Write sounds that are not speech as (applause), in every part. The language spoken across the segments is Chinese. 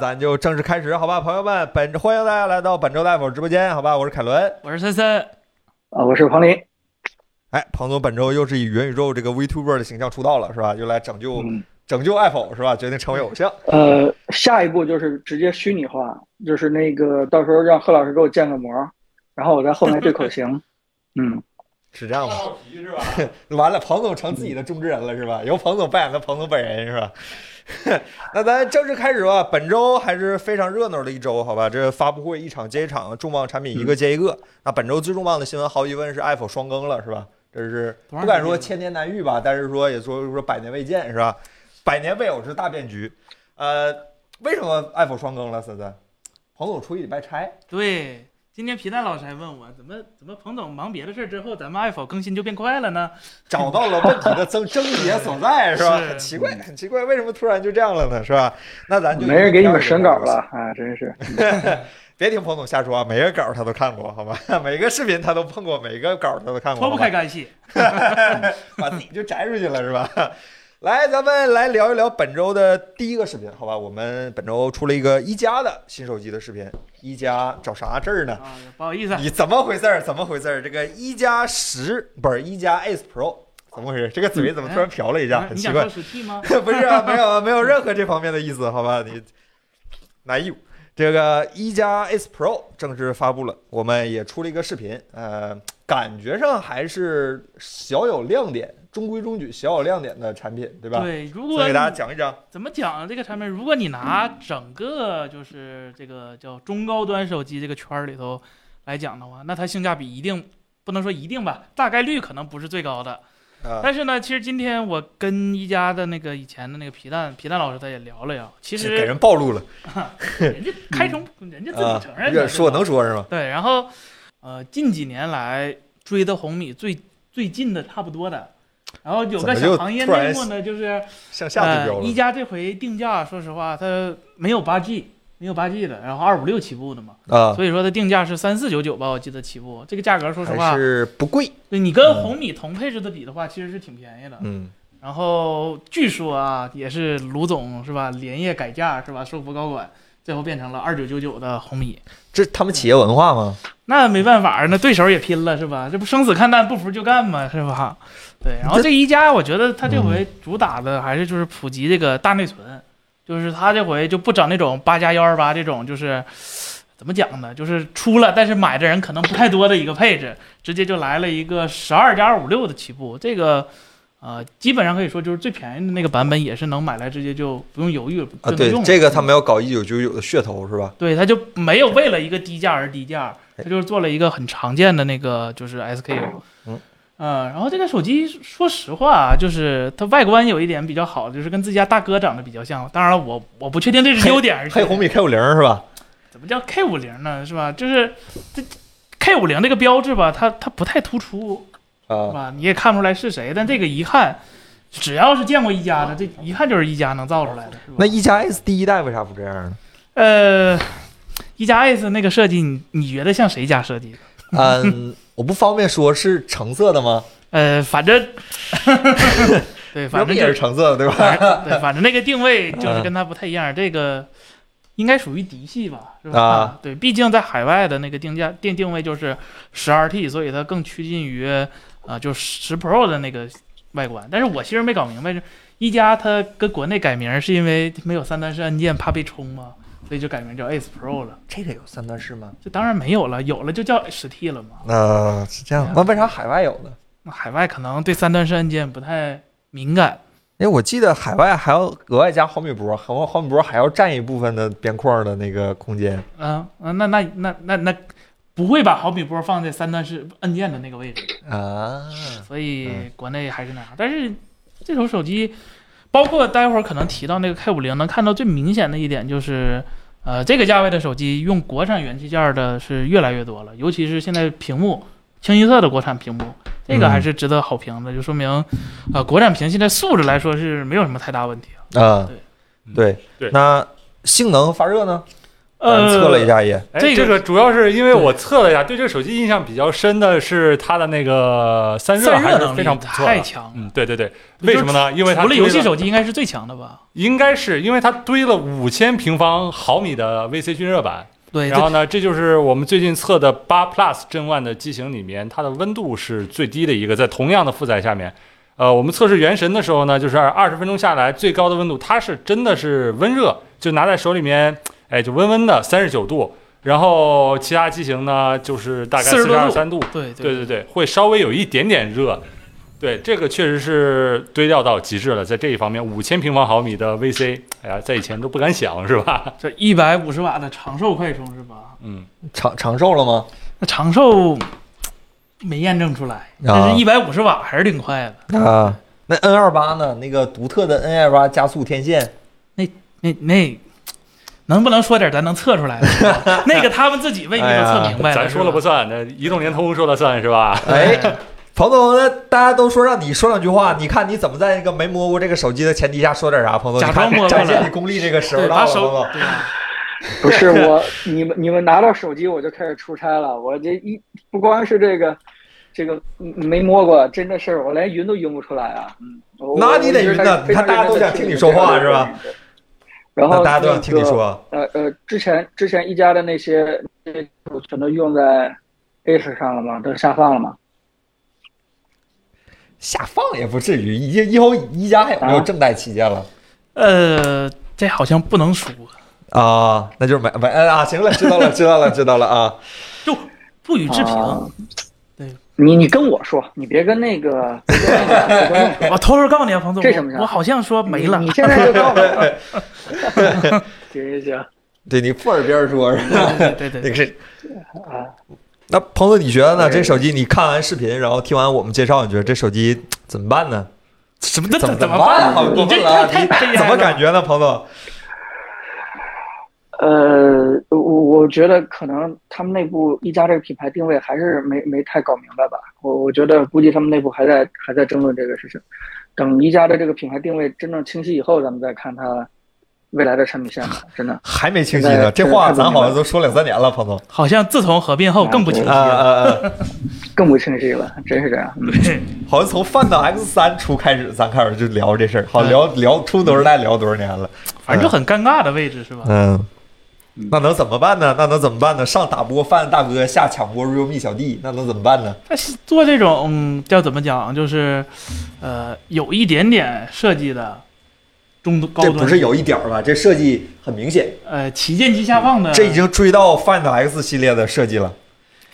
咱就正式开始，好吧，朋友们，本欢迎大家来到本周 live 直播间，好吧，我是凯伦。我是森森，啊，我是彭林。哎，庞总本周又是以元宇宙这个 VTuber 的形象出道了，是吧？又来拯救、嗯，拯救爱否，是吧？决定成为偶像。呃，下一步就是直接虚拟化，就是那个到时候让贺老师给我建个模，然后我在后面对口型。嗯，是这样吗？皮是吧？ (laughs) 完了，庞总成自己的中之人了，是 (laughs) 吧？由庞总扮演的庞总本人，是吧？ (laughs) 那咱正式开始吧。本周还是非常热闹的一周，好吧？这发布会一场接一场，重磅产品一嗯个接一个。那本周最重磅的新闻，毫无疑问是 Apple 双更了，是吧？这是多少年不敢说了千年难遇吧，但是说也说说百年未见，是吧？百年未有之大变局。呃，为什么 Apple 双更了？森森，彭总出一礼拜差，对，今天皮蛋老师还问我，怎么怎么彭总忙别的事儿之后，咱们爱否更新就变快了呢？找到了问题的症症结所在，是吧？是嗯很奇怪，很奇怪，为什么突然就这样了呢？是吧？那咱就没人给你们审稿了啊，真是。别听彭总瞎说啊，每个稿儿他都看过，好吧？ (laughs) 每个视频他都碰过，每个稿儿他都看过，脱好吧不开干系。把自己就摘出去了，是吧？ (laughs) 来，咱们来聊一聊本周的第一个视频，好吧？我们本周出了一个一加的新手机的视频，一加找啥事儿呢？啊，不好意思啊，你怎么回事儿？怎么回事儿？这个一加十不是一加 Ace Pro，怎么回事？这个嘴怎么突然瓢了一下？很嗯你奇想怪说。实 T 吗？ (laughs) 不是啊，没有啊没有任何这方面的意思，好吧？你难以这个一加 S Pro 正式发布了，我们也出了一个视频，呃，感觉上还是小有亮点，中规中矩，小有亮点的产品，对吧？对，嗯如所果以给大家你讲一讲，怎么讲呢这个产品，如果你拿整个就是这个叫中高端手机这个圈儿里头来讲的话，那它性价比一定不能说一定吧，大概率可能不是最高的。啊、但是呢，其实今天我跟一加的那个以前的那个皮蛋皮蛋老师他也聊了聊，其这实给人暴露了人家开诚，人家自啊己承认！这的，说是吧能说是吗？对。然后，呃，近几年来追的红米最最近的差不多的，然后有怎个么就小行业突然内幕呢，就是向下对标呃，了，一加这回定价，说实话，它没有八 G，没有八 G 的，然后二五六起步的嘛，啊，所以说它定价是三四九九吧，我记得起步，这个价格说实还话，是嗯不贵，对你跟红米同配置的比的话，其实是挺便宜的。嗯，然后据说啊，也是卢总是吧，连夜改价是吧，说服高管，最后变成了二九九九的红米。这他们企业文化吗？ (laughs) 那没办法，那对手也拼了是吧？这不生死看淡，不服就干嘛是吧？对，然后这一加，我觉得它这回主打的还是就是普及这个大内存，就是它这回就不整那种八加幺二八这种，就是怎么讲呢？就是出了但是买的人可能不太多的一个配置，直接就来了一个十二加二五六的起步，这个。呃，基本上可以说就是最便宜的那个版本，也是能买来直接就不用犹豫啊，就能对用，了。这个他没有搞一九九九的噱头是吧？对，他就没有为了一个低价而低价，他就是做了一个很常见的那个就是 SKU。哎嗯呃，然后这个手机说实话啊，就是它外观有一点比较好，就是跟自家大哥长得比较像。当然了，我我不确定这是优点还是黑缺点红米 K 五零是吧？怎么叫 K 五零呢？是吧？就是这 K 五零这个标志吧，它它不太突出，是啊，吧？你也看不出来是谁，但这个一看，只要是见过一加的，这一看就是一加能造出来的。是吧那一加 S 第一代为啥不这样呢？呃，一加 S 那个设计，你你觉得像谁家设计？嗯， (laughs) 我不方便说是橙色的吗？呃，反 (laughs) 正，对，反要不正也就是橙色的，对吧？反正对，反正那个定位就是跟它不太一样，这个应该属于嫡系吧，是吧？啊对，毕竟在海外的那个定价定定位就是十二 T，所以它更趋近于啊、呃就十 Pro 的那个外观。但是我其实没搞明白，是一加它跟国内改名是因为没有三段式按键，怕被冲吗？所以就改名叫 Ace Pro 了。这个有三段式吗？这当然没有了，有了就叫十 T 了嘛。那、呃是这样，那为啥海外有呢？那海外可能对三段式按键不太敏感。因为我记得海外还要额外加毫米波，毫毫米波还要占一部分的边框的那个空间。啊啊，那那那那那不会把毫米波放在三段式按键的那个位置，啊，所以嗯国内还是那样。但是这种手机，包括待会儿可能提到那个 K 五零，能看到最明显的一点就是，呃，这个价位的手机用国产元器件的是越来越多了，尤其是现在屏幕清一色的国产屏幕，这嗯个还是值得好评的，就说明，呃，国产屏现在素质来说是没有什么太大问题啊。啊，对对对那性能发热呢？嗯呃，测了一，下也，哎，这个这个主要是因为我测了一下，对这个手机印象比较深的是它的那个散呃热散还热是能非力常不错的太。强了。嗯，对对对，为什么呢？因为它除了堆游戏了手机，应该是最强的吧？应该是因为它堆了五千平方毫米的 VC 均热板，哎对，然后呢，这就是我们最近测的八 Plus 震万的机型里面，它的温度是最低的一个，在同样的负载下面。呃，我们测试原神的时候呢，就是二十分钟下来最高的温度，它是真的是温热，就拿在手里面，哎，就温温的三十九度。然后其他机型呢，就是大概四40十多二度三度，对对对对对，会稍微有一点点热。对，这个确实是堆料到极致了，在这一方面，五千平方毫米的 VC，哎呀，在以前都不敢想，是吧？这一百五十瓦的长寿快充是吧？嗯，长长寿了吗？那长寿没验证出来，但是一百五十瓦还是挺快的。啊，那 N 二八呢？那个独特的 N 二八加速天线，那那能不能说点咱能测出来的？ (laughs) 那个他们自己未必都哎测明白咱说了不是算，那移动联通说了算是吧？吧 (laughs) 哎，彭总，那大家都说让你说两句话，你看你怎么在那个没摸过这个手机的前提下说点啥？彭总，假装你看摸过展了现你功力这个时候对，到把了，彭手总。对吧？(laughs) 不是我，你们你们拿到手机我就开始出差了。我这一不光是这个，这个嗯没摸过真的事儿，我连晕都晕不出来啊。嗯，我那你得晕呐呢，你看大家都想听你说话是吧？然后那大家都想听你那个说，呃呃，之前之前一加的那些那些我全都用在 A 十上了嘛，都下放了嘛。下放也不至于。以以后宜家还有没有啊正代旗舰了？呃，这好像不能说，啊，那就是买买啊，行了，知道了，知 (laughs) 道了，知道了啊。就不予置评。啊对你你跟我说，你别跟 (laughs) 那个，别跟那个别跟那个我偷偷告诉你啊，彭总，这什么呀我我好像说没了你。你现在就告诉我。 (laughs) (laughs) 行行行，对你附耳边说，是吧？ (laughs) 对对对那对个是。啊，那彭总，你觉得呢？哎这手机你看完视频，然后听完我们介绍，你觉得这手机怎么办呢？什么这怎么怎么办？好你过分这了啊，太太你怎么感觉？觉呢，彭总？呃，我我觉得可能他们内部一加这个品牌定位还是没没太搞明白吧。我我觉得估计他们内部还在还在争论这个事情。等一加的这个品牌定位真正清晰以后，咱们再看它未来的产品线吧。真的，还没清晰现呢，在这现在话看不咱明好白像都说两三年了，彭总。好像自从合并后更不清晰啊啊了。啊！啊更不清晰了，真是这样。嗯对好像从范到 X 三出开始，咱开始就聊这事儿，好嗯聊聊出多少代，聊多少年了。反正就很尴尬的位置是吧？嗯，那能怎么办呢？那能怎么办呢？上打波范大哥，下抢波 realme 小弟，那能怎么办呢？他做这种嗯叫怎么讲，就是呃有一点点设计的中高这端，不是有一点儿吧？这设计很明显，呃旗舰级下放的。这已经追到 Find X 系列的设计了。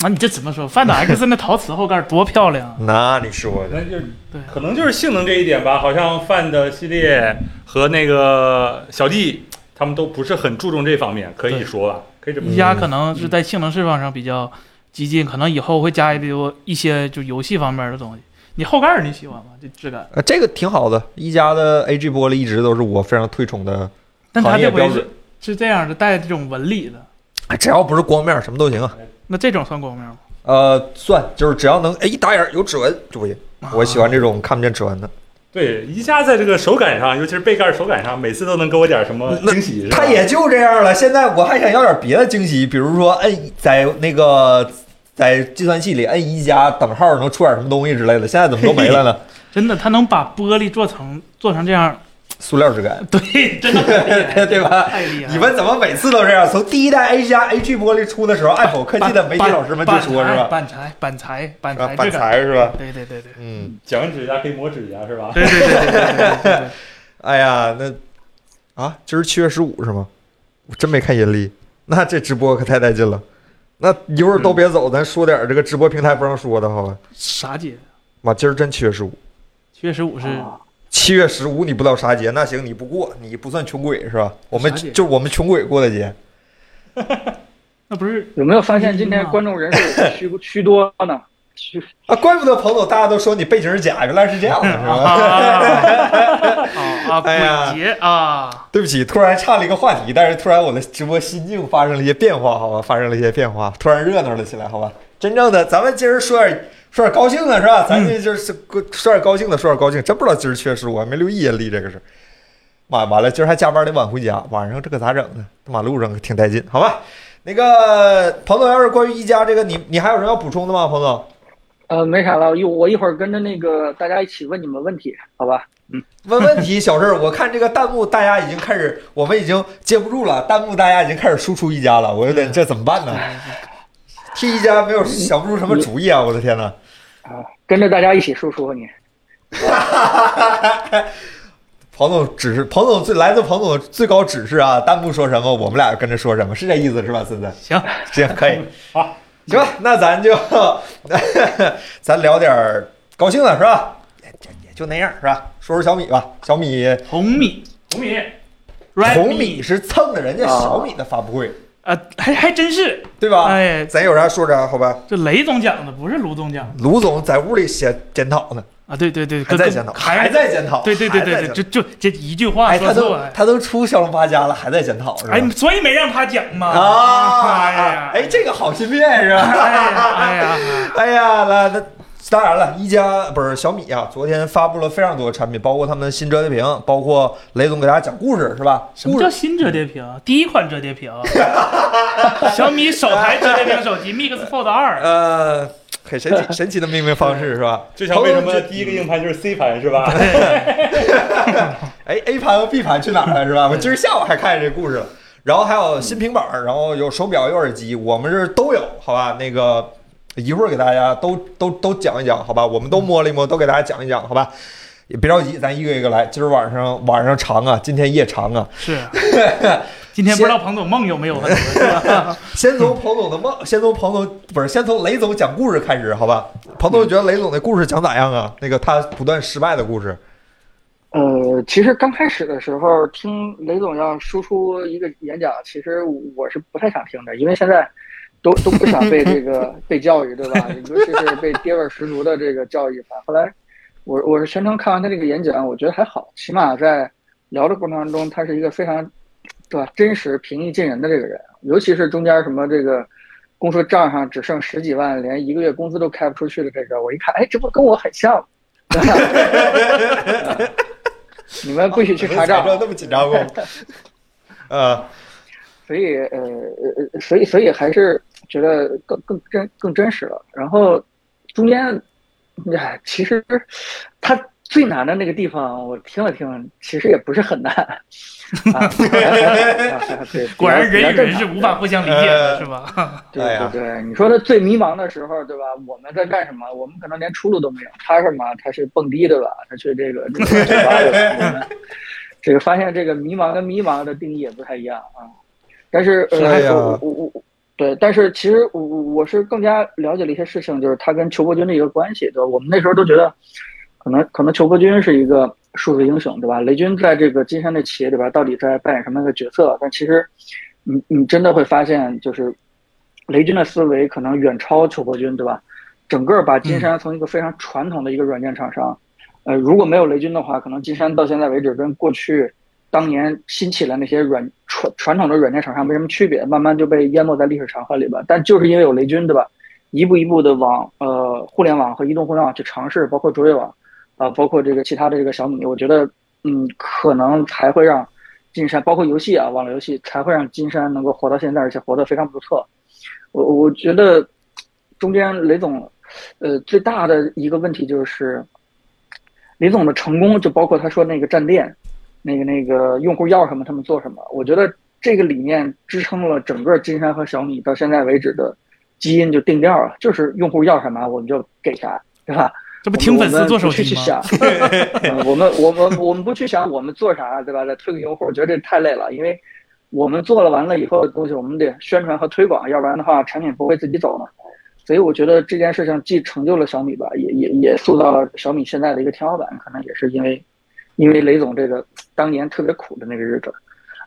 啊，你这怎么说 (laughs)？Find X 那陶瓷后盖多漂亮啊！那你说的，那就是对可能就是性能这一点吧，好像 Find 系列和那个小弟他们都不是很注重这方面，可以对说吧，嗯可以这么一说。加可能是在性能释放上比较激进，可能以后会加一多一些就游戏方面的东西。你后盖儿你喜欢吗？这质感？呃，这个挺好的。一加的 AG 玻璃一直都是我非常推崇的但它行业这标回准是，是这样的，带这种纹理的，哎只要不是光面儿什么都行啊。那这种算光面吗？呃，算，就是只要能哎一打眼儿有指纹就不行，我喜欢这种看不见指纹的。啊对一加在这个手感上，尤其是背盖手感上，每次都能给我点什么惊喜。是吧他也就这样了。现在我还想要点别的惊喜，比如说摁在那个在计算器里摁一加等号能出点什么东西之类的。现在怎么都没 (laughs) 了呢？真的，它能把玻璃做成做成这样， (laughs) 塑料质感，对，真的很厉 (laughs) 害，对吧太厉害了！你们怎么每次都这样？从第一代 A 加 AG 玻璃出的时候，Apple 科技的媒体老师们就说是吧？板材、板材、板啊材、板板材材是吧？对对对对嗯，脚纹指甲可以磨指甲是吧？对对对 (laughs) 对对对对。哎呀，那啊，今儿七月十五是吗？我真没看阴历， (laughs) 那这直播可太带劲了。那一会儿都别走，咱说点这个直播平台不让说的，好吧？啥节？妈，今儿真七月十五。七月十五是啊七月十五你不到啥节，那行你不过，你不算穷鬼是吧？我们啥节就我们穷鬼过的节，那 (laughs) 不是有没有发现今天观众人数虚虚多呢？虚啊，怪不得彭总大家都说你背景是假，原来是这样的，是啊吧？啊啊哎呀鬼节啊！对不起，突然岔了一个话题，但是突然我的直播心境发生了一些变化，好吧，发生了一些变化，突然热闹了起来，好吧。真正的，咱们今儿说点说点高兴的是啊吧？咱这就是说点高兴的，说点高兴，真不知道今儿确实我还没留意阴历这个事儿。妈完了，今儿还加班得晚回家，晚上这可咋整呢？马路上可挺带劲，好吧？那个彭总，要是关于一加这个，你你还有什么要补充的吗？彭总，呃，没啥了，一我一会儿跟着那个大家一起问你们问题，好吧？问问题小事儿，我看这个弹幕大家已经开始，我们已经接不住了，弹幕大家已经开始输出一加了，我有点这怎么办呢？替一加没有想不出什么主意啊！我的天哪！啊，跟着大家一起输出你。彭总指示，彭总最来自彭总的最高指示啊！弹幕说什么，我们俩跟着说什么，是这意思是吧？森森，行，行，可以，好，行吧，那咱就 (laughs) 咱聊点儿高兴的是吧？也也也就那样是吧？说说小米吧，小米红米，红米，红米是蹭着人家小米的发布会，啊，还还真是，对吧？哎，咱有啥说啥，好吧？这雷总讲的不是卢总讲的卢总在屋里写检讨呢，啊，对对对，还在检讨，还还在检讨，对对对还在检对对，讨就就这一句话哎，说他错都了，他都出骁龙八加了，还在检讨是吧哎，？所以没让他讲嘛，哎啊呀，，哎，这个好心变是吧？哎呀，哎呀，哎呀，那那当然了，一加不是小米啊，昨天发布了非常多的产品，包括他们的新折叠屏，包括雷总给大家讲故事是吧？什故么叫事新折叠屏？第一款折 (laughs) 叠屏，小米首台折叠屏手机 Mix Fold 二，呃，很神 (laughs) 奇神奇的命名方式是吧？就像为什朋友么们第一个硬盘就是 C 盘是吧？ (laughs) 哎 A 盘和 B 盘去哪儿了是吧？我今儿下午还看见这故事了。然后还有新平板儿，然后有手表，有耳机，我们这都有，好吧？那个一会儿给大家都都都讲一讲，好吧？我们都摸了一摸，都给大家讲一讲，好吧？也别着急，咱一个一个来。今儿晚上晚上长啊，今天夜长啊， (laughs) 是。今天不知道彭总梦有没有问题是吧？先从彭总的梦，先从彭总不是，先从雷总讲故事开始，好吧？彭总觉得雷总的故事讲咋样啊？那个他不断失败的故事，呃，其实刚开始的时候听雷总要输出一个演讲，其实我是不太想听的，因为现在都都不想被这个被教育，对吧？尤其是被爹味儿十足的这个教育法。后来我我是全程看完他这个演讲，我觉得还好，起码在聊的过程当中，他是一个非常对吧真实平易近人的这个人，尤其是中间什么这个。公司账上只剩十几万，连一个月工资都开不出去的这个，我一看，哎，这不跟我很像吗？ (laughs) 你们不许去查 (laughs) 账你们，那么紧张过 (laughs) 吗？呃，所以呃呃，呃所以所以还是觉得更更真更真实了。然后中间，哎，其实它最难的那个地方，我听了听，其实也不是很难。 (laughs) 啊，对，果然人与人是比较无法互相理解的，是吧？对哎呀对对，你说他最迷茫的时候，对吧？我们在干什么？我们可能连出路都没有。他是嘛？他是蹦迪，对吧？他去这个这个酒吧，对吧？ (laughs) 我们这个发现这个迷茫跟迷茫的定义也不太一样啊。但是呃，哎呀我我我，对，但是其实我我我是更加了解了一些事情，就是他跟裘伯军的一个关系，对吧？我们那时候都觉得，可能可能裘伯军是一个数字英雄，对吧？雷军在这个金山的企业里边到底在扮演什么样的角色？但其实你你真的会发现，就是雷军的思维可能远超裘伯军，对吧？整个把金山从一个非常传统的一个软件厂商，呃，如果没有雷军的话，可能金山到现在为止跟过去当年兴起的那些软传传统的软件厂商没什么区别，慢慢就被淹没在历史长河里边。但就是因为有雷军，对吧？一步一步的往呃互联网和移动互联网去尝试，包括卓越网，啊、包括这个其他的这个小米，我觉得嗯，可能才会让金山，包括游戏啊，网络游戏才会让金山能够活到现在，而且活得非常不错。我我觉得中间雷总，呃，最大的一个问题就是，雷总的成功就包括他说那个站店，那个那个用户要什么他们做什么。我觉得这个理念支撑了整个金山和小米到现在为止的基因就定调了，就是用户要什么我们就给啥，对吧？这不听粉丝做手机吗？ (laughs) 我们我们不去想嗯我们我们我们不去想我们做啥，对吧？再推给用户，我觉得这太累了，因为我们做了完了以后的东西，我们得宣传和推广，要不然的话，产品不会自己走嘛。所以我觉得这件事情既成就了小米吧，也也也塑造了小米现在的一个天花板，可能也是因为因为雷总这个当年特别苦的那个日子。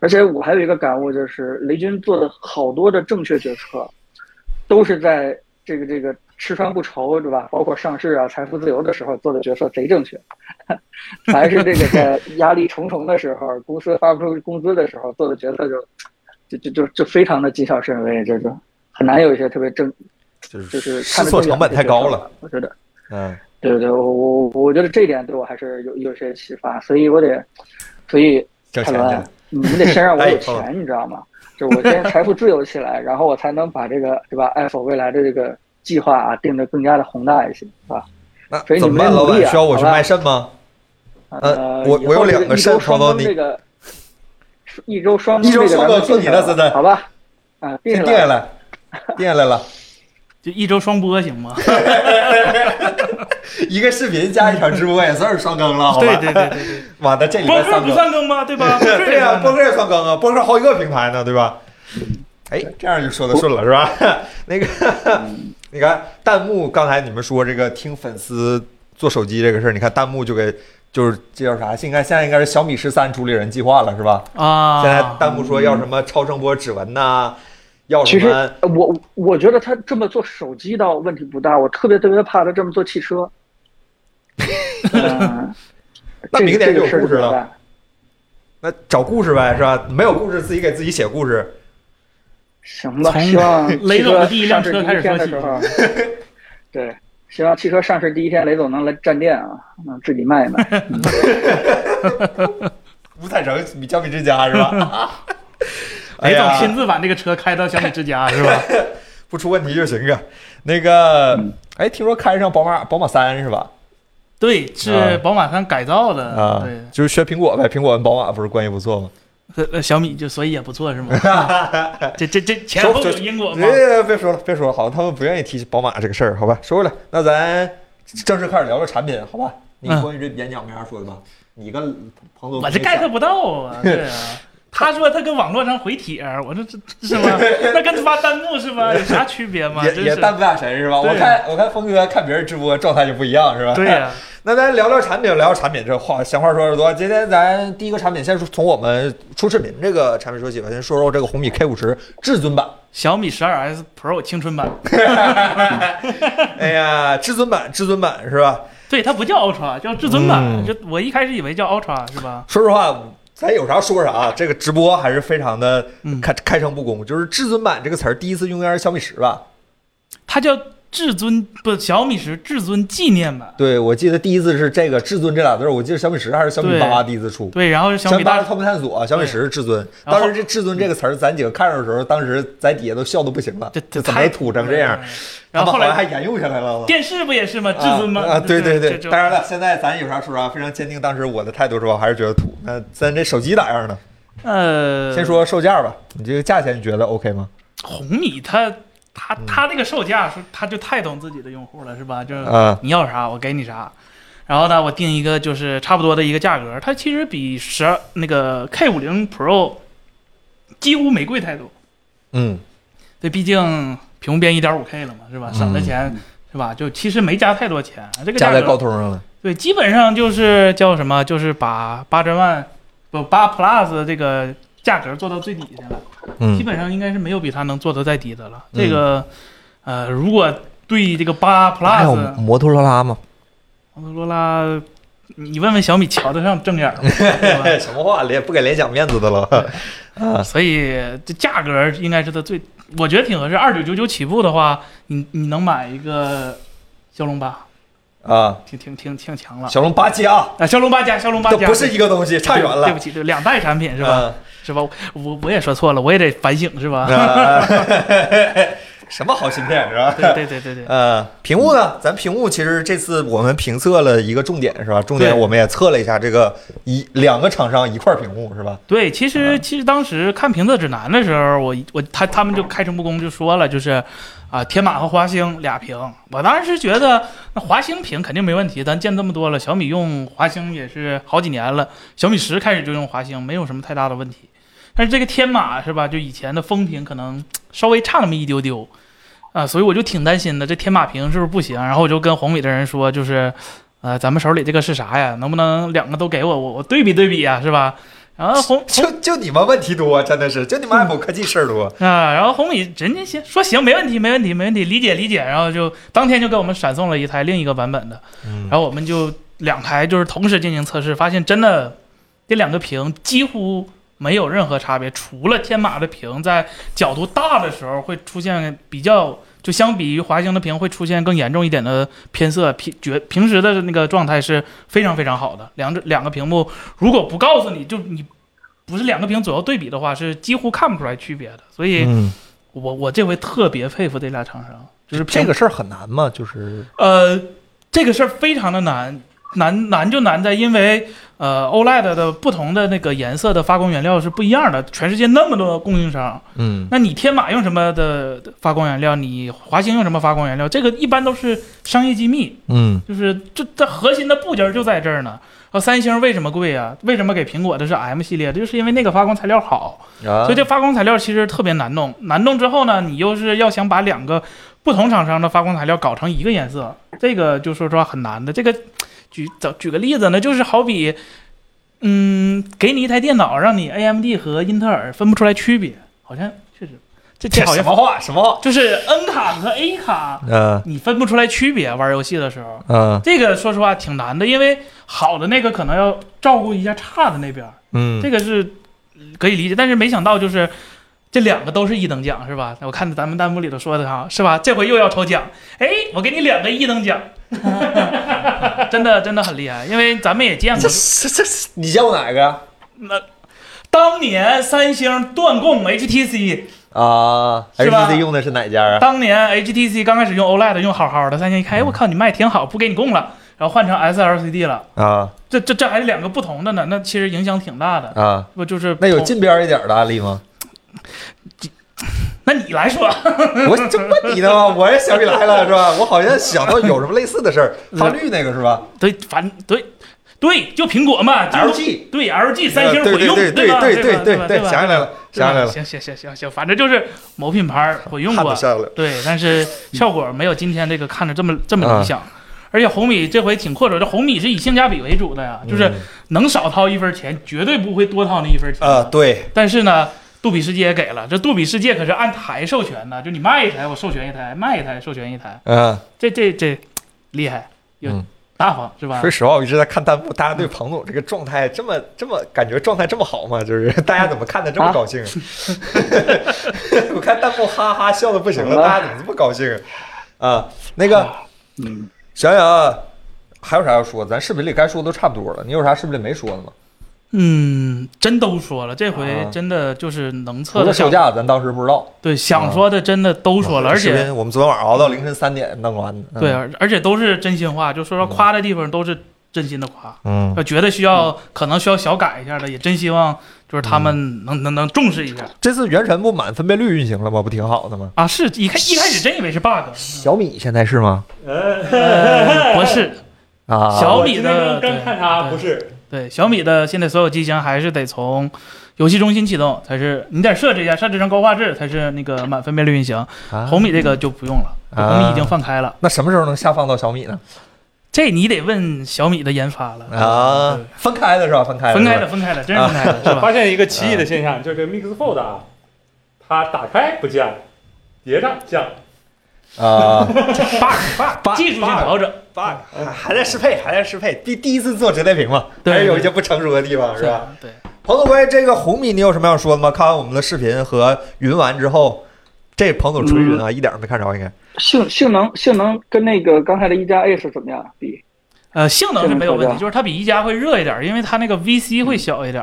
而且我还有一个感悟，就是雷军做的好多的正确决策，都是在这个这个吃穿不愁，对吧？包括上市啊、财富自由的时候做的决策贼正确， (laughs) 还是这个在压力重重的时候，公司发不出工资的时候做的决策就就就就就非常的谨小慎微，这就很难有一些特别正，就就是试看得错更成本远的太决高策了，吧，我觉得。嗯，对对，我我我觉得这一点对我还是有有些启发，所以我得，所以挣凯钱伦去。，你得先让我有哎钱，你知道吗？就我先财富自由起来，然后我才能把这个对吧？爱否未来的这个计划啊定得更加的宏大一些，是吧？那所以你怎么办，们老努力啊板？需要我去好吧卖肾 (laughs) 吗？呃，我以我有后这两个一肾周跑双到更你这个一周双一周更这双个咱们更定下你的真的好吧？啊，定定下下来。来，定下来了，就一周双播行吗？一个视频加一场直播也算是双 (laughs) 更了，好吧？对对对对对，妈的，这礼播拜客三不更。算更吗？对吧？播客也对呀、算播更客也算更啊，播客好几个平台呢，对吧？哎，这样就说的顺了是吧？ (laughs) 那个， (laughs) 你看弹幕，刚才你们说这个听粉丝做手机这个事儿，你看弹幕就给就是这叫啥？现在现在应该是小米十三主理人计划了是吧？啊，现在弹幕说要什么超声波指纹呐、要什其实么？呃我我觉得他这么做手机倒问题不大，我特别特别怕他这么做 (laughs) 汽车。嗯，那这明个年这就个有事儿故事怎么了办？那找故事呗是吧？没有故事自己给自己写故事。行吧，从 (laughs) 希望汽车雷总的第一辆车开始上市第一天的时候，啊对，希望汽车上市第一天，雷总能来站店啊，能自己卖 (laughs) 一卖。五彩城比小米之家是吧？ (laughs) 哎雷呀总亲自把这个车开到小米之家是吧？不出问题就行啊。那个，嗯哎，听说开上宝马宝马三是吧？对，是啊宝马三改造的，啊，就是学苹果呗，苹果跟宝马不是关系不错吗？对，呃小米就所以也不错是吗？ (laughs) 这这这前说后这有因果吗？别哎别说了，别说了，好，他们不愿意提宝马这个事儿，好吧？说回来，那咱正式开始聊聊产品，好吧？你嗯关于这演讲没啥说的吧？你跟彭总，我这 get 不到 (laughs) 啊，对啊。他说他跟网络上回帖儿，我说这这是吗？那跟发弹幕是吧？有啥区别吗？也真也是淡不下神是吧？对啊我看我看峰哥看别人直播状态就不一样是吧？对啊呀、那咱聊聊产品，聊聊产品，这话闲话说的多。今天咱第一个产品，先说从我们出视频这个产品说起吧，先说说这个红米 K 五十至尊版。小米十二 S Pro 青春版，哎呀，至尊版，至尊版是吧？对，它不叫 Ultra，叫至尊版。嗯就我一开始以为叫 Ultra 是吧？说实话，咱有啥说啥，这个直播还是非常的嗯开开诚布公。就是至尊版这个词儿，第一次用应该是小米十吧？它叫至尊不小米十至尊纪念版。对，我记得第一次是这个至尊这俩字儿，我记得小米十还是小米八对第一次出。对，然后是小小米八大是，透明探索，啊小米十是至尊。然后当时这至尊这个词儿，咱几个看着的时候，当时在底下都笑的不行了，这这怎么太土成这样？？然后后啊他们好像还来沿用下来了。电视不也是吗？至尊吗？啊啊，对对对，这当然了，现在咱有啥说啥，啊非常坚定当时我的态度是吧？还是觉得土。那咱这手机咋样呢？呃，先说售价吧，你这个价钱你觉得 OK 吗？红米它，它它这个售价是，它就太懂自己的用户了，是吧？就是啊你要啥我给你啥，然后呢，我定一个就是差不多的一个价格，它其实比十二那个 K 五零 Pro 几乎没贵太多，嗯，对，毕竟屏幕变一点五 K 了嘛，是吧？省的钱、是吧？就其实没加太多钱，这个加在格高通上了。对，基本上就是叫什么，就是把八千万不八 Plus 这个价格做到最底下了。基嗯本上应该是没有比它能做得再低的了。这个，呃，如果对这个八还有 Plus、哎摩托罗拉吗？摩托罗拉，你问问小米瞧得上 (laughs) 正眼儿吗？对哎什么话，联不给联想面子的了。 (laughs) 吧？所以这价格应该是它最，我觉得挺合适。二九九九起步的话，你你能买一个骁龙八，啊，挺挺挺挺强了。小龙八加，啊，骁龙八加，骁龙八这加不是一个东西，差远对了嗯不。起，对，两代产品是吧？是吧？我我也说错了，我也得反省是吧？啊？嗯 (laughs) 什么好芯片是吧？对对对对对。呃，屏幕呢？咱屏幕其实这次我们评测了一个重点是吧？重点对我们也测了一下这个一两个厂商一块屏幕是吧？对，其嗯实其实当时看评测指南的时候，我我他他们就开诚布公就说了，就是啊，天马和华星俩屏。我当时觉得那华星屏肯定没问题，咱见这么多了，小米用华星也是好几年了，小米十开始就用华星，没有什么太大的问题。但是这个天马是吧？就以前的风评可能稍微差那么一丢丢啊，所以我就挺担心的，这天马屏是不是不行？然后我就跟红米的人说，就是呃，咱们手里这个是啥呀？能不能两个都给我，我我对比对比呀、是吧？然后红就就你们问题多，真的是就你们 Apple 科技事儿多。 (laughs) 啊，然后红米人家先说行，没问题，没问题，没问题，理解理解，然后就当天就给我们闪送了一台另一个版本的，嗯然后我们就两台就是同时进行测试，发现真的这两个屏几乎没有任何差别，除了天马的屏在角度大的时候会出现比较，就相比于华星的屏会出现更严重一点的偏色，平觉平时的那个状态是非常非常好的，两者两个屏幕如果不告诉你就你不是两个屏左右对比的话，是几乎看不出来区别的。所以嗯，我我这回特别佩服这俩厂商，就是这屏个事儿很难嘛，就是呃，这个事儿非常的难，难难就难在因为呃 OLED 的不同的那个颜色的发光原料是不一样的，全世界那么多供应商，嗯那你天马用什么的发光原料，你华星用什么发光原料，这个一般都是商业机密，嗯就是这这核心的部件就在这儿呢。然后三星为什么贵啊？为什么给苹果的是 M 系列？就是因为那个发光材料好。啊所以这发光材料其实特别难弄，难弄之后呢，你又是要想把两个不同厂商的发光材料搞成一个颜色，这个就说实话很难的。这个举举举个例子呢，就是好比，嗯，给你一台电脑，让你 AMD 和英特尔分不出来区别，好像确实，这这好 (laughs) 什像么话什么话？就是 N 卡和 A 卡，嗯你分不出来区别，玩游戏的时候。嗯这个说实话挺难的，因为好的那个可能要照顾一下差的那边儿，嗯，这个是可以理解，但是没想到就是这两个都是一等奖是吧？我看咱们弹幕里头说的哈，是吧？这回又要抽奖，哎，我给你两个一等奖， (laughs) 真的真的很厉害，因为咱们也见这过，这这这你见过哪个呀那当年三星断供 HTC，啊是吧？HTC 用的是哪家啊？嗯当年 HTC 刚开始用 OLED 用好好的，三星一看，哎，我靠，你卖挺好，不给你供了，然后换成 SLCD 了，啊这这这还是两个不同的呢，那其实影响挺大的。啊，不就是那有同近边儿一点儿的案例吗？那你来说，我就问你呢嘛，我也想不起来了，是吧？我好像想到有什么类似的事儿，哈绿那个是吧对，反对对，就苹果嘛就是？LG，对 LG 三星呃对混用，对对吧？对对吧对吧对，吧想起来了，想起来了，行行行行行，反正就是某品牌混用看过都，下嗯来了。对，但是效果没有今天这个看着这么这啊么理想。而且红米这回挺阔绰，这红米是以性价比为主的呀，就是嗯能少掏一分钱，绝对不会多掏那一分钱啊，对，但是呢，杜比世界也给了，这杜比世界可是按台授权的，就你卖一台我授权一台，卖一台授权一台，嗯，这这这厉害，有嗯大方是吧说？实话，我一直在看弹幕，大家对庞总这个状态这么这么感觉状态这么好吗？就是大家怎么看的这么高兴？啊 (laughs) 我看弹幕哈哈笑的不行了，好吧大家怎么这么高兴啊？那个嗯，想想啊，还有啥要说？咱视频里该说的都差不多了，你有啥视频里没说的吗？嗯，真都说了，这回啊真的就是能测除的了售想、价，咱当时不知道。对想说的真的都说了，而视且频我们昨天晚上熬到凌晨三点弄完的。嗯对，，啊而而且都是真心话，就说说夸的地方都是真心的夸，嗯，要觉得需要可能需要小改一下的，也真希望就是他们能能能重视一下这次原神不满分辨率运行了吗？不挺好的吗？啊！是一开一开始真以为是 bug，小米现在是吗？(laughs) 嗯呃不是啊，小我米今天的刚刚看它对不是，对小米的现在所有机型还是得从游戏中心启动才是，你得设置一下设置成高画质才是那个满分辨率运行，啊红米这个就不用了，啊红米已经放开了。那什么时候能下放到小米呢？这你得问小米的研发了啊，分开的是吧？分开的，分开的，。分开的，真是分开的，是吧？发现一个奇异的现象，就是这个 Mix Fold 啊，它打开不降，叠上降， (laughs) 啊， bug bug 技术性调整，爸哎还在适配，还在适配。第第一次做折叠屏嘛，对还是有一些不成熟的地方，是吧？？对，彭总关于这个红米，你有什么要说的吗？看完我们的视频和云完之后，这彭总纯云啊，嗯一点儿没看着，应该性性能性能跟那个刚才的一加 A 是怎么样比？呃，性能是没有问这题，个就是它比一加会热一点，因为它那个 VC 会小一点。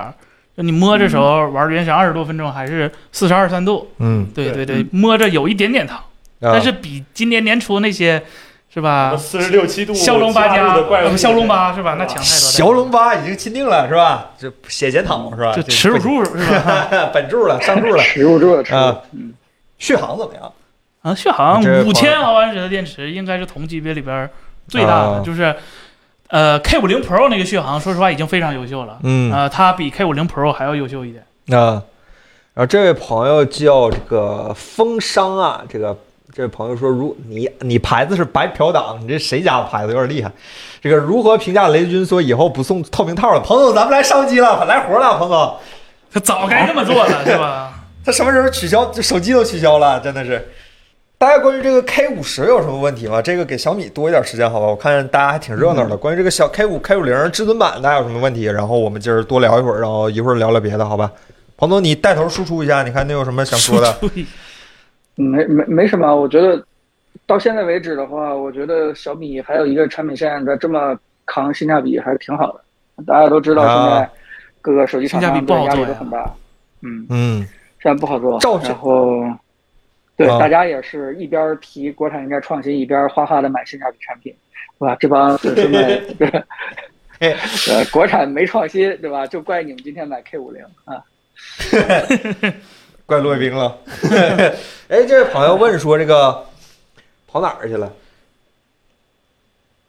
就你摸着时候玩原神二十多分钟还是四十二三度，嗯，对对对对，摸着有一点点疼，但是比今年年初那些是吧，四十六七度啊骁龙八加加入的怪物，、骁龙八是吧，那啊强太多了。骁龙八已经钦定了是吧？这写检讨是吧？就这耻辱柱是 (laughs) 吧？本柱了，上柱了耻辱柱的耻辱啊嗯。续航怎么样？啊，续航这五千毫安时的电池应该是同级别里边儿最大的，啊就是呃 K 五零 Pro 那个续航，说实话已经非常优秀了。嗯呃，它比 K 五零 Pro 还要优秀一点。啊，然后这位朋友叫这个风商啊，这个这位朋友说，如你你牌子是白嫖党，你这谁家的牌子有点厉害。这个如何评价雷军说以后不送透明套了？彭总，咱们来上机了，来活了，彭啊总，它哦早该这么做 (laughs) 了，是吧？他什么时候取消？这手机都取消了，真的是。大家关于这个 K 五十有什么问题吗？这个给小米多一点时间好吧？我看大家还挺热闹的。关于这个小 K 五、K 五零至尊版，大家有什么问题？然后我们今儿多聊一会儿，然后一会儿聊聊别的，好吧？彭总，你带头输出一下，你看你有什么想说的？ (laughs) 对没没没什么，我觉得到现在为止的话，我觉得小米还有一个产品线在这么扛性价比还是挺好的。大家都知道现啊在各个手机厂性价比商不好对压力做都呀很大。嗯，嗯现在不好做照。然 (laughs) 后，对啊大家也是一边提国产应该创新，一边哗哗的买性价比产品，对吧？这帮粉丝 (laughs) 们，对吧？嘿呃，国产没创新，对吧？就怪你们今天买 K 五零啊。怪骆卫兵了。 (laughs) 哎，这位朋友问说这个跑哪儿去了？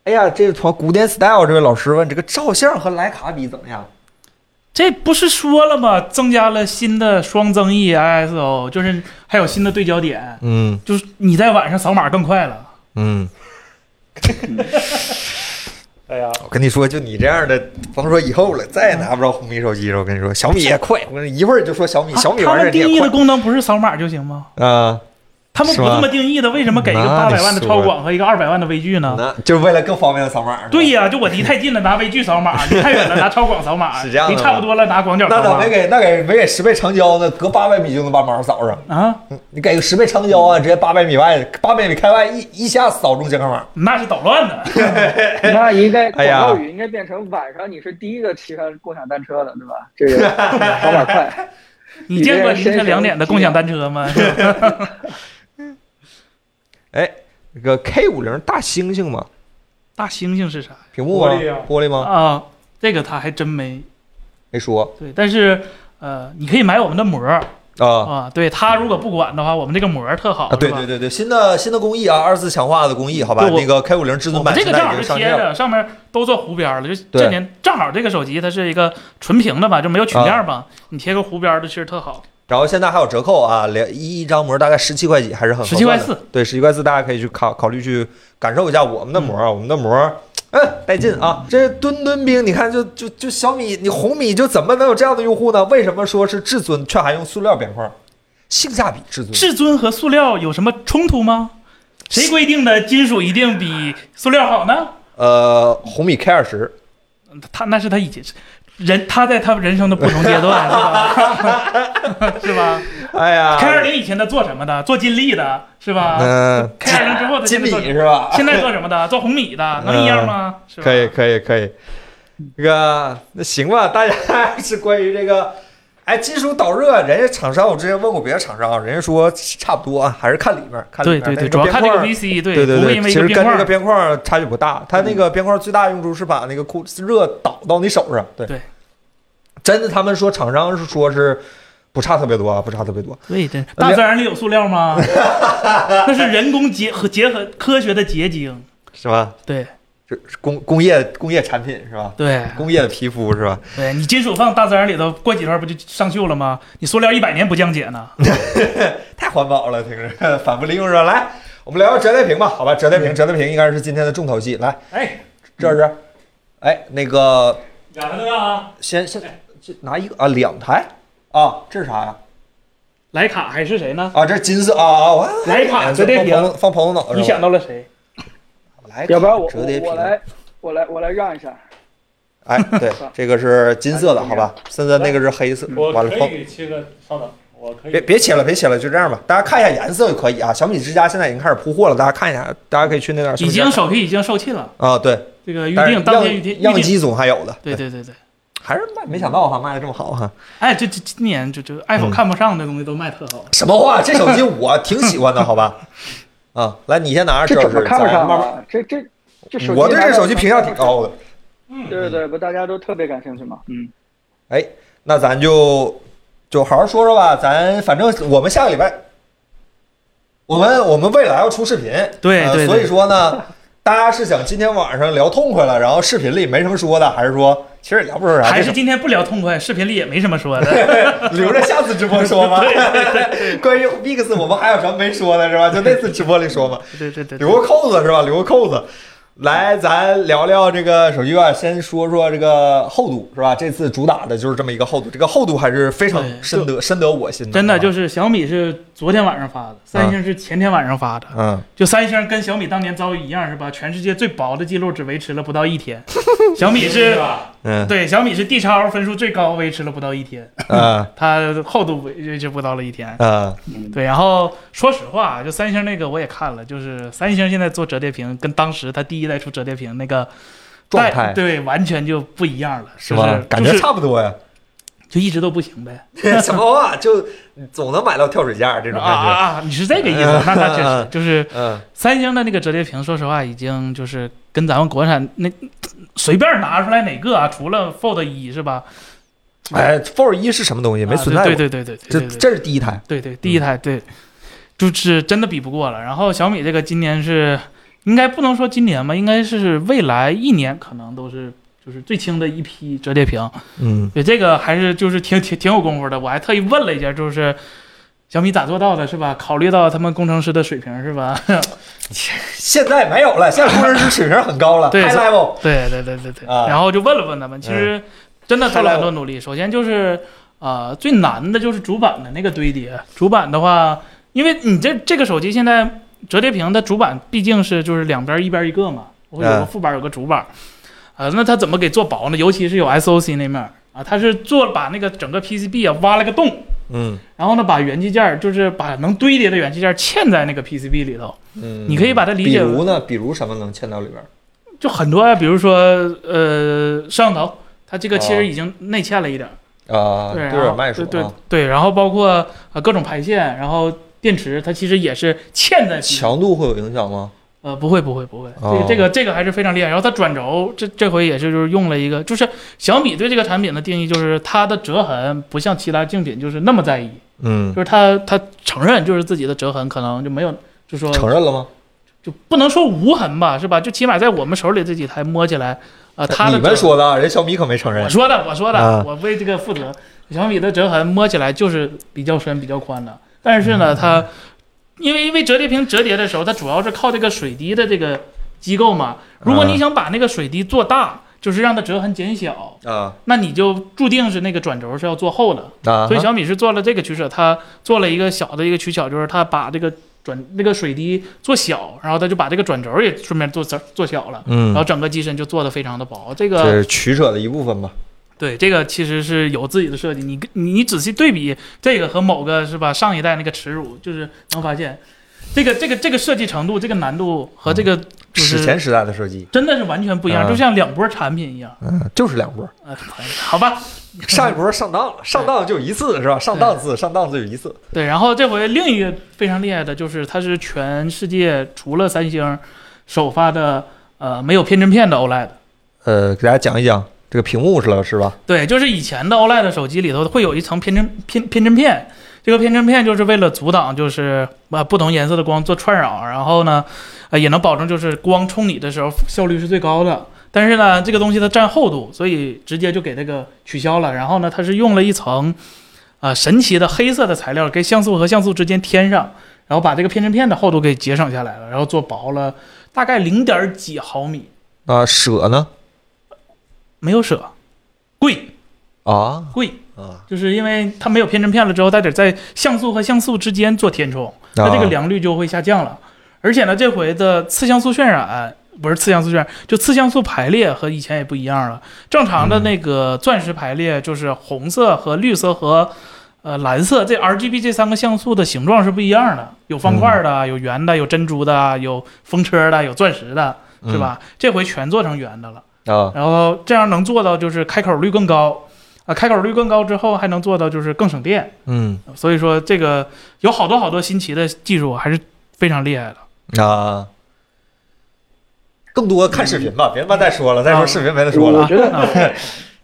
哎呀，这个跑古典 style 这位老师问这个照相和徕卡比怎么样？这不是说了吗？增加了新的双增益啊 ISO，就是还有新的对焦点，嗯就是你在晚上扫码更快了。嗯，哎呀，我跟你说，就你这样的，甭说以后了，再也拿不着红米手机了。我跟你说，小米也快，我跟你一会儿就说小米，啊小米他玩意们儿你定也义的快功能不是扫码就行吗？啊，他们是不吧这么定义的，为什么给一个那八你百万的说超广和一个二百万的微距呢？那就是为了更方便的扫码。是吧对呀、就我离太近了拿微距扫码，离太远了拿超广扫 (laughs) 码，是这样的离差不多了拿广角那扫咋码没给那给没给十倍长焦呢？隔八百米就能把毛扫上。啊，你给个十倍长焦啊，直接八百米外，八百米开外一一下扫中健康码。那是捣乱 (laughs) 的。 (laughs) 那应该哎广呀告语应该变成晚上你是第一个骑上共享单车的，对吧？这 (laughs) 个跑马快，你见过凌晨两点的共享单车吗？是吧哎，这个 K 五零大猩猩嘛，大猩猩是啥呀？屏幕吗玻璃啊？玻璃吗？啊，这个他还真没没说对，但是呃，你可以买我们的膜儿啊啊，对他如果不管的话，我们这个膜儿特好，啊！对是吧对对对，新的新的工艺啊，二次强化的工艺，好吧？对我那个 K 五零至尊我们版这现个正在已好经是上贴线了。着，上面都做弧边儿了，就是对啊这年正好这个手机它是一个纯屏的吧，就没有曲面嘛，你贴个弧边儿的其实特好，然后现在还有折扣啊，两一一张膜大概十七块几，还是很合算的17.4，对，十七块四，大家可以去考考虑去感受一下我们的膜啊，我们的膜。嗯，带劲啊！这墩墩兵，你看就就就小米，你红米就怎么能有这样的用户呢？为什么说是至尊却还用塑料边框？性价比至尊，至尊和塑料有什么冲突吗？谁规定的金属一定比塑料好呢？呃，红米 K 二十，他那是他已经是人，他在他人生的不同阶段，是吧？是吧 (laughs) 哎呀？K 二零以前他做什么的？做金立的，是吧嗯？K 二零之后他金现在米做是吧？现在做什么的？做红米的，能一样吗？是嗯吧？可以，可以，可以。这个那行吧，大家 (laughs) 是关于这个，哎，金属导热，人家厂商我之前问过别的厂商啊，人家说差不多啊，还是看里面儿，看里对面儿对对，那主要边看这框个儿。 VC，对对对不会因对，为一其实个边跟这框个儿，嗯边框儿差距不大，它那个边框儿最大用处是把那个酷热导到你手上。对对，真的，他们说厂商是说是不差特别多啊，不差特别多。对对，大自然里有塑料吗？ (laughs) 那是人工结合结合科学的结晶，是吧？对这是工工业工业产品是吧？对工业的皮肤是吧？对，你金属放大自然里头，过几天不就上锈了吗？你塑料一百年不降解呢？太环保了，听着反复利用上来。我们聊聊折叠屏吧，好吧？折叠屏，折叠屏应该是今天的重头戏。来，哎，这是，哎，那个两个都要啊，先先这拿一个啊，两台啊，这是啥呀？莱卡还是谁 (laughs) 呢？啊，这是金色啊啊！我莱卡折叠屏放朋友放朋友脑袋上吧，你想到了谁？来，要不然我折叠屏我我，来我来我来让一下。哎，对，这个是金色的，好吧？现在那个是黑嗯色，我完了放可以切个，稍等，我可别以。别切了，别切了，就这样吧。大家看一下颜色就可以啊。小米之家现在已经开始铺货了，大家看一下，大家可以去那点儿已经首批已经售罄了，啊，对，这个预但是定当天预定样样预定。机总还有的，对对对对，还是卖没想到哈，卖的这么好哈。哎，这这今年就就 iPhone 看不上的东西都卖特好。 (laughs) 什么话？这手机我挺喜欢的，好吧？啊，来，你先拿着这这怎是么看不上慢慢。啊？这这这手机，我对这手机评价挺。哦嗯高的，对对对，不大家都特别感兴趣嘛。嗯，哎，那咱就就好好说说吧。咱反正我们下个礼拜，我们我们未来要出视频，对呃对对所以说呢，大家是想今天晚上聊痛快了，然后视频里没什么说的，还是说其实也聊不出啥，还这是今天不聊痛快，视频里也没什么说 (laughs) 的。留着下次直播说 (laughs) 吗？关于 Mix 我们还有什么没说的是吧？就那次直播里说嘛。对对对对，留个扣子是吧？留个扣子。来，咱聊聊这个手机吧。先说说这个厚度是吧？这次主打的就是这么一个厚度，这个厚度还是非常对深得深得我心的。啊真的是吧就是小米是昨天晚上发的，三星是前天晚上发的。嗯，就三星跟小米当年遭遇一样，是吧？全世界最薄的记录只维持了不到 (laughs) 一天，小米是，吧？嗯 (laughs) 对，小米是 D x L 分数最高，维持了不到一天，啊它厚度维持不到了一天。啊对，然后说实话，啊就三星那个我也看了，就是三星现在做折叠屏跟当时它第一代出折叠屏那个状带态对，完全就不一样了，是吧？就是感觉就是 (laughs) 差不多呀。就一直都不行呗。什么话就总能买到跳水价这种啊感觉。啊啊！你是这个意思？那那 (laughs) 确实就是嗯，三星的那个折叠屏，说实话已经就是跟咱们国产那随便拿出来哪个啊，除了 Fold 一是吧？哎，Fold 一是什么东西？没存在啊过，对对对对对这对对这是第一台。对对，第一台对，就是真的比不过了。然后小米这个今年是，应该不能说今年吧，应该是未来一年可能都是就是最轻的一批折叠屏。嗯，对，这个还是就是挺挺挺有功夫的。我还特意问了一下，就是小米咋做到的，是吧？考虑到他们工程师的水平，是吧？现在没有了，现在工程师水平很高了对，high level。对对对对对。啊嗯然后就问了问他们，其实真的做了很多努力。首先就是呃，最难的就是主板的那个堆叠。主板的话，因为你这这个手机现在折叠屏的主板毕竟是就是两边一边一个嘛，会有个嗯副板有个主板，啊、那它怎么给做薄呢？尤其是有 SOC 那面儿啊，它是做把那个整个 PCB 啊挖了个洞。嗯然后呢，把元器件儿就是把能堆叠的元器件儿嵌在那个 PCB 里头，嗯，你可以把它理解比如为呢，比如什么能嵌到里边？就很多啊，比如说呃摄像头，它这个其哦实已经内嵌了一点儿，啊，对对，然尔后麦说对对啊，对，然后包括呃各种排线，然后电池它其实也是嵌在 PCB 强度会有影响吗？呃，不会，不会，不会，这哦个这个这个还是非常厉害。然后它转轴，这这回也是就是用了一个，就是小米对这个产品的定义就是它的折痕不像其他竞品就是那么在意，嗯就，是它它承认就是自己的折痕可能就没有，就说嗯承认了吗？就不能说无痕吧，是吧？就起码在我们手里这几台摸起来，啊，它的哎你们折说的啊，人小米可没承认我。说的，我说的，啊我为这个负责。小米的折痕摸起来就是比较深、比较宽的，但是嗯呢，它因为因为折叠屏折叠的时候，它主要是靠这个水滴的这个机构嘛。如嗯果你想把那个水滴做大，就是让它折痕减小，啊那你就注定是那个转轴是要做厚的。啊，所以小米是做了这个取舍，它做了一个小的一个取巧，就是它把这个转那个水滴做小，然后它就把这个转轴也顺便做小做小了，嗯然后整个机身就做的非常的薄。这这个是取舍的一部分吧？对对这个其实是有自己的设计，你跟你你仔细对比这个和某个是吧上一代那个耻辱，就是能发现这个这个这个设计程度、这个难度和这个就嗯史是前时代的设计，真的是完全不一样，啊就像两波产品一样。嗯，就是两波。呃，好吧， (laughs) 上一波上当了，上当就一次是吧？上档次，上档次就一次。对，然后这回另一个非常厉害的就是，它是全世界除了三星首发的呃没有偏振片的 E OLED。呃，给大家讲一讲这个屏幕是了是吧？对，就是以前的 OLED 手机里头会有一层偏振偏偏振片，这个偏振片就是为了阻挡就是呃不同颜色的光做串扰，然后呢，呃也能保证就是光冲你的时候效率是最高的。但是呢，这个东西它占厚度，所以直接就给这个取消了。然后呢，它是用了一层，呃神奇的黑色的材料跟像素和像素之间添上，然后把这个偏振片的厚度给节省下来了，然后做薄了大概零点几毫米，啊，舍呢？没有舍，贵啊贵。啊，就是因为它没有偏振片了之后，它得在像素和像素之间做填充，啊那这个良率就会下降了。而且呢，这回的次像素渲染呃不是次像素渲染，就次像素排列和以前也不一样了。正常的那个钻石排列就是红色和绿色和呃蓝色这 RGB 这三个像素的形状是不一样的，有方块的，有圆的，有珍珠的，有风车的，有钻石的，嗯是吧？这回全做成圆的了。啊，然后这样能做到就是开口率更高，啊，开口率更高之后还能做到就是更省电，嗯所以说这个有好多好多新奇的技术，还是非常厉害的。啊，更多看视频吧，别他妈再说了，再说啊视频没得说我我了觉得啊，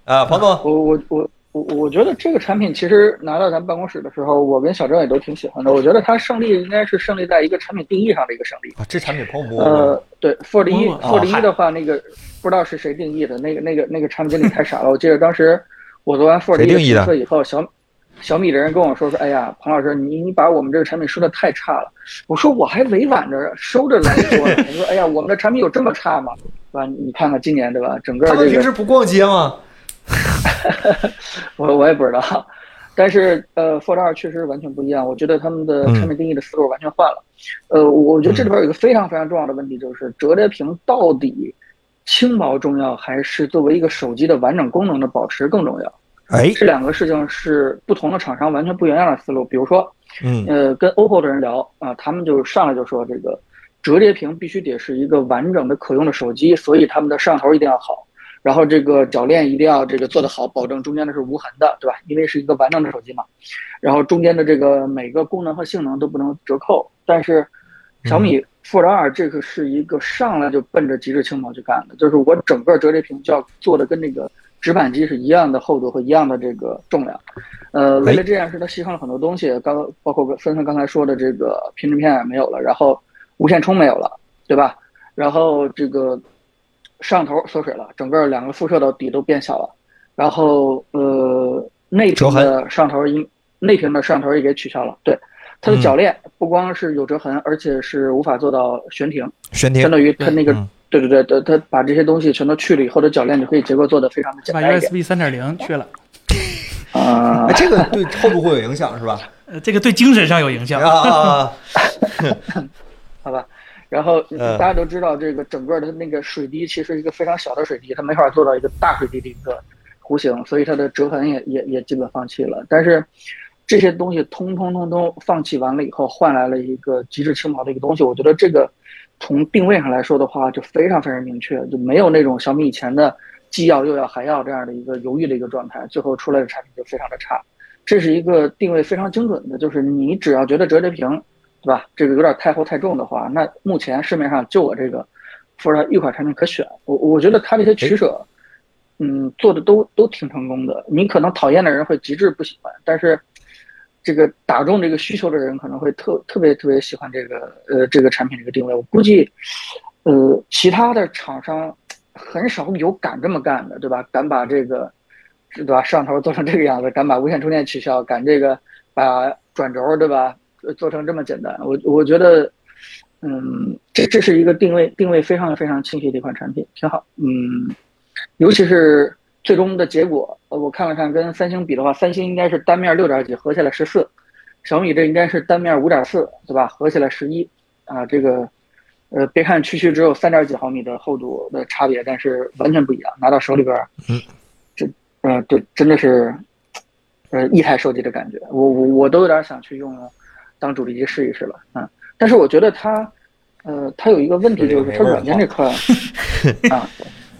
啊。彭总，我我我我我觉得这个产品其实拿到咱办公室的时候，我跟小郑也都挺喜欢的。我觉得它胜利应该是胜利在一个产品定义上的一个胜利。啊这产品彭总不呃，对，Fold 一哦 Fold 嗨一的话，那个不知道是谁定义的，那个那个那个产品经理太傻了。我记得当时我做完 Fold 谁一定义的评测以后，小小米的人跟我说说，哎呀，彭老师，你你把我们这个产品说的太差了。我说我还委婉着收着来说呢。我说哎呀，我们的产品有这么差吗？对吧？你看看今年对吧？整个他们这平个时不逛街吗？我我也不知道，但是呃，Fold 二确实完全不一样。我觉得他们的嗯产品定义的思路完全换了。呃，我觉得这里边有一个非常非常重要的问题，就是折叠屏到底轻薄重要，还是作为一个手机的完整功能的保持更重要？哎，这两个事情是不同的厂商完全不一样的思路。比如说，嗯呃，跟 OPPO 的人聊啊、他们就上来就说这个折叠屏必须得是一个完整的可用的手机，所以他们的摄像头一定要好。然后这个铰链一定要这个做得好，保证中间的是无痕的，对吧？因为是一个完整的手机嘛。然后中间的这个每个功能和性能都不能折扣，但是小米 Fold 2这个是一个上来就奔着极致轻薄去干的，就是我整个折叠屏就要做的跟那个直板机是一样的厚度和一样的这个重量。呃，为了这件事，它牺牲了很多东西，刚包括芬芬刚才说的这个平均片没有了，然后无线充没有了，对吧？然后这个摄像头缩水了，整个两个副摄的底都变小了，然后呃内屏的摄像头因内屏的摄像头也给取消了，对，它的铰链不光是有折痕，而且是无法做到悬停，悬相停，当于它那个嗯对对对，它它把这些东西全都去了以后，它铰链就可以结构做得非常的简把单一点 USB 三点零去了，啊哎，。这个对后部会有影响 (laughs) 是吧？呃，这个对精神上有影啊响。啊啊！好吧。然后嗯大家都知道，这个整个的那个水滴其实是一个非常小的水滴，它没法做到一个大水滴的一个弧形，所以它的折痕也也也基本放弃了。但是这些东西通通通通放弃完了以后，换来了一个极致轻薄的一个东西。我觉得这个从定位上来说的话，就非常非常明确，就没有那种小米以前的既要又要还要这样的一个犹豫的一个状态，最后出来的产品就非常的差。这是一个定位非常精准的，就是你只要觉得折叠屏对吧？这个有点太厚太重的话，那目前市面上就我这个 f o r 一款产品可选。我我觉得它这些取舍，嗯，做的都都挺成功的。你可能讨厌的人会极致不喜欢，但是这个打中这个需求的人可能会特特别特别喜欢这个呃这个产品这个定位。我估计，呃，其他的厂商很少有敢这么干的，对吧？敢把这个对吧摄像头做成这个样子，敢把无线充电取消，敢这个把转轴对吧呃做成这么简单。我我觉得，嗯，这这是一个定位定位非常非常清晰的一款产品，挺好。嗯，尤其是最终的结果，呃我看了看跟三星比的话，三星应该是单面六点几，合起来十四，小米这应该是单面五点四，对吧？合起来十一，啊，这个。呃，别看区区只有三点几毫米的厚度的差别，但是完全不一样。拿到手里边儿，这呃，对，真的是，呃，一台手机的感觉。我我我都有点想去用当主力机试一试了，嗯。但是我觉得它，呃，它有一个问题就是它软件这 (laughs) 块，啊，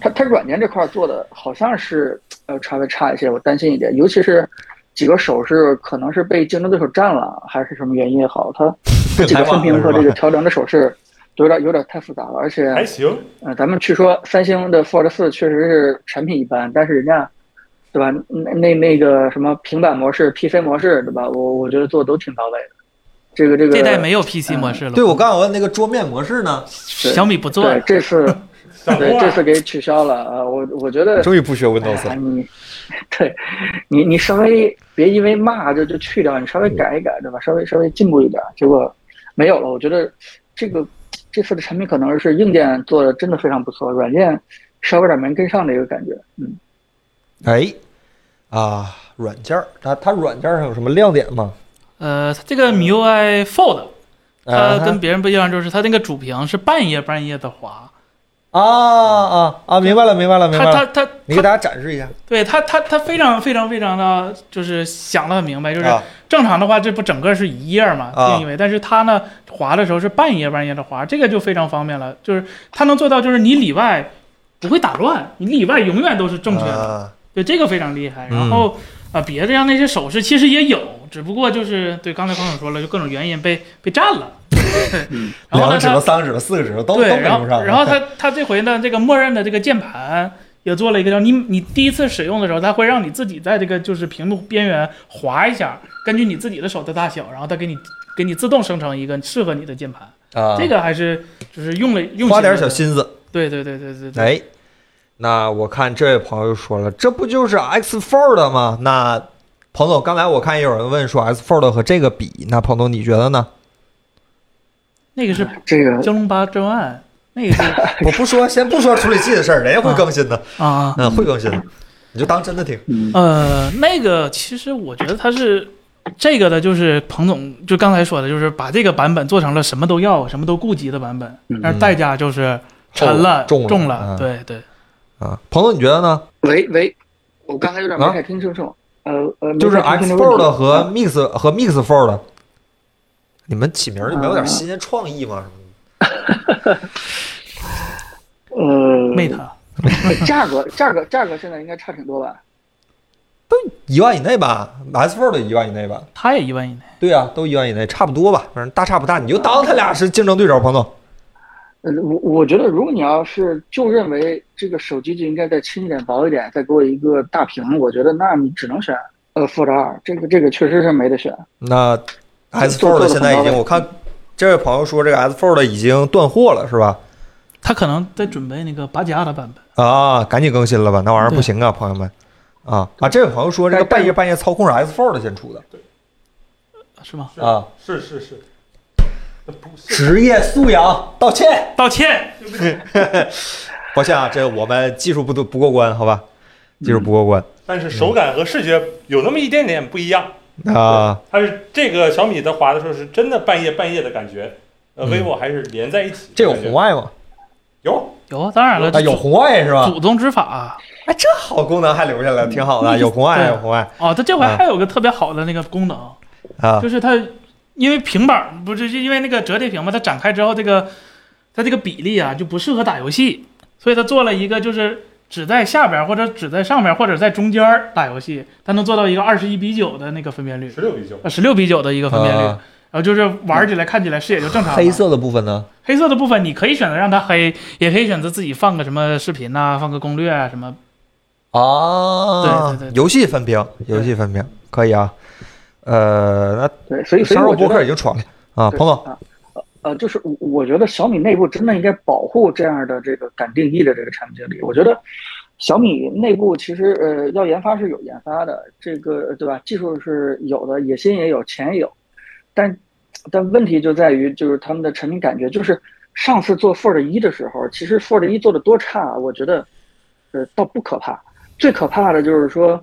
它它软件这块做的好像是呃稍微差一些，我担心一点，尤其是。几个手势可能是被竞争对手占了，还是什么原因也好，它它几来个晚分了屏和是吧这个调整的手势有点有点太复杂了，而且哎还行，呃，咱们去说三星的 Fold 四确实是产品一般，但是人家，对吧？那那那个什么平板模式、PC 模式，对吧？我我觉得做的都挺到位的。这个这个这代没有 PC 模式了，对，我刚想问那个桌面模式呢？小米不做对了，这次小对郭这次给取消了啊、呃我我觉 (laughs) 得终于不学哎 Windows 了。呀，你对你你稍微别因为骂就就去掉，你稍微改一改，对吧？稍微稍微进步一点，结果没有了。我觉得这个这次的产品可能是硬件做的真的非常不错，软件稍微有点没跟上的一个感觉，嗯。哎，啊，软件儿，它它软件儿上有什么亮点吗？呃，它这个 MIUI Fold，它啊跟别人不一样，就是它那个主屏是半夜半夜的滑，啊啊啊！明白了，明白了，明白它它了。它你给它，大家展示一下对它它它非常非常非常的，就是想的很明白，就是啊正常的话，这不整个是一页嘛啊定义为，但是它呢滑的时候是半页半页的滑，这个就非常方便了，就是它能做到，就是你里外不会打乱，你里外永远都是正确的。啊对，这个非常厉害。嗯然后啊、别的像那些首饰其实也有，只不过就是对刚才方总说了，就各种原因被被占了。对， (laughs) 然后嗯两呢，个指头、它三个指头、四个指头都都对，没然用后上。啊然后它它这回呢，这个默认的这个键盘也做了一个叫你你第一次使用的时候，它会让你自己在这个就是屏幕边缘滑一下，根据你自己的手的大小，然后它给你给你自动生成一个适合你的键盘。啊，这个还是就是用了用花心点了小的。心思。对对对对对对。哎，那我看这位朋友说了，这不就是 X Fold 吗？那彭总，刚才我看也有人问说 X Fold 和这个比，那彭总你觉得呢？那个是这个骁龙八真万，那个 (laughs) 是啊 (laughs) 我不说，先不说处理器的事儿，人家会更新的，啊。嗯，会更新的，你就当真的听。嗯呃，那个其实我觉得它是这个的，就是彭总就刚才说的，就是把这个版本做成了什么都要、什么都顾及的版本，但是代价就是沉了、嗯重了重嗯对对，啊，彭总，你觉得呢？喂喂，我刚才有点没太听清楚。呃呃，没就是太 X 听清楚 Fold 和啊 Mix 和 Mix Fold，你们起名儿就没有点啊新鲜创意吗？呃 Mate 价格价格价格现在应该差挺多吧？一万以内吧，S Four 的一万以内吧，他也一万以内，对啊，都一万以内，差不多吧，反正大差不大，你就当他俩是竞争对手，彭总。呃，我我觉得如果你要是就认为这个手机就应该再轻一点、薄一点，再给我一个大屏，我觉得那你只能选呃 Fold 二，这个这个确实是没得选。那 S Four 的现在已经，我看这位朋友说这个 S Four 的已经断货了，是吧？他可能在准备那个八加的版本。啊，赶紧更新了吧，那玩意儿不行啊，朋友们。啊啊，这位朋友说这个但半夜半夜操控是 S Four 的先出的是吗？啊，是是是，不是职业素养，道歉，道歉，抱歉啊，这我们技术不不过关，好吧，技术不过关但是手感和视觉有那么一点点不一样。啊，它是这个小米的滑的时候是真的半夜半夜的感觉，呃嗯，vivo 还是连在一起。这有红，啊外吗？有有啊，当然了，啊，有红外是吧？祖宗之法啊哎，这好功能还留下来，挺好的，啊有红外，对有红外哦，它这回啊还有个特别好的那个功能，啊就是它因为平板儿不是就因为那个折叠屏嘛，它展开之后这个它这个比例啊就不适合打游戏，所以它做了一个就是只在下边儿或者只在上边儿或者在中间儿打游戏，它能做到一个二十一比九的那个分辨率十，六比九，呃十六比九的一个分辨率，啊然后就是玩起来看起来视野就正常了。黑色的部分呢？黑色的部分你可以选择让它黑，也可以选择自己放个什么视频呐、放个攻略啊什么。啊，对对对游戏分屏，游戏分屏可以啊，呃，对，所以那所以三肉我觉博得客已经闯了啊，对彭总，啊，呃，就是我我觉得小米内部真的应该保护这样的这个敢定义的这个产品经理。我觉得小米内部其实呃要研发是有研发的，这个对吧？技术是有的，野心也有，钱也有，但但问题就在于就是他们的产品感觉，就是上次做 Fold 一的时候，其实 Fold 一做的多差，啊我觉得呃倒不可怕，最可怕的就是说。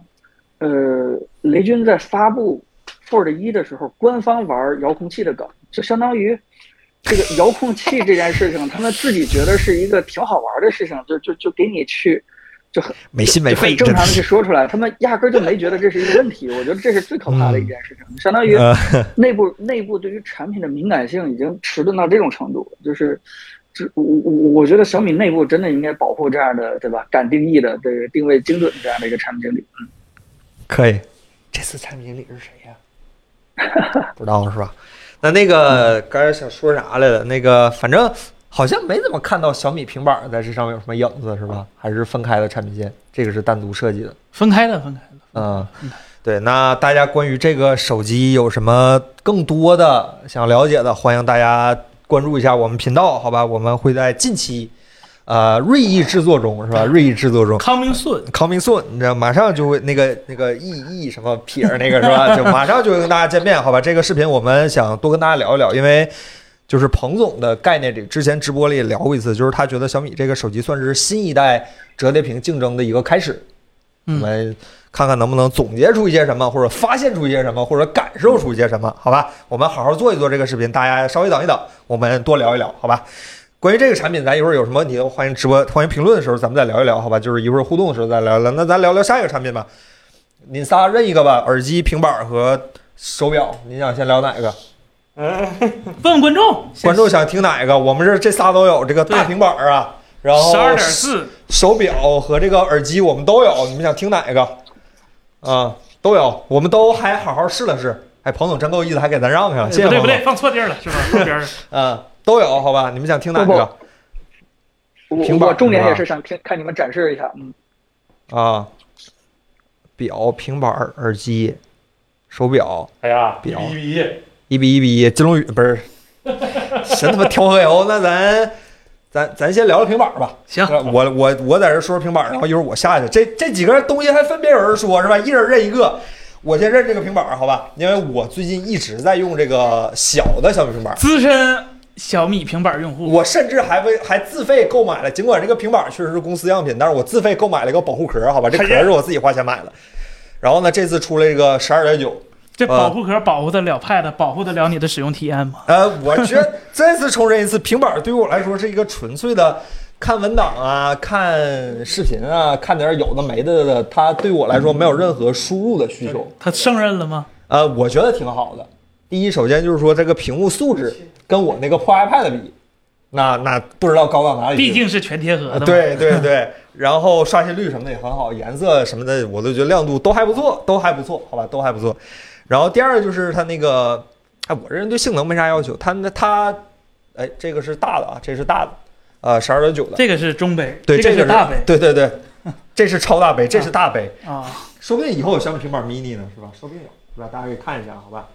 呃，雷军在发布 Fold 一的时候，官方玩遥控器的梗，就相当于这个遥控器这件事情，他们自己觉得是一个挺好玩的事情，就就就给你去就很没心没就很肺，正真的常的是去说出来，他们压根儿就没觉得这是一个问题。我觉得这是最可怕的一件事情，相当于嗯呃 (laughs) 内部内部对于产品的敏感性已经迟钝到这种程度，就是。这我我我觉得小米内部真的应该保护这样的，对吧？敢定义的，这个定位精准的这样的一个产品经理。可 (laughs) 以。这次产品经理是谁呀、不知道是吧？那那个刚才想说啥来了？那个反正好像没怎么看到小米平板在这上面有什么影子是吧？还是分开的产品线，这个是单独设计的。分开的，分开的。嗯，对。那大家关于这个手机有什么更多的想了解的，欢迎大家关注一下我们频道，好吧？我们会在近期，呃，锐意制作中是吧？锐意制作中 Coming soon， coming soon，你知道，马上就会那个那个 E E 什么撇儿那个是吧？就马上就会跟大家见面，好吧？这个视频我们想多跟大家聊一聊，因为就是彭总的概念里，之前直播里也聊过一次，就是他觉得小米这个手机算是新一代折叠屏竞争的一个开始。我嗯们看看能不能总结出一些什么，或者发现出一些什么，或者感受出一些什么，好吧？我们好好做一做这个视频，大家稍微等一等，我们多聊一聊，好吧？关于这个产品，咱一会儿有什么问题，欢迎直播，欢迎评论的时候咱们再聊一聊，好吧？就是一会儿互动的时候再聊一聊。那咱聊聊下一个产品吧，您仨认一个吧，耳机、平板儿和手表，您想先聊哪个？问问观众，观众想听哪个？我们这这仨都有，这个大对平板儿啊，然后十二点四，手表和这个耳机我们都有，你们想听哪个？啊，都有，我们都还好好试了试。哎，彭总真够意思，还给咱让开了，啊谢谢哎不彭对不对，总。放错地儿了是吧？错边儿了。嗯，都有，好吧？你们想听哪不个我平板我重点是吧也是想看看你们展示一下，嗯，啊？表、平板、耳机、手表，哎呀，一表比一比一，一比一比一，金龙语不是？ (laughs) 神他妈挑黑油，那咱咱咱先聊聊平板吧。行，那我我我在这说说平板儿，然后一会儿我下去。这这几个东西还分别有人说是吧？一人认一个，我先认这个平板儿，好吧？因为我最近一直在用这个小的小米平板儿，资深小米平板用户，我甚至还为还自费购买了，尽管这个平板儿确实是公司样品，但是我自费购买了一个保护壳儿，好吧？这壳儿是我自己花钱买的。然后呢，这次出了一个十二点九，这啊保护壳保护得了 Pad，保护得了你的使用体验吗？呃，我觉得再次重申一次，平板儿对于我来说是一个纯粹的看文档啊、看视频啊、看点儿有的没的的，它对我来说没有任何输入的需求。他胜任了吗？呃，我觉得挺好的。第一，首先就是说这个屏幕素质跟我那个破 iPad 比，那那不知道高到哪里去。毕竟是全贴合的啊嘛。对对对，然后刷新率什么的也很好，颜色什么的我都觉得亮度都还不错，都还不错，好吧，都还不错。然后第二就是它那个，哎，我这人对性能没啥要求，它那它，哎，这个是大的啊，这是大的，呃，十二点九的，这个是中杯，对，这这个是大杯对对对，这是超大杯，这是大杯， (laughs) (laughs) 啊，说不定以后有小米平板 mini 呢，是吧？说不定有，是吧？大家可以看一下，好吧？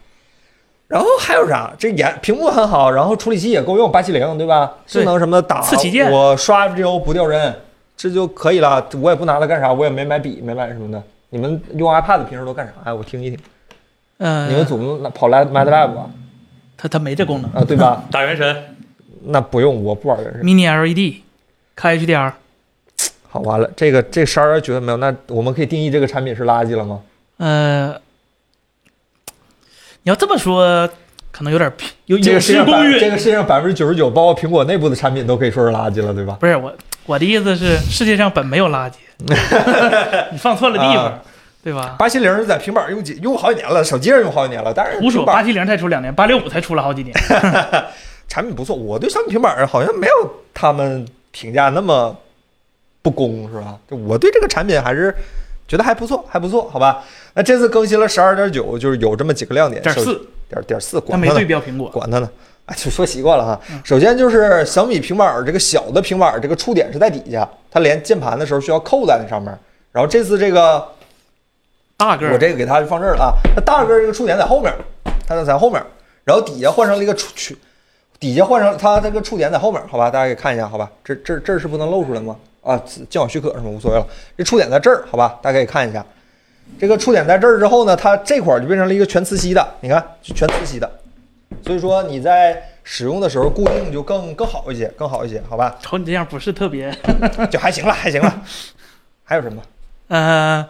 然后还有啥？这颜屏幕很好，然后处理器也够用，八七零对吧？对性能什么的打次旗舰我刷 FGO 不掉帧，这就可以了。我也不拿它干啥，我也没买笔，没买什么的。你们用 iPad 平时都干啥呀？我听一听。嗯，你们总不能跑来 MATLAB 吧？它它没这功能啊，对吧？打原神，那不用，我不玩原神。 ，Mini LED，开 HDR，好，完了，这个这十二绝对没有。那我们可以定义这个产品是垃圾了吗？呃，你要这么说，可能有点儿有这有个世失界上公百允。这个世界上百分之九十九，包括苹果内部的产品都可以说是垃圾了，对吧？不是我，我的意思是，世界上本没有垃 (laughs) 圾，你放错了地方，啊对吧？八七零在平板用几用好几年了，手机上用好几年了，但是胡平说，板八七零才出两年，八六五才出了好几年。产品不错，我对小米平板好像没有他们评价那么不公，是吧？就我对这个产品还是觉得还不错，还不错，好吧？那这次更新了十二点九，就是有这么几个亮点，点首四，点点四，它管没它呢对，标嗯苹果，管它呢。哎，就说习惯了哈。首先就是小米平板儿这个小的平板儿，这个触点是在底下，它连键盘的时候需要扣在那上面儿。然后这次这个大个我儿，这个给它放这儿了啊。那大个儿这个触点在后面儿，它在后面儿，然后底下换成了一个触区，底下换成它这个触点在后面儿，好吧，大家可以看一下，好吧，这这这儿是不能露出来吗？啊，鉴网许可是吗？无所谓了，这触点在这儿，好吧，大家可以看一下。这个触点在这儿之后呢，它这块儿就变成了一个全磁吸的，你看全磁吸的，所以说你在使用的时候固定就更更好一些，更好一些，好吧，瞅你这样不是特别， (laughs) 就还行了，还行了。还有什么呃，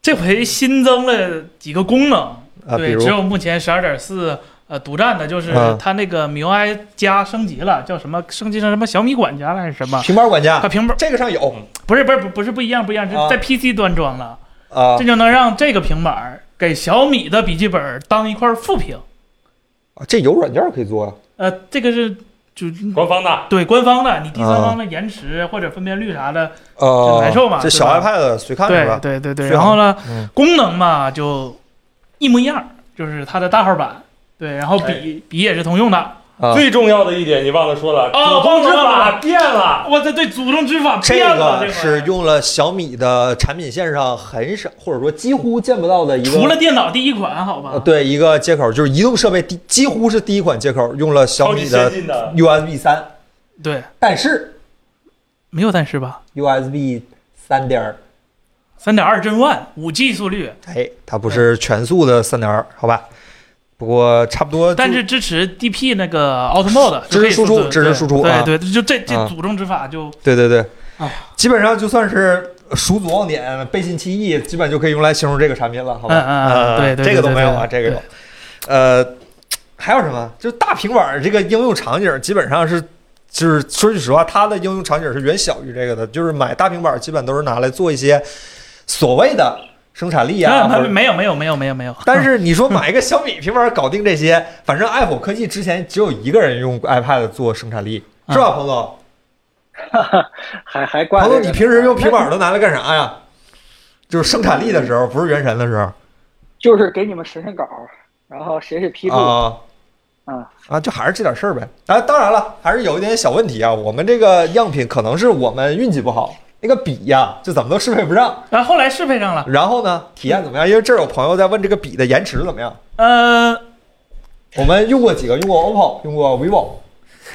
这回新增了几个功能，啊？比对，如只有目前十二点四。呃，独占的就是啊它那个 MIUI 加升级了，叫什么？升级成什么小米管家了还是什么？平板管家它，平板这个上有不是不是不是不一样不一样，是啊在 PC 端装了。啊这就能让这个平板儿给小米的笔记本儿当一块副屏。啊，这有软件儿可以做啊呀、呃，这个是就官方的，对官方的，你第三方啊的延迟或者分辨率啥的，呃，这难受嘛这对小吧啊 iPad 随看是对吧？对对对。是吧然后呢，嗯功能嘛就一模一样，就是它的大号版。对，然后笔、笔也是通用的。啊，最重要的一点你忘了说了，哦主动之忘了忘法了变了，我这对主动执法这变了，个这是用了小米的产品线上很少或者说几乎见不到的一个，除了电脑第一款，好吧？呃对一个接口，就是移动设备第几乎是第一款接口用了小超级米先的进的， USB 三，对，但是没有但是吧？ USB 三点儿，三点二帧万，五 G 速率，哎，它不是全速的三点二，好吧？不过差不多就，但是支持 DP 那个 Auto Mode，支持输出支持输出啊对对，就这啊这主动执法就对对对哎呀，基本上就算是数组望点，背信弃义，基本就可以用来形容这个产品了，好吧？嗯嗯嗯呃对对这个都对对没有啊，这对个有。呃，还有什么？就大平板儿这个应用场景，基本上是。就是说句实话，它的应用场景是远小于这个的。就是买大平板儿，基本都是拿来做一些所谓的生产力啊，啊或者没有没有没有没有没有，但是你说买一个小米平板儿搞定这些，反正爱否科技之前只有一个人用 iPad 做生产力，是嗯吧，彭总？还还挂彭这个总，呢。你平时用平板儿都拿来干啥呀？就是生产力的时候，不是原神的时候就是给你们审审稿，然后写写批注，啊嗯啊，就还是这点事儿呗。啊，当然了，还是有一点小问题啊。我们这个样品可能是我们运气不好，那个笔呀、就怎么都适配不上。然啊后后来适配上了，然后呢，体验怎么样？因为这儿有朋友在问这个笔的延迟怎么样。呃，我们用过几个，用过 OPPO，用过 vivo，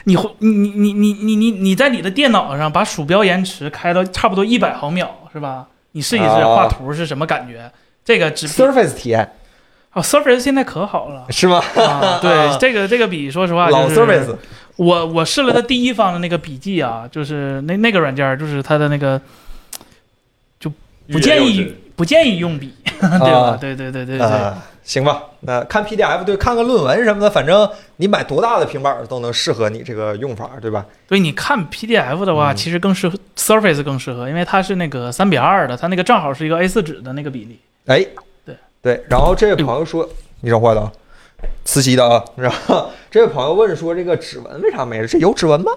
你会你你你你你你在你的电脑上把鼠标延迟开到差不多一百毫秒是吧？你试一试啊画图是什么感觉？这个只 Surface 体验。哦，Surface 现在可好了 (laughs) 是吗？啊，对，这个这个笔，说实话，老就是 (laughs) Surface 啊我我试了它第一方的那个笔记啊，就是那那个软件儿，就是它的那个不建欲言又议止不建议 (laughs) 用笔，对吧啊？对对对对对，啊，行吧，那看 PDF 对，看个论文什么的，反正你买多大的平板儿都能适合你这个用法，对吧？所以你看 PDF 的话，嗯其实更适合 Surface 更适合，因为它是那个三比二的，它那个正好是一个 A 4纸的那个比例。哎，对对，然后这位朋友说，你整坏了啊，磁吸的啊。然后这位朋友问说，这个指纹为啥没了？这有指纹吗？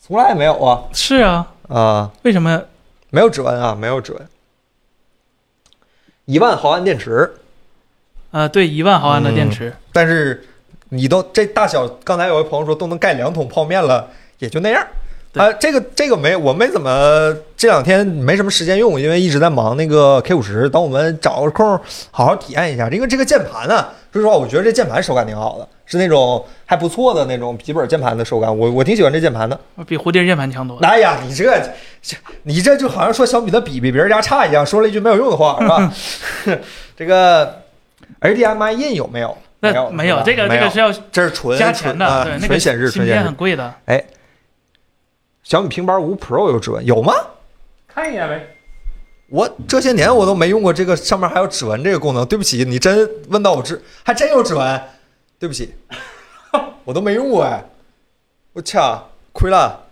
从来也没有啊是啊，啊！为什么没有指纹啊，没有指纹。一万毫安电池，呃，对，一万毫安嗯的电池，但是你都这大小，刚才有位朋友说都能盖两桶泡面了，也就那样。对啊、这个这个没，我没怎么这两天没什么时间用，因为一直在忙那个 K 五十。等我们找个空好好体验一下，因为这个键盘呢、说实话，我觉得这键盘手感挺好的，是那种还不错的那种笔记本键盘的手感，我我挺喜欢这键盘的。比蝴蝶键盘强多了。哎呀，你这这，你这就好像说小米的笔比别人家差一样，说了一句没有用的话，是吧？ (laughs) 这个 HDMI 印有没有？那没没有有是吧，这个没这有个是要这是纯加钱的，对纯，啊那纯个显示，芯纯显片示啊哎很。贵的。小米平板五 Pro 有指纹有吗？看一眼呗。我这些年我都没用过这个，上面还有指纹这个功能。对不起，你真问到我这，还真有指纹。对不起，我都没用过哎，我操，亏了。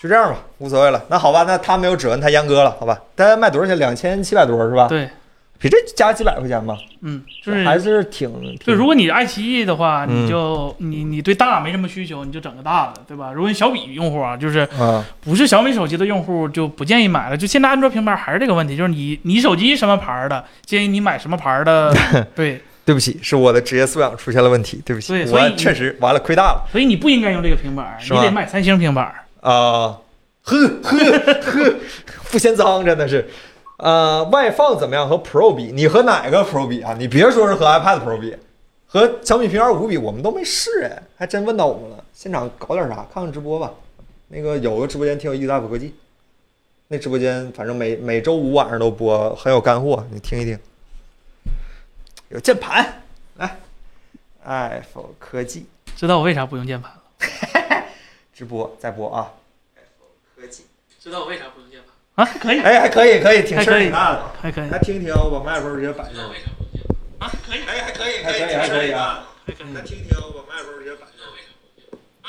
就这样吧，无所谓了。那好吧，那他没有指纹，他阉割了，好吧？大家卖多少钱？两千七百多是吧？对，比这加几百块钱吧，嗯，就是还是挺就挺如果你爱奇艺的话，嗯你就你你对大没什么需求，你就整个大的，对吧？如果你小米用户啊，就是啊不是小米手机的用户，就不建议买了。就现在安卓平板还是这个问题，就是你你手机什么牌儿的，建议你买什么牌儿 (laughs) 的。对，对不起，是我的职业素养出现了问题，对不起，对所以我你确实完了，亏大了所以你不应该用这个平板儿，是你吧得买三星平板儿。啊、呵呵呵，不嫌脏，真的是。呃，外放怎么样？和 Pro 比，你和哪个 Pro 比啊？你别说是和 iPad Pro 比，和小米平板五比，我们都没试哎，还真问到我们了。现场搞点啥？看看直播吧。那个有个直播间挺有意思，大普科技，那直播间反正每每周五晚上都播，很有干货，你听一听。有键盘，来，iPhone 科技。知道我为啥不用键盘了？直播再播啊。知道我为啥不用键盘啊？可 (laughs) 以，哎，还可以，可以，挺还事儿可以挺大的。还可以，来听一听啊，我把麦克风直接摆上。啊，可以，哎，还可以，还可以，还可以啊。来听一听啊，我把麦克风直接摆上。哎，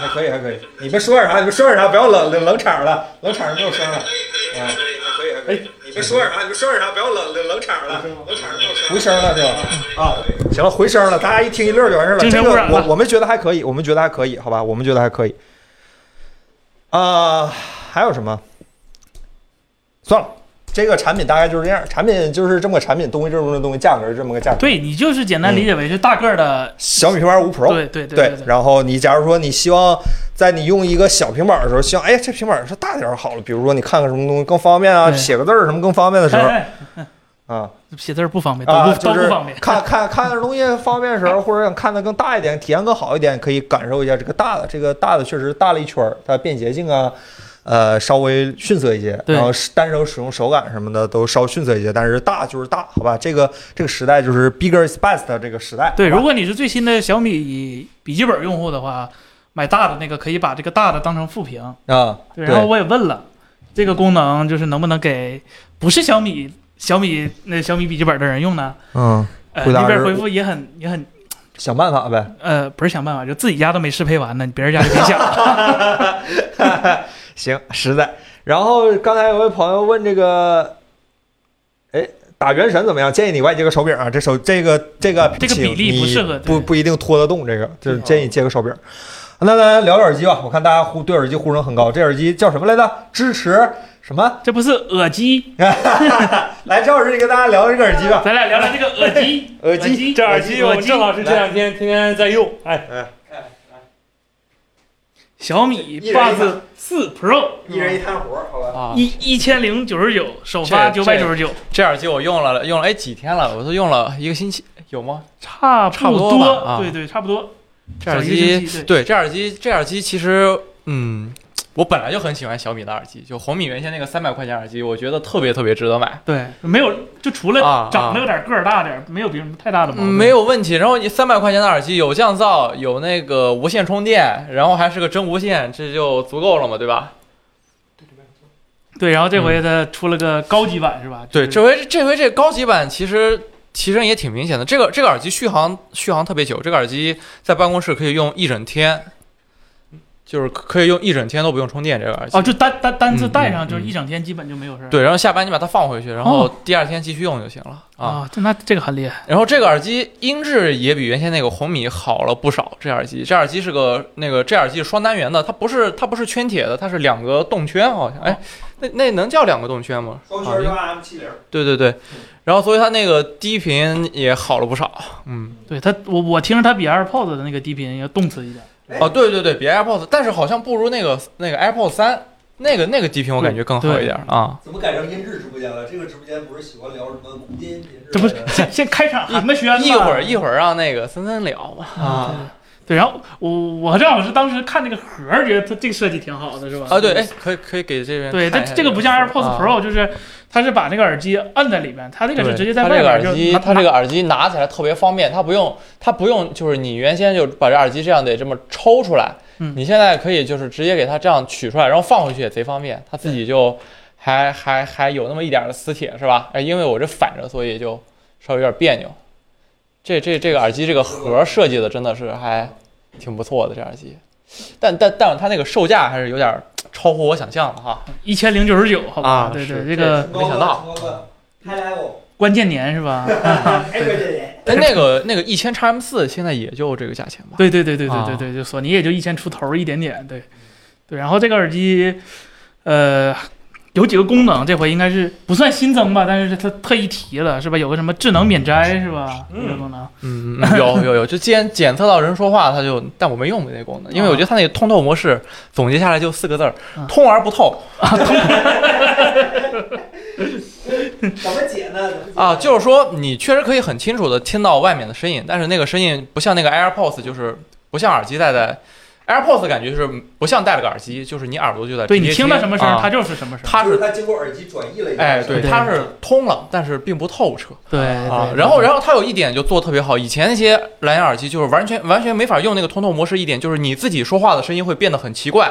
还可以，还可以，你们说点啥？你们说点啥？不要冷冷冷场了，冷场没有声了。哎，还可以，还可以。你们说点啥？你们说点啥？不要冷冷冷场了，冷场没有声。回声了，对吧？啊，行了，回声了，大家一听一乐就完事儿了。精这神个污染了我我们觉得还可以，我们觉得还可以，好吧？我们觉得还可以。啊，还有什么？算了，这个产品大概就是这样，产品就是这么个产品，东西就是这么东西，价格是这么个价格。，对你就是简单理解为是大个儿的，小米平板五 Pro，对对对对，然后你假如说你希望在你用一个小平板的时候，希望哎呀这平板是大点儿好了，比如说你看看什么东西更方便啊，对写个字儿什么更方便的时哎候哎，啊写字儿不方便，都啊，不就都不是方便。看看看点东西方便的时 (laughs) 候，或者想看的更大一点，体验更好一点，可以感受一下这个大的，这个大的确实大了一圈儿，它便捷性啊。呃，稍微逊色一些，对然后是单手使用手感什么的都稍逊色一些，但是大就是大，好吧？这个这个时代就是 bigger is best 的这个时代。对，好吧如果你是最新的小米笔记本用户的话，买大的那个可以把这个大的当成副屏。啊，对，然后我也问了，这个功能就是能不能给不是小米小米那小米笔记本的人用呢？嗯，呃，回答那边是回复也很也很想办法呗。呃，不是想办法，就自己家都没适配完呢，你别人家就别 (laughs) 想了。行，实在。然后刚才有位朋友问这个，哎，打原神怎么样？建议你外接个手柄啊，这手这个这个嗯这个请比例不你适合对嗯不不一定拖得动这个，就是建议接个手柄。那咱聊聊耳机吧，我看大家呼对耳机呼声很高，这耳机叫什么来着？支持什么？这不是耳机，来，赵老师，你跟大家聊聊这个耳机吧。。咱俩聊聊这个耳机耳机机，这耳机我耳们郑老师这两天天天在用，哎，小米一人一 Buds 四 Pro，一人一摊活儿，好吧？啊，一一千零九十九，首发这九百九十九，这耳机我用了用了哎几天了，我都用了一个星期有吗？差差不不多吧啊对对，差不多。这耳小一机个星期对这耳机这耳机其实嗯，我本来就很喜欢小米的耳机，就红米原先那个三百块钱耳机，我觉得特别特别值得买。对，没有，就除啊了长得有点个儿大点儿，没有别人太大的毛嗯，病。没有问题。然后你三百块钱的耳机有降噪，有那个无线充电，然后还是个真无线，这就足够了嘛，对吧？对，然后这回它出了个高级版是吧？嗯对，就是这回这回这高级版其实提升也挺明显的。这个这个耳机续航续航特别久，这个耳机在办公室可以用一整天。就是可以用一整天都不用充电这个耳机。哦，就单单单次带上，嗯就是一整天基本就没有事儿。对，然后下班你把它放回去，然后第二天继续用就行了啊。啊，这那这个很厉害。然后这个耳机音质也比原先那个红米好了不少。这耳机，这耳机是个那个这耳机是双单元的，它不是它不是圈铁的，它是两个动圈好像。哎，那那能叫两个动圈吗？双好像 M 七零，对对对。然后所以它那个低频也好了不少。嗯，对它，我我听着它比 AirPods 的那个低频要动次一点。哎哦对对对，比 AirPods，但是好像不如那个那个 AirPods 三那个那个低频我感觉更好一点啊。怎么改成音质直播间了？这个直播间不是喜欢聊什么空间音频？这不是先先开场寒个轩吗一会儿一会儿让那个森森聊吧啊。对，然后我我正好是当时看那个盒儿，觉得它这个设计挺好的，是吧？啊，对，哎，可以可以给这边嗯对，看它一下这个不像 AirPods 啊 Pro，就是它是把那个耳机摁在里边，它这个对是直接在它外这个边耳就机，拿它这个耳机拿起来特别方便，它不用它不用就是你原先就把这耳机这样得这么抽出来，嗯你现在可以就是直接给它这样取出来，然后放回去也贼方便，它自己就还还还有那么一点儿的磁铁是吧？哎，因为我这反着，所以就稍微有点别扭。这这这个耳机这个盒设计的真的是还挺不错的，这耳机，但但但它那个售价还是有点儿超乎我想象的 (laughs) 哈。一千零九十九，好吧？啊对对，是这个没想到，开 level，关键年是吧？哎，对对对，哎，那个那个一千 x M 四现在也就这个价钱吧。对对对对对啊对对，就索尼也就一千出头一点点，对对。然后这个耳机，呃，有几个功能，这回应该是不算新增吧，但是它特意提了，是吧？有个什么智能免摘是吧？嗯这个功能，嗯，(laughs) 嗯有有有，就既然检测到人说话，它就，但我没用过那功能，因为我觉得它那个通透模式总结下来就四个字儿：啊通而不透怎么解呢？怎么解啊。就是说，你确实可以很清楚的听到外面的声音，但是那个声音不像那个 AirPods，就是不像耳机戴在 AirPods，感觉就是不像戴了个耳机，就是你耳朵就在对你直接听到什么声儿，啊它就是什么声儿。它就是是它经过耳机转译了一下，哎对，对它是通了，但是并不透彻。对啊对，然后，然后它有一点就做得特别好，以前那些蓝牙耳机就是完全完全没法用那个通透模式，一点就是你自己说话的声音会变得很奇怪。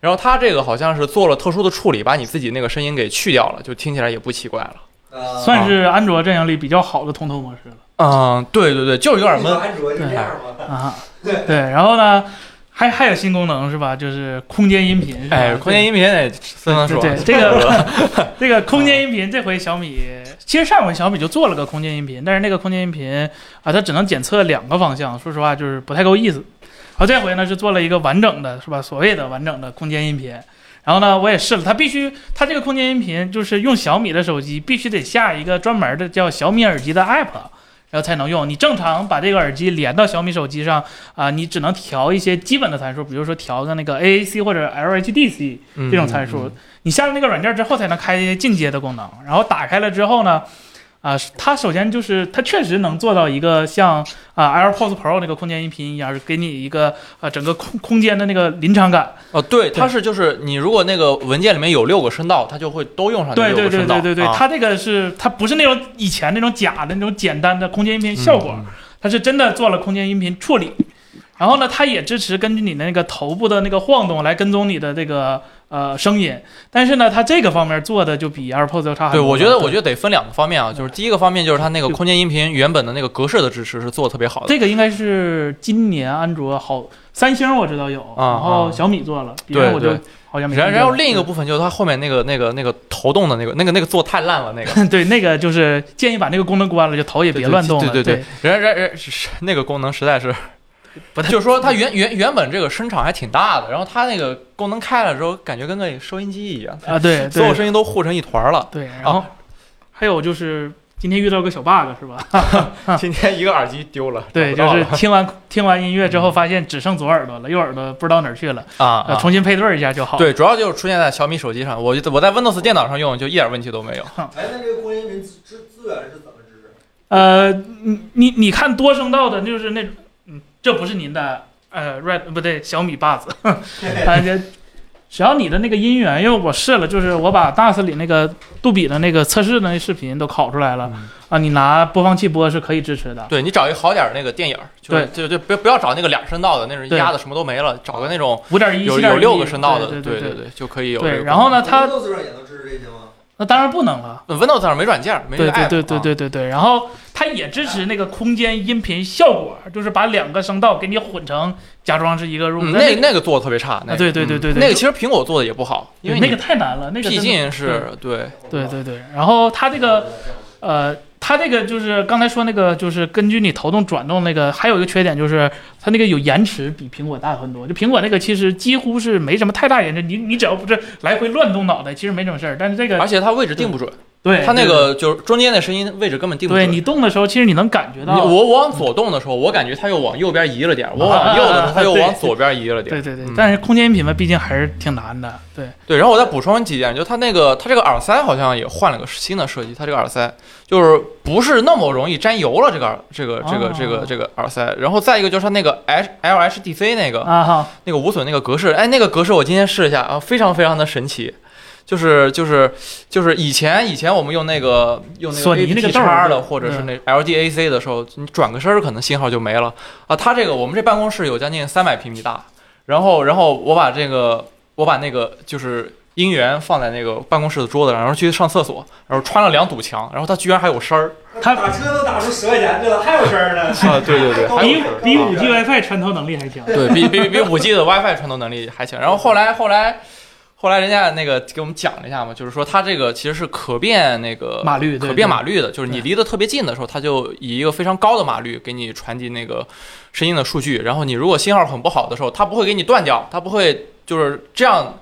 然后它这个好像是做了特殊的处理，把你自己那个声音给去掉了，就听起来也不奇怪了。啊，算是安卓阵营里比较好的通透模式了嗯，对对对，就是有点闷。安卓就这样吗？啊。对，然后呢，还还有新功能是吧？就是空间音频是吧？哎，空间音频得森森嗯对说，对，这个这个空间音频，这回小米其实上回小米就做了个空间音频，但是那个空间音频啊，它只能检测两个方向，说实话就是不太够意思。然后这回呢是做了一个完整的，是吧？所谓的完整的空间音频。然后呢，我也试了，它必须，它这个空间音频就是用小米的手机必须得下一个专门的叫小米耳机的 app，然后才能用。你正常把这个耳机连到小米手机上啊、你只能调一些基本的参数，比如说调个那个 AAC 或者 LHDC，嗯这种参数。你下了那个软件之后，才能开一些进阶的功能。然后打开了之后呢，啊、它首先就是它确实能做到一个像啊、AirPods Pro 那个空间音频一样，给你一个啊整个空空间的那个临场感。哦，对，它对是就是你如果那个文件里面有六个声道，它就会都用上那对六对个对声道。对对对，啊它这个是它不是那种以前那种假的那种简单的空间音嗯频效果，它是真的做了空间音频处理。然后呢，它也支持根据你的那个头部的那个晃动来跟踪你的这个呃声音，但是呢，它这个方面做的就比 AirPods 要差很对，多。我觉得我觉得得分两个方面啊，就是第一个方面就是它那个空间音频原本的那个格式的支持是做的特别好的。这个应该是今年安卓好，三星我知道有，啊然后小米做了，别对人我就对好像没听然见。然后另一个部分就是它后面那个那个那个头动的那个那个那个做太烂了那个，对那个就是建议把那个功能关了，就 (laughs) 头也别乱动了。对对对，然然然是是那个功能实在是 (laughs) 不太就是说它原原原本这个声场还挺大的，然后它那个功能开了之后，感觉跟个收音机一样，啊，对所有对声音都糊成一团了。对，然后还有就是今天遇到个小 bug 是 (laughs) 吧？今天一个耳机丢了，嗯对，就找不到是了听完听完音乐之后，发现只剩左耳朵了，右耳朵不知道哪儿去了，啊呃，啊。重新配对一下就好。对，主要就是出现在小米手机上，我就我在 Windows 电脑上用就一点问题都没有。哎，那这个空间音频资资资源是怎么支持？呃，你你你看多声道的，就是那，嗯，这不是您的，呃，red 不对，小米 Buzz，啊， (laughs) 这只要你的那个音源，因为我试了，就是我把 NAS 里那个杜比的那个测试的那视频都拷出来了、嗯啊，你拿播放器播是可以支持的。对你找一个好点儿那个电影儿，就是就就不要不要找那个俩声道的那种对压的什么都没了，找个那种五点一有有六个声道的，对对对对，就可以有这个对。功能。然后呢，它 Windows 上也能支持这些吗？那当然不能了。嗯 Windows 上没软件，没这对个对 app 对对啊对对对，然后它也支持那个空间音频效果，就是把两个声道给你混成，假装是一个 room、嗯，但那那个做的特别差，那啊个嗯对对对对对那个其实苹果做的也不好，因为那个你太难了，那个真毕的嗯竟是对，对对对，然后它这个，呃，它这个就是刚才说那个，就是根据你头动转动那个，还有一个缺点就是它那个有延迟，比苹果大很多。就苹果那个其实几乎是没什么太大延迟，你你只要不是来回乱动脑袋，其实没什么事儿。但是这个而且它位置定不准，对它那个就是中间那声音位置根本定不对准。你动的时候，其实你能感觉你到，我往左动的时候，我感觉它又往右边移了点儿；我往右的时候，它又往左边移了点啊对儿。对对嗯，但是空间音频嘛，毕竟还是挺难的。对，对，然后我再补充几点，就它那个它这个耳塞好像也换了个新的设计，它这个耳塞就是不是那么容易沾油了，这个耳这个这个这个这个耳塞。然后再一个就是它那个 H LHDC 那个啊哈，那个无损那个格式，哎，那个格式我今天试了一下啊，非常非常的神奇，就是就是就是以前以前我们用那个用那索个尼那个 APT 豆儿嗯叉的对或者是那 LDAC 的时候，你转个身儿可能信号就没了啊。它这个我们这办公室有将近三百平米大，然后然后我把这个我把那个就是。音源放在那个办公室的桌子上，然后去上厕所，然后穿了两堵墙，然后它居然还有声儿他打车都打出十块钱去了，还有事儿呢。 (laughs) 啊！(laughs) 对对对，还有比声儿比啊五 G WiFi 穿透能力还强。 (laughs) 对比比比五 G 的 WiFi 穿透能力还强。然后后来后来后来人家那个给我们讲了一下嘛，就是说它这个其实是可变那个码率对呃可变对码率的，就是你离得特别近的时候，它就以一个非常高的码率给你传递那个声音的数据。然后你如果信号很不好的时候，它不会给你断掉，它不会就是这样。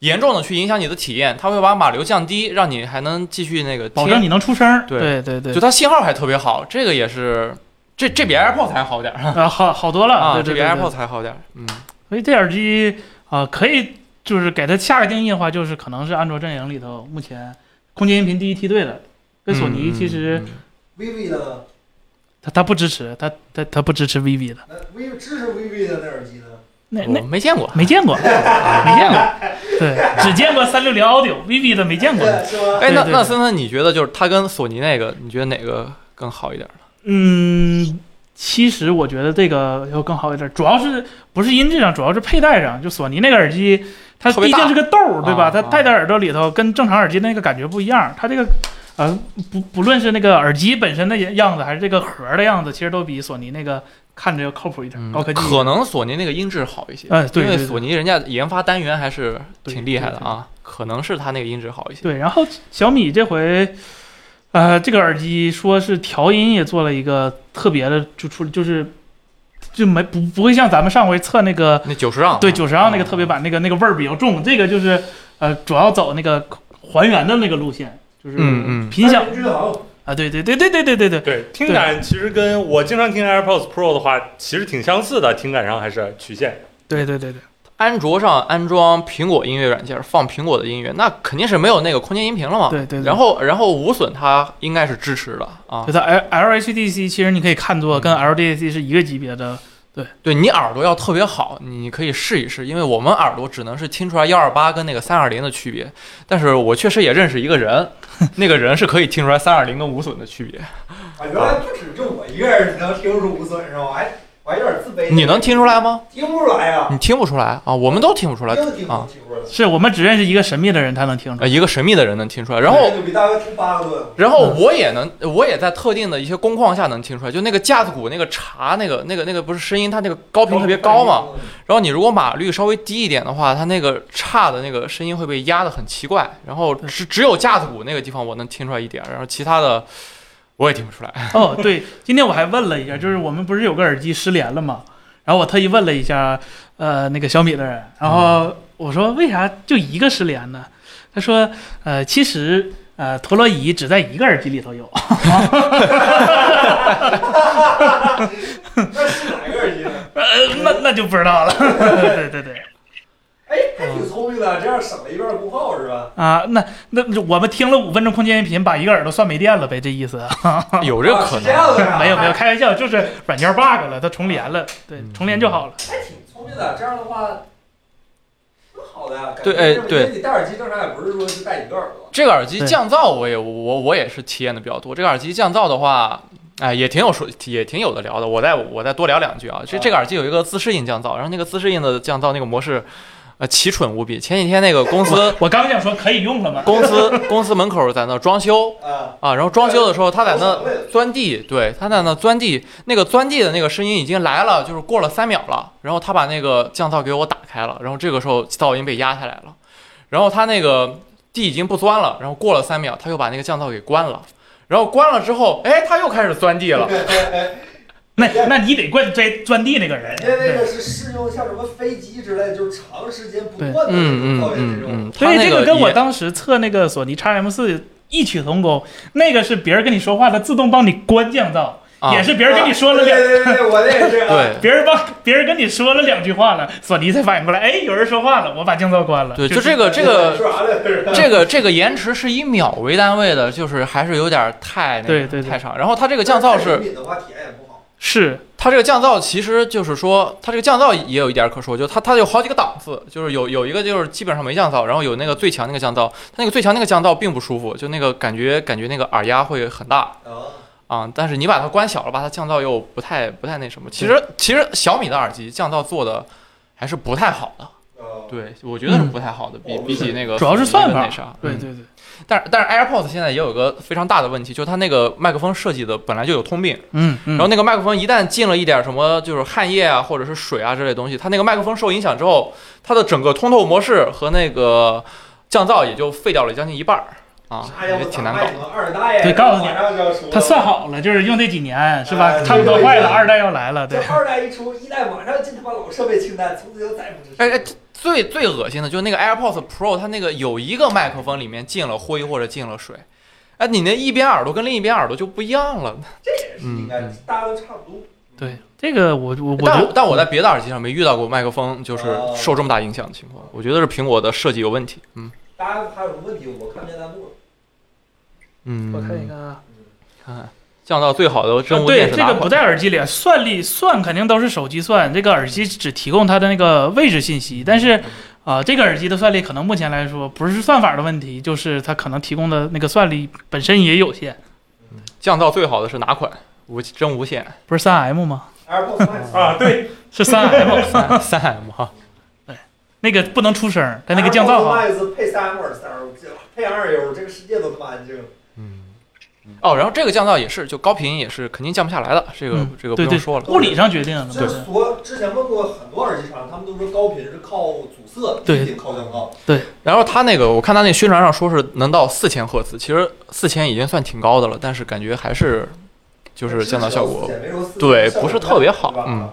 严重的去影响你的体验，它会把码流降低，让你还能继续那个保听证你能出声儿，对对对对就，它信号还特别好，这个也是，这这比 AirPods 还好点儿嗯啊，好好多了，啊，对这对比对对 AirPods 还好点儿，嗯。所以这耳机啊、可以就是给它下个定义的话，就是可能是安卓阵营里头目前空间音频第一梯队的，跟索尼其实嗯嗯嗯 vivo 的呢？它它不支持，它它它不支持 VV 的，那 vivo 支持 vivo 的那耳机呢？那我那没见过，没见过，没见 (laughs) 过，对，只见过三六零 Audio，VV 的没见过。是吗？哎，那对对对那森森，你觉得就是它跟索尼那个，你觉得哪个更好一点呢？嗯，其实我觉得这个要更好一点，主要是不是音质上，主要是佩戴上。就索尼那个耳机，它特别毕大竟是个豆儿，对吧？啊它戴在耳朵里头，跟正常耳机那个感觉不一样。它这个，呃，不不论是那个耳机本身的样子，还是这个盒儿的样子，其实都比索尼那个看着要靠谱一点，高哦科技一点。嗯可能索尼那个音质好一些，哎对因对为对索尼人家研发单元还是对挺厉害的啊，可能是它那个音质好一些。对，然后小米这回，呃，这个耳机说是调音也做了一个特别的，就出就是就没不不会像咱们上回测那个。那九十让，哦对，九十让那啊个特别版那个那个味儿比较重，这个就是呃主要走那个还原的那个路线，就是嗯嗯品享音质好。啊，对对对对对对对对，对，听感其实跟我经常听 AirPods Pro 的话，其实挺相似的，听感上还是曲线。对对对对，安卓上安装苹果音乐软件，放苹果的音乐，那肯定是没有那个空间音频了嘛。对对对啊然后然后无损它应该是支持的啊就。它 L LHDC 其实你可以看作嗯跟 LDC 是一个级别的，对你耳朵要特别好，你可以试一试，因为我们耳朵只能是听出来幺二八跟那个三二零的区别，但是我确实也认识一个人，那个人是可以听出来三二零跟无损的区别。啊，原来不止就我一个人能听出无损是吧？我还我还有点自卑。你能听出来吗？听不出来呀？你听不出来啊，我们都听不出来听都听啊不，清楚了。是我们只认识一个神秘的人他能听出呃来，一个神秘的人能听出来，然后这。就比大哥听八个多。然后我也能，我也在特定的一些工况下能听出来，就那个架子鼓那个茶那个那个那个不是声音，它那个高频特别高嘛。然后你如果码率稍微低一点的话，它那个差的那个声音会被压得很奇怪。然后只只有架子鼓那个地方我能听出来一点，然后其他的我也听不出来。 (laughs) 哦，对，今天我还问了一下，就是我们不是有个耳机失联了吗？然后我特意问了一下，呃，那个小米的人，然嗯后我说为啥就一个失联呢？他说，呃，其实呃，陀螺仪只在一个耳机里头有，那是哪个耳机呢？呃，那那就不知道了。对对对，哎，还挺聪明的，这样省了一半功耗是吧？啊，那那我们听了五分钟空间音频，把一个耳朵算没电了呗，这意思啊？有这个可啊是这样能。的呀 (laughs) 没有没有，开玩笑，就是软件 bug 了，它重连了，对，重连就好了。还挺聪明的，这样的话，挺好的呀。感觉对哎就是对因为你戴耳机正常也不是说是戴一个耳朵。这个耳机对降噪我也我我也是体验的比较多。这个耳机降噪的话，哎，也挺有说也挺有的聊的。我再我再多聊两句啊。这这个耳机有一个自适应降噪，然后那个自适应的降噪那个模式。呃奇蠢无比。前几天那个公司我刚想说可以用了吗？公司公司门口在那装修啊，啊，然后装修的时候他在那无所谓了钻地，对，他在那钻地，那个钻地的那个声音已经来了，就是过了三秒了，然后他把那个降噪给我打开了，然后这个时候噪音被压下来了，然后他那个地已经不钻了，然后过了三秒他又把那个降噪给关了。然后关了之后，哎，他又开始钻地了。那那你得怪钻钻地那个人，因为那个对是适用像什么飞机之类，就是长时间不断的嗯噪音嗯这种。啊嗯嗯，所以他这那个跟我也当时测那个索尼 x M 四异曲同工，那个是别人跟你说话，它自动帮你关降噪，啊也是别人跟你说了两啊对对对对，我那也是啊。对别人帮别人跟你说了两句话了，索尼才反应过来，哎，有人说话了，我把降噪关了。对，就就这个这个 (laughs) 说啥来着？这个这个延迟是以秒为单位的，就是还是有点太那个对对对太长。然后它这个降噪 (laughs) 太是，敏的话体验也不好。是它这个降噪其实就是说，它这个降噪也有一点可说，就它它有好几个档次，就是有有一个就是基本上没降噪，然后有那个最强那个降噪，它那个最强那个降噪并不舒服，就那个感觉感觉那个耳压会很大啊，啊、但是你把它关小了吧，它降噪又不太不太那什么。其实其实小米的耳机降噪做的还是不太好的，啊对我觉得是不太好的，比比起那个嗯主要是索尼算的法那啥，，对嗯对对，但是但是 AirPods 现在也有一个非常大的问题，就是它那个麦克风设计的本来就有通病，嗯嗯然后那个麦克风一旦进了一点什么就是汗液啊或者是水啊之类的东西，它那个麦克风受影响之后，它的整个通透模式和那个降噪也就废掉了将近一半儿啊，哎呀，也我挺难搞的。的。二代呀，对告诉你马上就要出了他算好了，就是用这几年是吧？哎差不多对对坏了，对二代要来了，啊对这。二代一出，一代马上进他妈老设备清单，从此就再也不支持。哎哎，最最恶心的就是那个 AirPods Pro，它那个有一个麦克风里面进了灰或者进了水，哎，你那一边耳朵跟另一边耳朵就不一样了。这也是应该，嗯大家都差不多。对这个我我我觉但得但我在别的耳机上没遇到过麦克风就是受这么大影响的情嗯况，我觉得是苹果的设计有问题。嗯大家还有什么问题？我看不见弹幕了。嗯，我看一看啊，看看嗯降到最好的真无对电池这哪个不款？在耳机里，算力算肯定都是手机算，这个耳机只提供它的那个位置信息，但是啊、这个耳机的算力可能目前来说不是算法的问题，就是它可能提供的那个算力本身也有限，降到最好的是哪款？无真无线不是三 M 吗？ AirPods Max 啊，对，是 (laughs) (laughs) 三 M，三三 M 哈，那个不能出声，但那个降噪 AirPods 好。 Max 配三 M 耳塞儿，这配二 U，这个世界都他妈安静了。哦，然后这个降噪也是，就高频也是肯定降不下来的，这个、嗯这个不对用对说了。物理上决定的，这所之前问过很多耳机厂，他们都说高频是靠阻塞，对不仅靠降噪。然后它那个我看它那宣传上说是能到四千赫兹，其实四千已经算挺高的了，但是感觉还是就是降噪效果没说四对效果不是特别好对吧嗯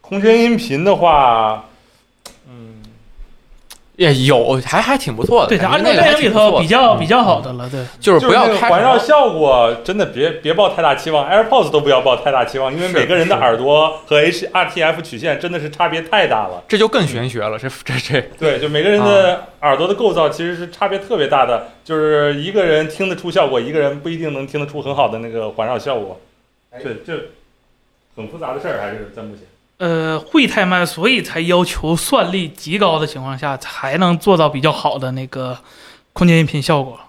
空间音频的话，嗯，也有，还还挺不错的。对，它感觉安卓那个还电影里挺不错头的比较比较好的了，对。就是就不是要那个开环绕什么效果，真的别别抱太大期望，AirPods 都不要抱太大期望，因为是每个人的是耳朵和 H RTF 曲线真的是差别太大了。这就更玄学了，这这这 (laughs) 对，就每个人的耳朵的构造其实是差别特别大的，就是一个人听得出效果，一个人不一定能听得出很好的那个环绕效果。哎对，这很复杂的事儿，还是在目前。呃，会太慢，所以才要求算力极高的情况下，才能做到比较好的那个空间音频效果。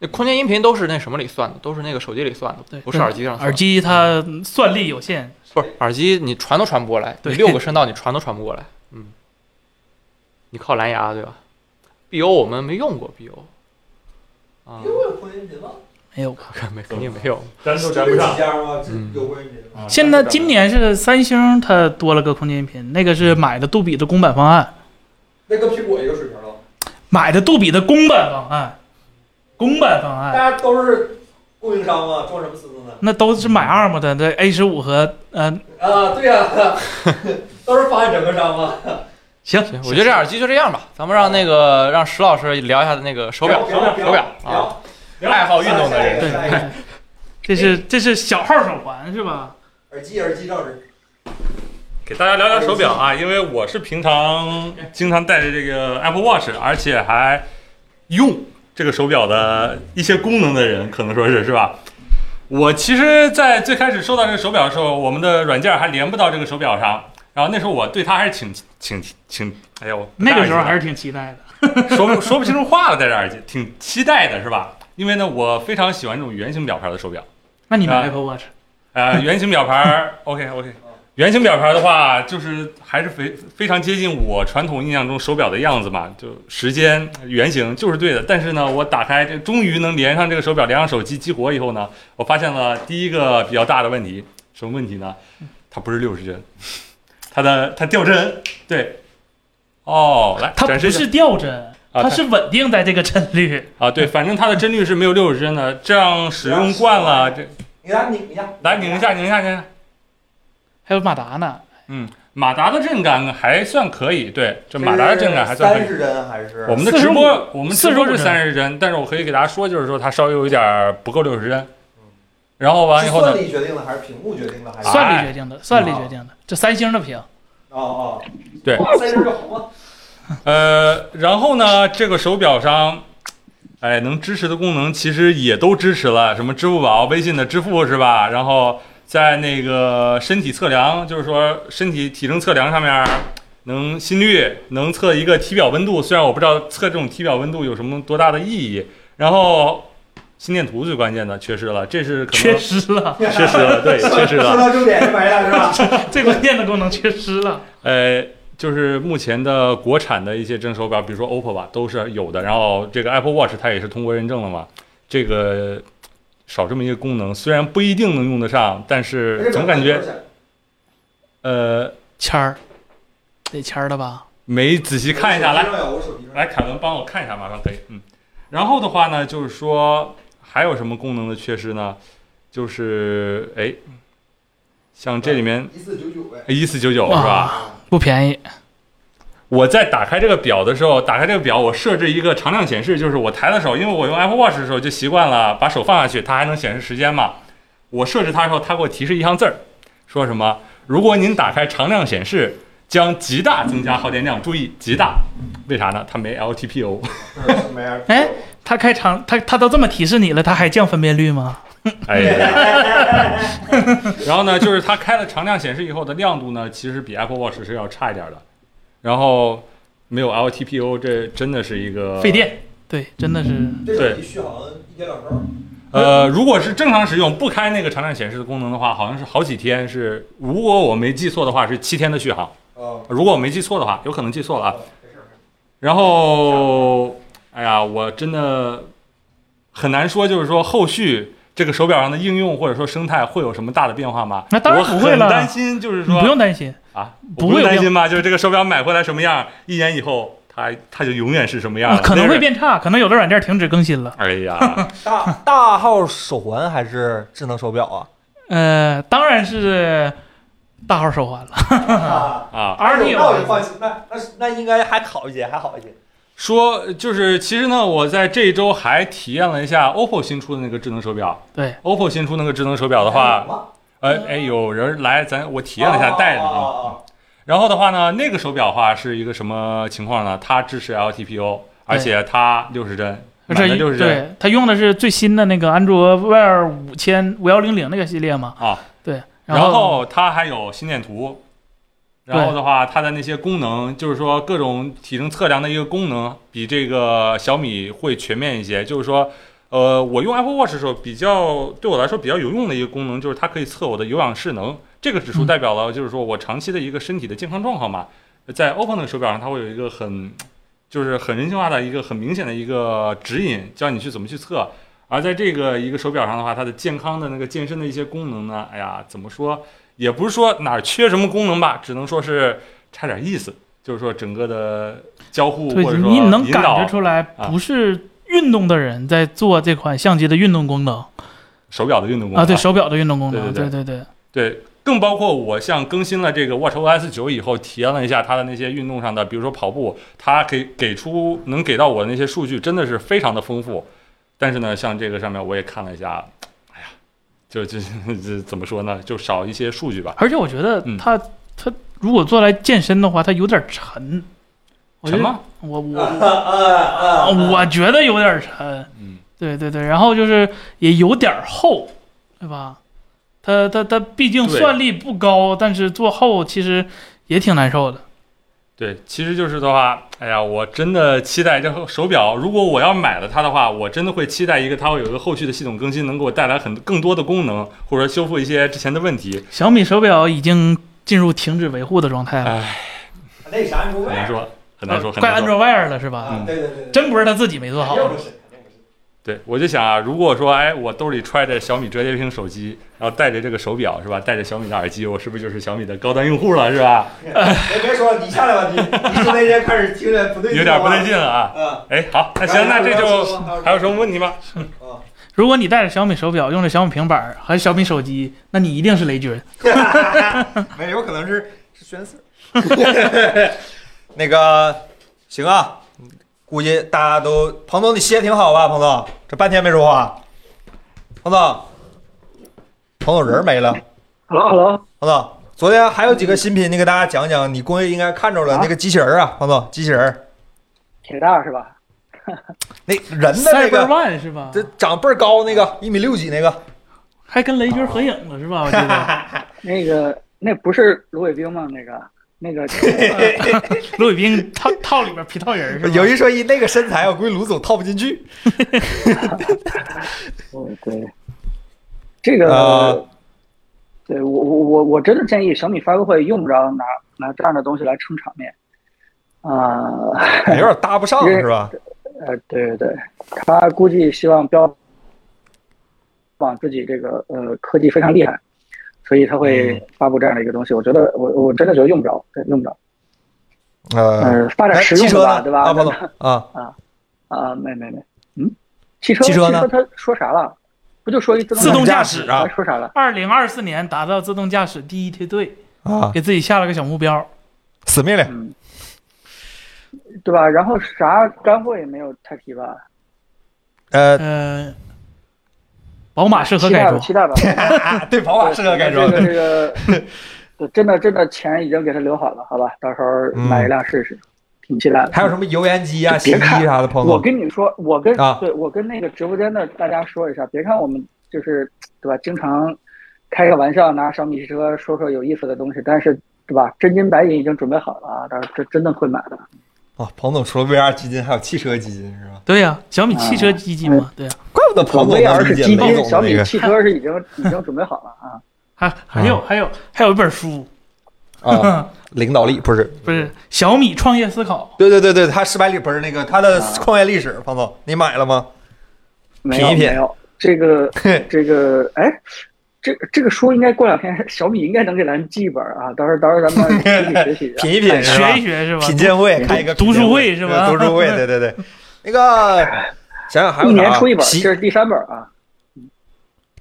那空间音频都是那什么里算的，都是那个手机里算的对，不是耳机上算的。耳机它算力有限，不是耳机，你传都传不过来，对你六个声道你传都传不 (laughs) 过来。嗯，你靠蓝牙对吧？BO 我们没用过 BO，啊因，为有扩音频吗？没有吧？没肯定没 (laughs) 有。粘都这粘不几上。家吗？这嗯有扩音频吗？啊现在今，年是三星它多了个空间音频，那个是买的杜比的公版方案，那跟苹果一个水平了。买的杜比的公版方案，公版方大案，家都是供应商嘛，装什么孙子呢？那都是买 ARM 的，这 A 十五和呃，啊，对呀、 (laughs) 都是发展整个商嘛。行，行，我觉得这耳机就这样吧，咱们让那个让石老师聊一下那个手表，聊手表手表啊，聊爱好运动的人。下一个下一个这是这是小号手环是吧？耳机耳机罩着。给大家聊聊手表啊，因为我是平常经常带着这个 Apple Watch，而且还用这个手表的一些功能的人，可能说是是吧？我其实，在最开始收到这个手表的时候，我们的软件还连不到这个手表上，然后那时候我对它还是挺挺挺，哎呀，我那个时候还是是挺期待的。说不说不清楚话了，在这儿挺期待的是吧？因为呢，我非常喜欢这种圆形表盘的手表。那你买啊 Apple Watch？呃，圆形表盘，OK OK，圆形表盘的话，就是还是非非常接近我传统印象中手表的样子嘛，就时间圆形就是对的。但是呢，我打开这终于能连上这个手表，连上手机激活以后呢，我发现了第一个比较大的问题，什么问题呢？它不是六十帧，它的它掉帧。对，哦，来它展示不一下是掉帧，它啊它是稳定在这个帧率。啊，对，反正它的帧率是没有六十帧的，这样使用惯了，这你来拧一下，来拧一下，拧一下，拧一下。还有马达呢，嗯，马达的震感还算可以，对，这马达的震感还算可以三。十帧还是我们的直播，我们直播45是三十帧，但是我可以给大家说，就是说它稍微有一点儿不够六十帧。然后完以是后呢算，力决定的还是屏幕决定的啊还是？算力决定的，算力决定的，这三星的屏。哦哦，对三十就红 (laughs) 了。呃，然后呢，这个手表上，哎，能支持的功能其实也都支持了，什么支付宝、微信的支付是吧？然后在那个身体测量，就是说身体体征测量上面，能心率，能测一个体表温度，虽然我不知道测这种体表温度有什么多大的意义。然后心电图最关键的缺失了，这是可能缺失 (laughs) 了，缺失了，对，缺失说了。到重点是没了是吧？最关键的功能缺失了。呃，就是目前的国产的一些真手表，比如说 OPPO 吧，都是有的。然后这个 Apple Watch 它也是通过认证了嘛，这个少这么一个功能，虽然不一定能用得上，但哎是总感觉呃签儿，得签儿的吧？没仔细看一下来。我手机上有，来，凯文帮我看一下，马上可以。嗯，然后的话呢，就是说还有什么功能的缺失呢？就是哎，像这里面一四九九呗。一四九九是吧？不便宜，我在打开这个表的时候，打开这个表，我设置一个常亮显示，就是我抬的手，因为我用 Apple Watch 的时候就习惯了把手放下去，它还能显示时间嘛。我设置它的时候，它给我提示一行字儿，说什么？如果您打开常亮显示，将极大增加耗电量。注意，极大，为啥呢？它没 LTPO。是嗯没了哎他开场，他他都这么提示你了，他还降分辨率吗？哎呀， (laughs) 然后呢，就是它开了常亮显示以后的亮度呢，其实比 Apple Watch 是要差一点的。然后没有 LTPO，这哦真的是一个费。电，对，真的是。这对手机续航一天两周。呃，如果是正常使用，不开那个常亮显示的功能的话，好像是好几天是，如果我没记错的话是七天的续航，哦，如果我没记错的话，有可能记错了啊。没事没然后，哎呀，我真的很难说，就是说后续这个手表上的应用或者说生态会有什么大的变化吗？那当然不会了我很担心就是你说不用担心，啊，不我会有用担变心吧？就是这个手表买回来什么样，一年以后它它就永远是什么样啊了，可能那会是。变差，可能有的软件停止更新了。哎呀，事。大大号手环还是智能手表啊？呃，当然是大号手环了。啊，啊， R D 那我就放心，那那那应该还好一些，还好一些。说就是，其实呢，我在这一周还体验了一下 OPPO 新出的那个智能手表。对，OPPO 新出那个智能手表的话，嗯哎哎，有人来咱我体验了一下，戴着呢。啊。然后的话呢，那个手表的话是一个什么情况呢？它支持 LTPO，而且它六十帧，而满且的六十帧对，它用的是最新的那个安卓 Wear 五千五幺零零那个系列嘛。啊。对，然后后它还有心电图，然后的话，它的那些功能，就是说各种体征测量的一个功能，比这个小米会全面一些。就是说，呃，我用 Apple Watch 的时候，比较对我来说比较有用的一个功能，就是它可以测我的有氧势能。这个指数代表了就是说我长期的一个身体的健康状况嘛。在 OPPO 那个手表上，它会有一个很就是很人性化的一个很明显的一个呃指引，教你去怎么去测。而在这个一个手表上的话，它的健康的那个健身的一些功能呢，哎呀，怎么说也不是说哪儿缺什么功能吧，只能说是差点意思。就是说整个的交互对或者说你能引感觉导出来，啊不是运动的人在做这款相机的运动功能手表的运动功能啊，对手表的运动功能，对对对对对，对，更包括我像更新了这个 WatchOS 九以后，体验了一下它的那些运动上的，比如说跑步，它给给出能给到我的那些数据，真的是非常的丰富。但是呢，像这个上面我也看了一下，哎呀，就就这怎么说呢，就少一些数据吧。而且我觉得嗯它它如果做来健身的话，它有点沉。我觉什得么？我我啊啊啊，我觉得有点沉，嗯，对对对，然后就是也有点厚，对吧？它它它毕竟对算力不高，但是做厚其实也挺难受的。对，其实就是的话，哎呀，我真的期待这手表，如果我要买了它的话，我真的会期待一个它会有一个后续的系统更新，能给我带来很更多的功能，或者说修复一些之前的问题。小米手表已经进入停止维护的状态了，呃那啥你不啊很难说，很难嗯说，很怪难说。 Android 了是吧？对对对，真不是他自己没做好，是，对，我就想啊，如果说，哎，我兜里揣着小米折叠屏手机，然后带着这个手表是吧，带着小米的耳机，我是不是就是小米的高端用户了是吧？ (laughs) 哎别说了，你下来吧，你你从那天开始听着不对有点不对劲了啊。啊，哎，好，那行，那这就还有什么问题吗？如果你带着小米手表，用着小米平板儿和小米手机，那你一定是雷军。没有可能是是宣誓。 (laughs) 那个行啊，估计大家都彭总你歇挺好吧？彭总这半天没说话，彭总，彭总人没了， Hello，Hello，彭总。昨天还有几个新品，你给大家讲讲。你估计应该看着了，啊那个机器人啊，彭总，机器人，铁蛋是吧？那人的那 Cyber 个， One 是吧？这长倍儿高那个，一米六几那个，还跟雷军合影了是吧？我记 (laughs) 得那个那不是卢伟冰吗？那个那 (laughs) 个卢伟冰套套里边皮套人是吧？有一说一，那个身材我估计卢总套不进去。嗯，对，这个，呃对我我我我真的建议小米发布会用不着拿拿这样的东西来撑场面，啊、 (laughs) 哎有点搭不上因为是吧？呃，对对对，他估计希望标榜自己这个呃科技非常厉害，所以他嗯会发布这样的一个东西。我觉得我我真的觉得用不着，对，用不着。呃，呃，发哎展实汽用车的吧，呢？啊，彭对吧？咱总们 (laughs) 啊，啊，没没没，嗯，汽车汽车呢他说啥了？不就说一自动自动驾驾驶驶啊他说啥了？二零二四年打造自动驾驶第一梯队，啊，给自己下了个小目标。死命令，嗯，对吧？然后啥干货也没有太提吧？呃，嗯呃，宝马适合期改待吧，装，期待吧。对，宝啊马适合改装这。个这个，对真的真的钱已经给他留好了，好吧？到时候买一辆试试，挺期待的。嗯 (laughs) 还有什么油烟机啊、洗别衣看机啥的，彭我总跟你说，我跟、啊对我跟那个直播间的大家说一下，别看我们就是对吧，经常开个玩笑，拿小米汽车说说有意思的东西，但是对吧，真金白银已经准备好了啊，到时候这真的会买的。啊，彭总除了 VR 基金，还有汽车基金是吧？对呀、小米汽车基金啊嘛，对呀、怪不得彭总 VR 能是理解基雷金，总小的那米个汽车是已经已经准备好了啊。还还有还有还有一本书，啊， (laughs) 领导力不是？不是小米创业思考，对对对对，他失败历不是那个他啊的创业历史，彭总你买了吗？没品有一品没有，(laughs) 这个这个哎，这这个书应该过两天小米应该能给咱寄一本儿啊，到时候到时候咱们一起学习一下。品一品是吧哎学一学是 (laughs) 吧？品鉴会开一个读品鉴读书会是吧对读书会，对对对，那个想想还有啊一啥年出一本儿，洗这是第三本儿啊。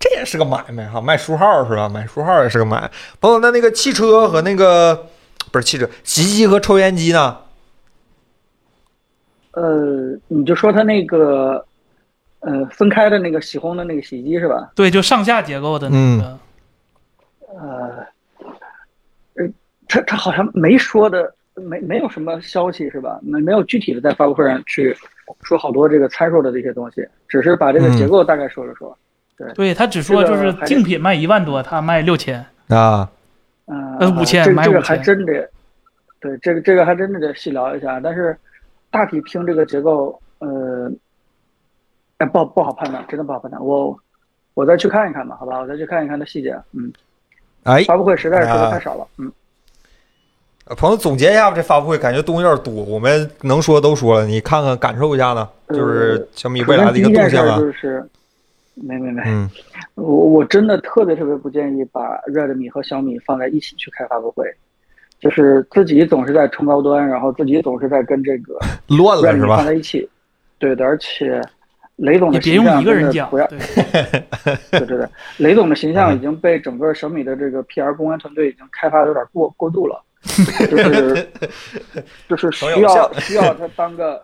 这也是个买卖哈，卖书号是吧？买书号也是个买卖。朋友，那那个汽车和那个不是汽车，洗衣机和抽烟机呢？呃，你就说它那个呃分开的那个洗烘的那个洗衣机是吧？对，就上下结构的那个。嗯呃，呃，他他好像没说的，没没有什么消息是吧？没没有具体的在发布会上去说好多这个参数的这些东西，只是把这嗯个结构大概说了说。对他只说就是这个还是竞品卖一万多，他卖六千，啊，嗯，呃5000这个买这个5000还真得，对这个这个还真的得细聊一下。但是大体听这个结构，呃，哎，不好不好判断，真的不好判断。我我再去看一看吧，好吧，我再去看一看它细节。嗯，哎，发布会实在是说的太少了。嗯，朋友总结一下吧，这发布会感觉东西有点多，我们能说都说了，你看看感受一下呢，就是小米未来的一个首动先第一件事向儿啊。就是，没没没，嗯，我我真的特别特别不建议把 Redmi 和小米放在一起去开发布会，就是自己总是在冲高端，然后自己总是在跟这个乱了是 Redmi 放吧？在一起。对的，而且雷总也的别用形象一个真人的讲不 (laughs) 要，，对，对对对，雷总的形嗯象已经被整个小米的这个 PR 公关团队已经开发的有点过过度 (laughs) 了，就是就是需要 (laughs) 需要他当个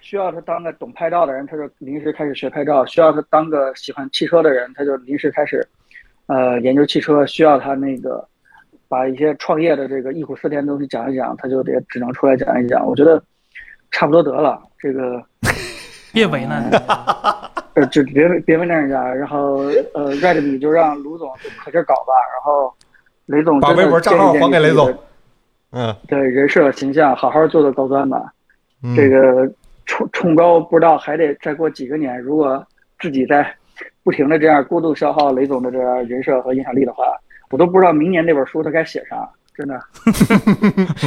需要他当个懂拍照的人，他就临时开始学拍照；需要他当个喜欢汽车的人，他就临时开始呃研究汽车；需要他那个把一些创业的这个忆苦思甜的东西讲一讲，他就得只能出来讲一讲。我觉得差不多得了，这个。别为难人 (laughs) 家。呃，就别别为难人家，然后呃，Redmi 就让卢总可劲儿搞吧，然后雷总把真的微博账建议号建议还给自雷己总的，嗯，对人设形象好好做做高端吧。嗯这个冲冲高不知道还得再过几个年，如果自己在不停的这样过度消耗雷总的这样人设和影响力的话，我都不知道明年那本书他该写啥，真的。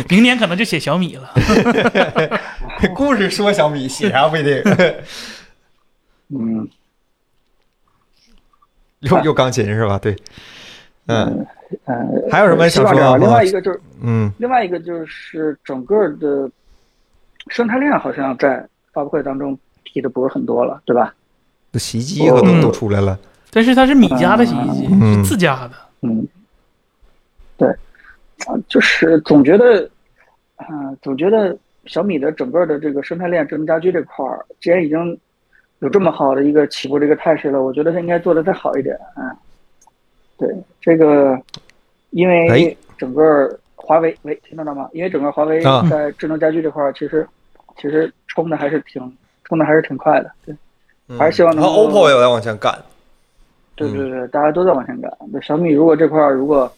明年可能就写小米了。嗯故事说小米写啊啥不一定。 (laughs) 嗯，又又钢琴是吧？对，嗯，呃，还有什么希想望说啊这样的另吗外一？个就是，嗯，另外一个就是整个的生态链好像在发布会当中提的不是很多了，对吧？这洗衣机可嗯能都出来了。但是它是米家啊的洗衣机，嗯是自家的。嗯，对，啊，就是总觉得，嗯、总觉得小米的整个的这个生态链智能家居这块儿，既然已经有这么好的一个起步的一个态势了，我觉得它应该做的再好一点。嗯，对，这个因哎为整个华为，喂，听得到吗？因为整个华为啊在智能家居这块儿，其实其实冲的还是挺冲的还是挺快的。对，还是希望嗯能然后 OPPO 也在往前赶。嗯对对对，大家都在往前赶。那小米如果这块儿如果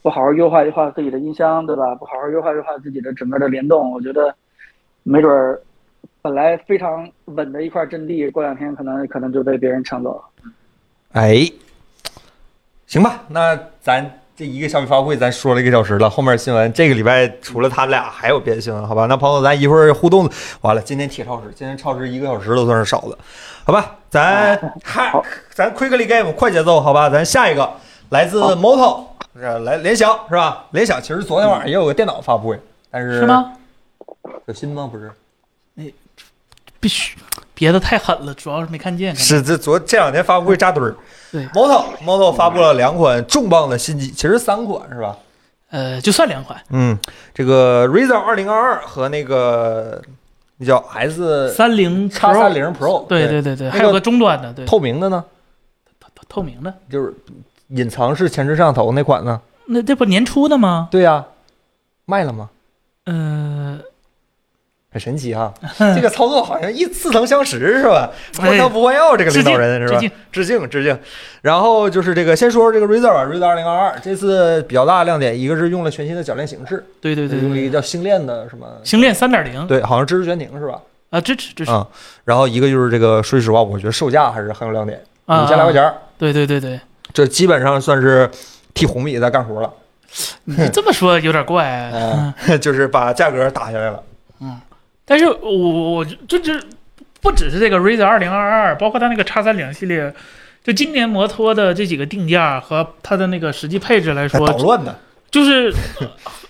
不好好优化优化自己的音箱，对吧？不好好优化优化自己的整个的联动，我觉得没准儿本来非常稳的一块阵地，过两天可能可能就被别人抢走了。哎，行吧，那咱这一个小米发布会咱说了一个小时了，后面新闻这个礼拜除了他们俩还有别的新闻，好吧？那朋友，咱一会儿互动完了，今天铁超时，今天超时一个小时都算是少的，好吧？咱嗨，咱 quickly game 快节奏，好吧？咱下一个来自 Moto，呃来联想是吧？联想其实昨天晚上也有个电脑发布会，但是是？吗？有新吗？不是，必须，别的太狠了，主要是没看见。可能是这昨这两天发布会扎堆儿。对 Moto Moto 发布了两款重磅的新机，其实三款是吧？呃，就算两款，嗯，这个 Razer 二零二二和那个那叫 S 三菱 x 呃三 Pro，零 Pro，对对对对对，那个还有个终端的，对，透透明的呢，透明的。就是隐藏式前置摄像头那款呢？那这不年初的吗？对呀、卖了吗？呃，很神奇 (laughs) 哈、这个操作好像一似曾相识是吧？换汤不换药，这个领导人是吧哎致？敬致敬致敬。然后就是这个，先说说这个 Razer 吧，Razer 二零二二这次比较大的亮点，一个是用了全新的铰链形式，对对对用了一对个叫对，星链的什么？星链三点零对，好像支持悬停是吧？啊，支持支持啊然后一个就是这个，说实话，我觉得售价还是很有亮点，啊，五千来块钱儿，对对对对，这基本上算是替红米在干活了，你这么说有点怪啊。嗯嗯， (laughs) 就是把价格打下来了。但是我我我就就不只是这个 Razer 二零二二，包括它那个 x 三零系列，就今年摩托的这几个定价和它的那个实际配置还来说，捣乱呢，就是呃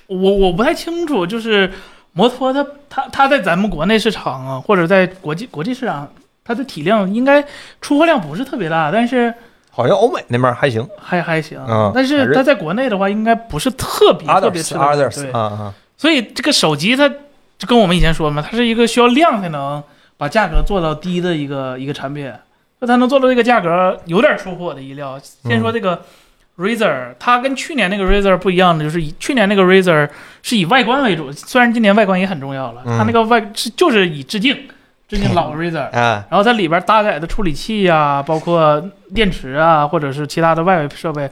我我不太清楚，就是摩托它它它在咱们国内市场啊，或者在国际国际市场，它的体量应该出货量不是特别大，但是好像欧美那边还行，还还行。嗯但还是是它在国内的话，应该不是特别特别 others 吃得开 others 对啊啊，所以这个手机它就跟我们以前说嘛，它是一个需要量才能把价格做到低的一个一个产品，那它能做到这个价格有点出乎我的意料。先说这个 Razer，、它跟去年那个 Razer 不一样的就是以去年那个 Razer 是以外观为主，虽然今年外观也很重要了，嗯它那个外是就是以致敬致敬老 Razer。哎，然后它里边搭载的处理器呀、包括电池啊，或者是其他的外围设备，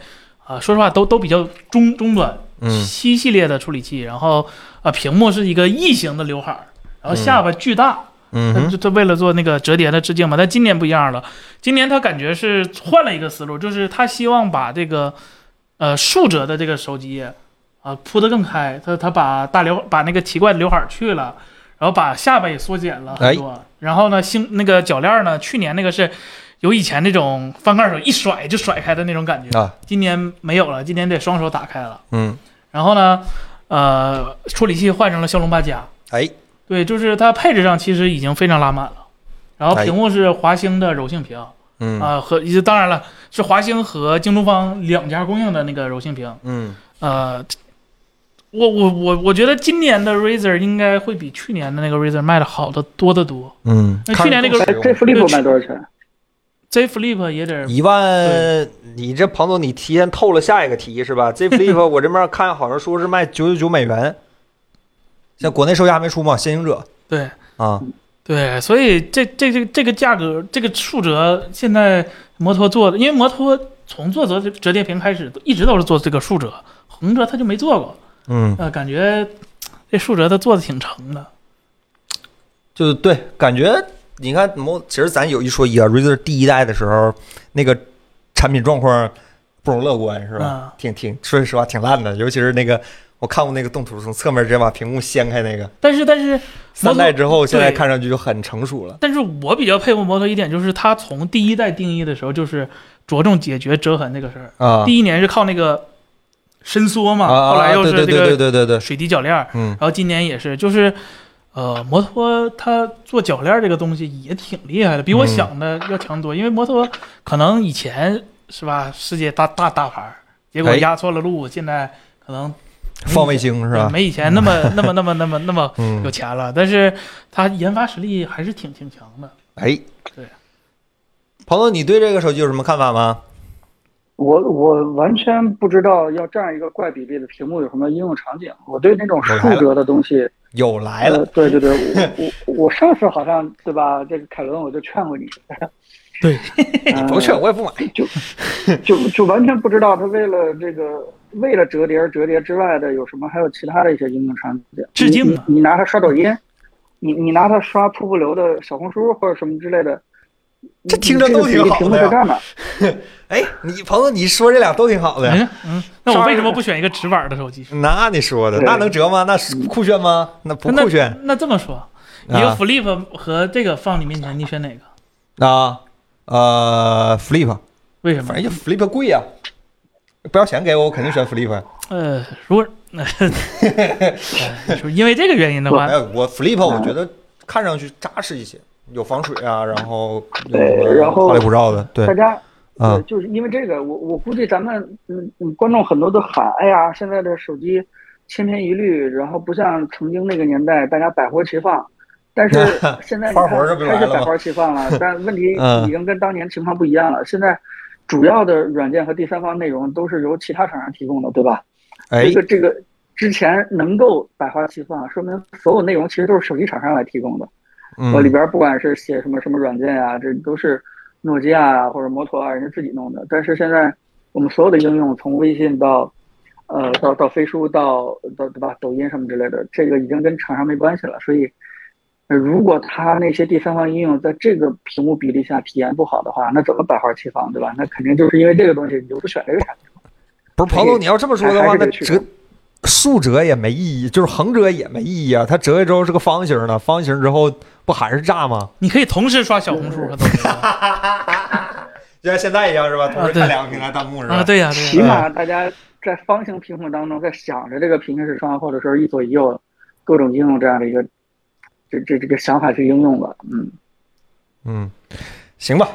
啊、说实话都都比较中中端，嗯七系列的处理器，然后啊、呃屏幕是一个异形的刘海儿，然后下巴巨大，嗯它哼就它为了做那个折叠的致敬嘛。但今年不一样了，今年它感觉是换了一个思路，就是它希望把这个呃竖折的这个手机啊、铺得更开，它它把大刘把那个奇怪的刘海儿去了。然后把下巴也缩减了哎很多，然后呢，星那个脚链儿呢，去年那个是有以前那种翻盖手一甩就甩开的那种感觉，啊今年没有了，今年得双手打开了。嗯，然后呢，呃，处理器换成了骁龙八加，哎，对，就是它配置上其实已经非常拉满了。然后屏幕是华星的柔性屏啊、嗯和以及当然了是华星和京东方两家供应的那个柔性屏。嗯，呃，我我我我觉得今年的 Razer 应该会比去年的那个 Razer 卖的好的多得多。嗯那去年那个哎，这 Flip 卖多少钱？ Z Flip 也得一万，你这庞总，你提前透了下一个题是吧？这 Flip 我这边看好像说是卖九九九美元，现在国内售价还没出嘛，先行者对啊，对，所以这这这这个价格，这个数折，现在摩托做的，因为摩托从做折折叠屏开始，一直都是做这个数折，横折它就没做过。嗯，呃，感觉这数折它做的挺成的。就是对，感觉你看摩，其实咱有一说一啊，Razer 第一代的时候那个产品状况不容乐观，是吧？啊挺挺，说实话挺烂的，尤其是那个我看过那个动图，从侧面直接把屏幕掀开那个。但是但是三代之后，现在对看上去就很成熟了。但是我比较佩服摩托一点就是它从第一代定义的时候就是着重解决折痕这个事儿。啊第一年是靠那个伸缩嘛，啊后来又对是对这对对个对对对，水滴铰链儿，嗯 (laughs) 然后今年也是就是。呃，摩托它做铰链儿这个东西也挺厉害的，比我嗯想的要强多。因为摩托可能以前是吧，世界大大大牌儿，结果哎压错了路，现在可能放卫星是吧？嗯没以前 (laughs) 那么那么那么那么那么有嗯，钱了，但是它研发实力还是挺挺强的。哎，对。朋友，你对这个手机有什么看法吗？我我完全不知道要这样一个怪比例的屏幕有什么应用场景。我对那种竖折的东西，有来了呃，(laughs) 对对对，我我我上次好像对吧？这个凯伦我就劝过你，对， (laughs) 嗯甭劝，我也不买。就就完全不知道他为了这个为了折叠而折叠之外的有什么，还有其他的一些应用场景。致敬嘛你你你拿它刷抖音，你你拿它刷瀑布流的小红书或者什么之类的，这听着都挺好的呀屏幕在干嘛？哎，你朋友，你说这俩都挺好哎的呀。嗯嗯，那我为什么不选一个直板的手机？那你说的，对那能折吗？那酷炫吗？那不啊那酷炫那这么说，一个 Flip 和这个放你面前，你选哪个？啊。呃，Flip，为什么反？正就 Flip 贵呀、不要钱给我，我肯定选 Flip 呀。呃，如果 (laughs) 那就是因为这个原因的话哎， (laughs) 呀，我 Flip 嗯我觉得看上去扎实一些，有防水啊，然后有对什么然后花里胡哨的，对大，家。嗯对，就是因为这个，我我估计咱们嗯嗯，观众很多都喊，哎呀，现在的手机千篇一律，然后不像曾经那个年代大家百花齐放。但 (laughs) 是现在你花看活儿这不就开来始了百吗花齐放 (laughs) 了，但问题嗯已经跟当年情况不一样了。现在主要的软件和第三方内容都是由其他厂商提供的，对吧？哎这，个这个之前能够百花齐放，说明所有内容其实都是手机厂商来提供的。我里嗯，边儿不管是写什么什么软件啊，这都是诺基亚啊或者摩托啊人家自己弄的。但是现在我们所有的应用，从微信到呃到到飞书到到对吧抖音什么之类的，这个已经跟厂商没关系了。所以、呃如果他那些第三方应用在这个屏幕比例下体验不好的话，那怎么百花齐放对吧？那肯定就是因为这个东西你就不选这个产品。不是彭总，你要这么说的哎还话，是得那去折竖折也没意义，就是横折也没意义啊。它折下之后是个方形的，方形之后不还是炸吗？你可以同时刷小 (laughs) 红书和抖音啊，就像现在一样是吧？同时啊对啊看两个平台弹幕是吧？对呀、对起呀、码大家在方形屏幕当中，在想着这个平行视窗，或者说一左一右各种应用这样的一个这这这个想法去应用吧。嗯，嗯，行吧。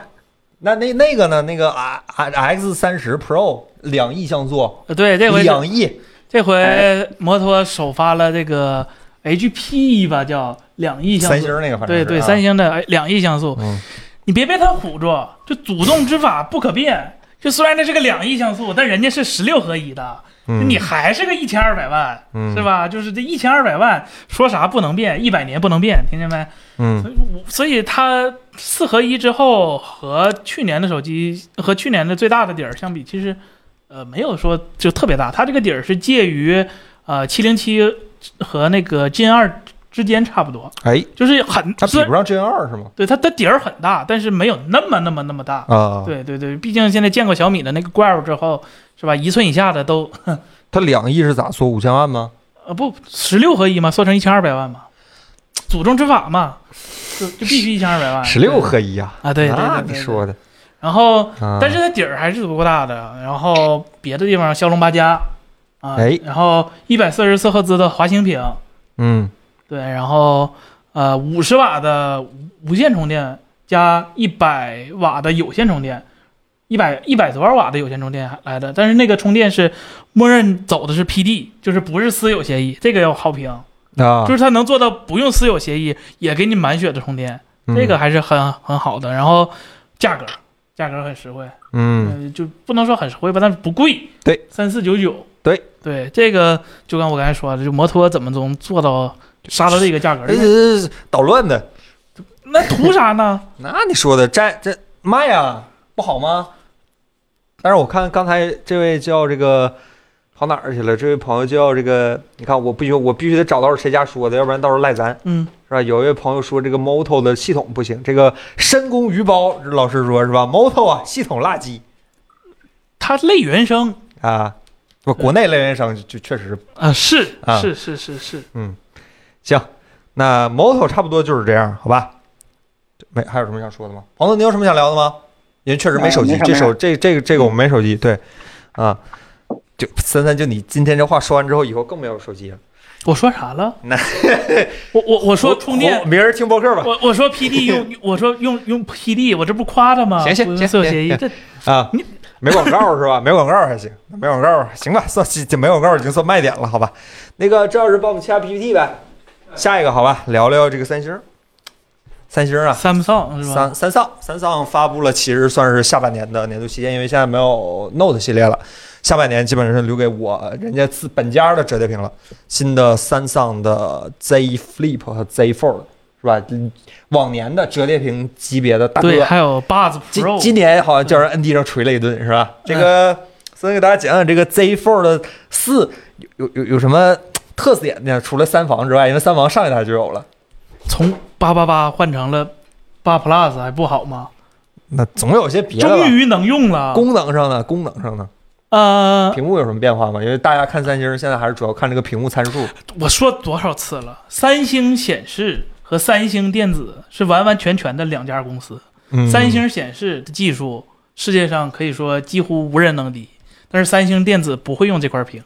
那那那个呢？那个 R R X 三十 Pro 两亿像素，呃对，这回两亿这回摩托首发了这个 HP 吧，叫两亿像三素星，那个反正对是对，啊三星的哎两亿像素，嗯你别被他唬住，就祖宗之法不可变。就虽然这是个两亿像素，但人家是十六合一的，嗯你还是个一千二百万，嗯是吧？就是这一千二百万，说啥不能变，一百年不能变，听见没？嗯所以我，所以它四合一之后和去年的手机和去年的最大的底儿相比，其实呃没有说就特别大，它这个底儿是介于呃七零七和那个 Gen 二之间差不多，哎，就是很它虽比然不上 Gen 二是吗？对它的底儿很大，但是没有那么那么那么大。啊，对对对，毕竟现在见过小米的那个怪物之后，是吧？一寸以下的都它两亿是咋缩？五千万吗？呃不十六合一嘛，缩成一千二百万嘛，祖宗之法嘛，就就必须一千二百万。十六合一啊！啊，对对对那对你对说的，然后，啊但是它底儿还是足够大的。然后别的地方骁龙八加啊，哎然后一百四十四赫兹的华星屏，嗯对，然后呃五十瓦的无无线充电加一百瓦的有线充电，一百一百多少瓦的有线充电来的，但是那个充电是默认走的是 PD，就是不是私有协议，这个要好评，啊就，是它能做到不用私有协议也给你满血的充电，嗯这个还是很很好的。然后价格价格很实惠。嗯嗯，就不能说很实惠吧，但是不贵，对，三四九九，对对，这个就跟我刚才说的，就摩托怎么能做到杀到这个价格呃，因为捣乱的。那图啥 (laughs) 呢？那你说的这这卖呀不好吗？但是我看刚才这位叫这个跑哪儿去了？这位朋友叫这个，你看我必须我必须得找到是谁家说的，要不然到时候赖咱嗯，是吧？有一位朋友说这个 Moto 的系统不行，这个深宫鱼包老师说是吧？Moto 啊系统垃圾它类原生，啊，不，国内类电商就就确实是啊，是啊是是是是，行。那 Moto 差不多就是这样，好吧？没还有什么想说的吗？黄总，你有什么想聊的吗？因为确实没手机，啊没啥这手这这个这个我们没手机，对，啊，就三三，就你今天这话说完之后，以后更没有手机了。我说啥了？那我我我说活充电活，明儿听播客吧。我我说 (laughs) PD 用，我说用用 PD，我这不夸他吗？行行不用行做行协议行这啊你，没广告是吧？没广告还行，没广告行吧，算这没广告已经算卖点了，好吧？那个这要是帮我们下 PPT 呗，下一个好吧，聊聊这个三星儿。三星儿啊， Samsung 是吧？三三丧三丧发布了，其实算是下半年的年度旗舰，因为现在没有 Note 系列了，下半年基本上留给我呃人家自本家的折叠屏了。新的三丧的 Z Flip 和 Z Fold 是吧？嗯往年的折叠屏级别的大对，哥还有 Buds 今 Pro，嗯今年好像叫人摁地上捶了一顿，是吧？这个，所以给大家讲讲这个 Z Fold 四有有有有什么特点呢？除了三防之外，因为三防上一代就有了，从八八八换成了八 Plus 还不好吗？那总有些别的吧终。于能用了。功能上呢，功能上呢，呃， (laughs) 屏幕有什么变化吗？因为大家看三星现在还是主要看这个屏幕参数。我说多少次了，三星显示和三星电子是完完全全的两家公司。嗯三星显示的技术，世界上可以说几乎无人能敌。但是三星电子不会用这 (laughs) 块屏，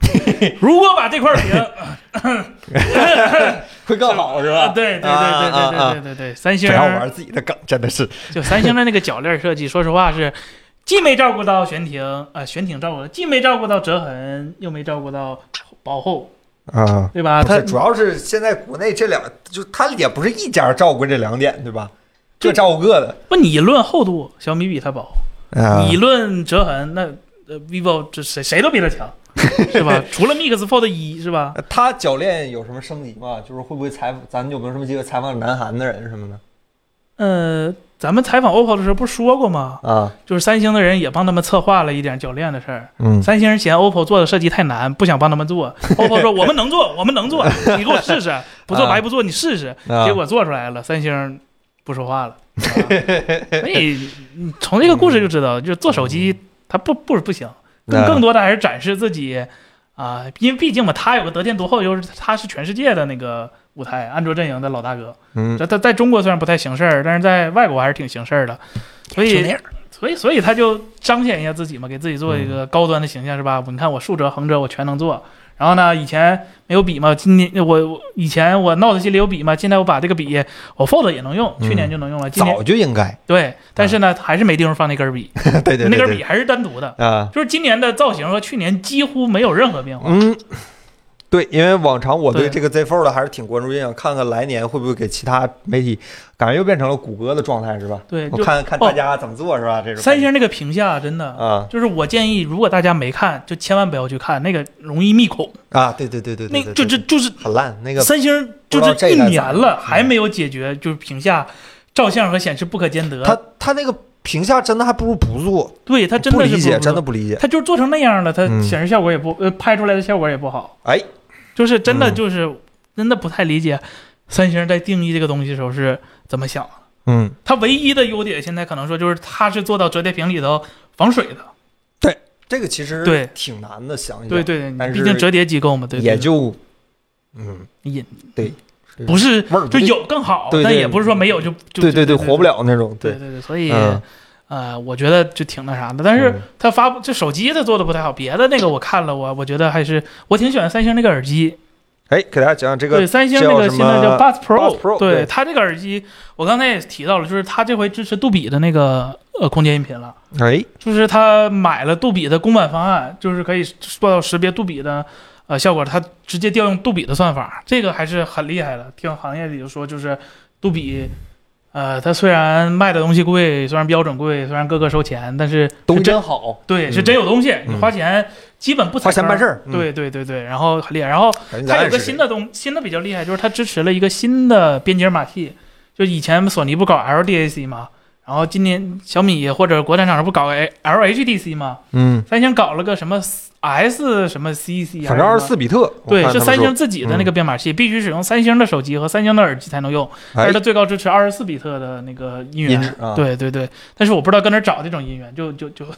如果把这块屏， (laughs) (laughs) 会更好是啊吧？对对对对啊对对对啊啊对对，三星不要玩自己的梗，真的是。就三星的那个铰链设计，说实话是既没照顾到悬停啊、呃悬停照顾了，既没照顾到折痕，又没照顾到薄厚，啊。对吧？它它主要是现在国内这两，就它也不是一家照顾这两点，对吧？各这照顾各的。不，你论厚度，小米比它薄；啊你论折痕，那呃 vivo 这谁谁都比 (laughs) 它强，是吧？除了 Mix Fold 一，是吧？呃他教练有什么升级吗？就是会不会采，咱有没有什么机会采访南韩的人什么的？呃，咱们采访 OPPO 的时候不是说过吗？啊，就是三星的人也帮他们策划了一点铰链的事儿。嗯，三星人嫌 OPPO 做的设计太难，不想帮他 (laughs) 们做。OPPO 说我们能做，我们能做，你给我试试，不做啊白不做，你试试。啊结果做出来了，三星不说 (laughs) 话了。啊所以你从这个故事就知道，就是做手机嗯它不不不行，更那更多的还是展示自己啊，因为毕竟嘛，他有个得天独厚优势，他是全世界的那个舞台安卓阵营的老大哥。嗯这他在中国虽然不太行事儿，但是在外国还是挺行事儿的，所就那以样所以所以他就彰显一下自己嘛，给自己做一嗯个高端的形象是吧？你看我竖折横折我全能做。然后呢，以前没有笔嘛，今年我我以前我 Note 系列有笔嘛，现在我把这个笔我 Fold 也能用，嗯去年就能用了，今年早就应该， (laughs) 对，但是呢还是没地方放那根笔，对对对那根对笔还是单独的，啊，就是今年的造型和去年几乎没有任何变化。嗯。对，因为往常我对对这个 Z Fold 还是挺关注，也想看看来年会不会给其他媒体，感觉又变成了谷歌的状态是吧？对，我就哦看看大家怎么做是吧？这种三星那个屏下真的，啊就是我建议，如果大家没看，就千万不要去看，那个容易密恐。啊，对对对对对那对，对就这对就是很烂，那个三星不知就道是这一代年咋嗯样了还没有解决，就是屏下照相和显示不可兼他得。他那个评价真的还不如不做，对他真不的理是解，不真的，不理解。他就是做成那样了，它嗯显示效果也不呃拍出来的效果也不好，哎，就是真的嗯就是真的不太理解三星在定义这个东西的时候是怎么想的。嗯，它唯一的优点现在可能说就是它是做到折叠屏里头防水的，这个其实对挺难的，想一想，对对但是对，毕竟折叠机构嘛，对，对也对就嗯，也对，不是味儿不就对有更好，对对但也不是说没有就就对就对对，活不，了那种，对，对对，所以嗯呃，我觉得就挺那啥的，但是嗯它发布这手机它做的不太好，别的那个我看了我我觉得还是我挺喜欢三星那个耳机，哎，给大家讲讲这对，个三星那叫个什现在叫么 Buds Buds Pro，对对它这个耳机我刚才也提到了，就是它这回支持杜比的那个呃空间音频了。哎，就是他买了杜比的公版方案，就是可以做到识别杜比的呃效果，他直接调用杜比的算法，这个还是很厉害的。听行业里就说，就是杜比，呃，它虽然卖的东西贵，虽然标准贵，虽然各个收钱，但是东是西真真好，对嗯是真有东西，你嗯花钱基本不踩花钱坑办事。儿，嗯，对对对对，然后很厉害，然后感觉咱它也有个是新的东新的比较厉害，就是它支持了一个新的编解码器，就以前索尼不搞 LDAC 嘛，然后今年小米或者国产厂商不搞 LHDC 嘛，嗯，三星搞了个什么 S 什么 CC，反正二十还啊是什四么。比特，我对，看是他们三说嗯星，自己的那个编码器，必须使用三星的手机和三星的耳机才能用，但哎是它最高支持二十四比特的那个音音源质啊对对对，但是我不知道搁哪儿找这种音源，就就就到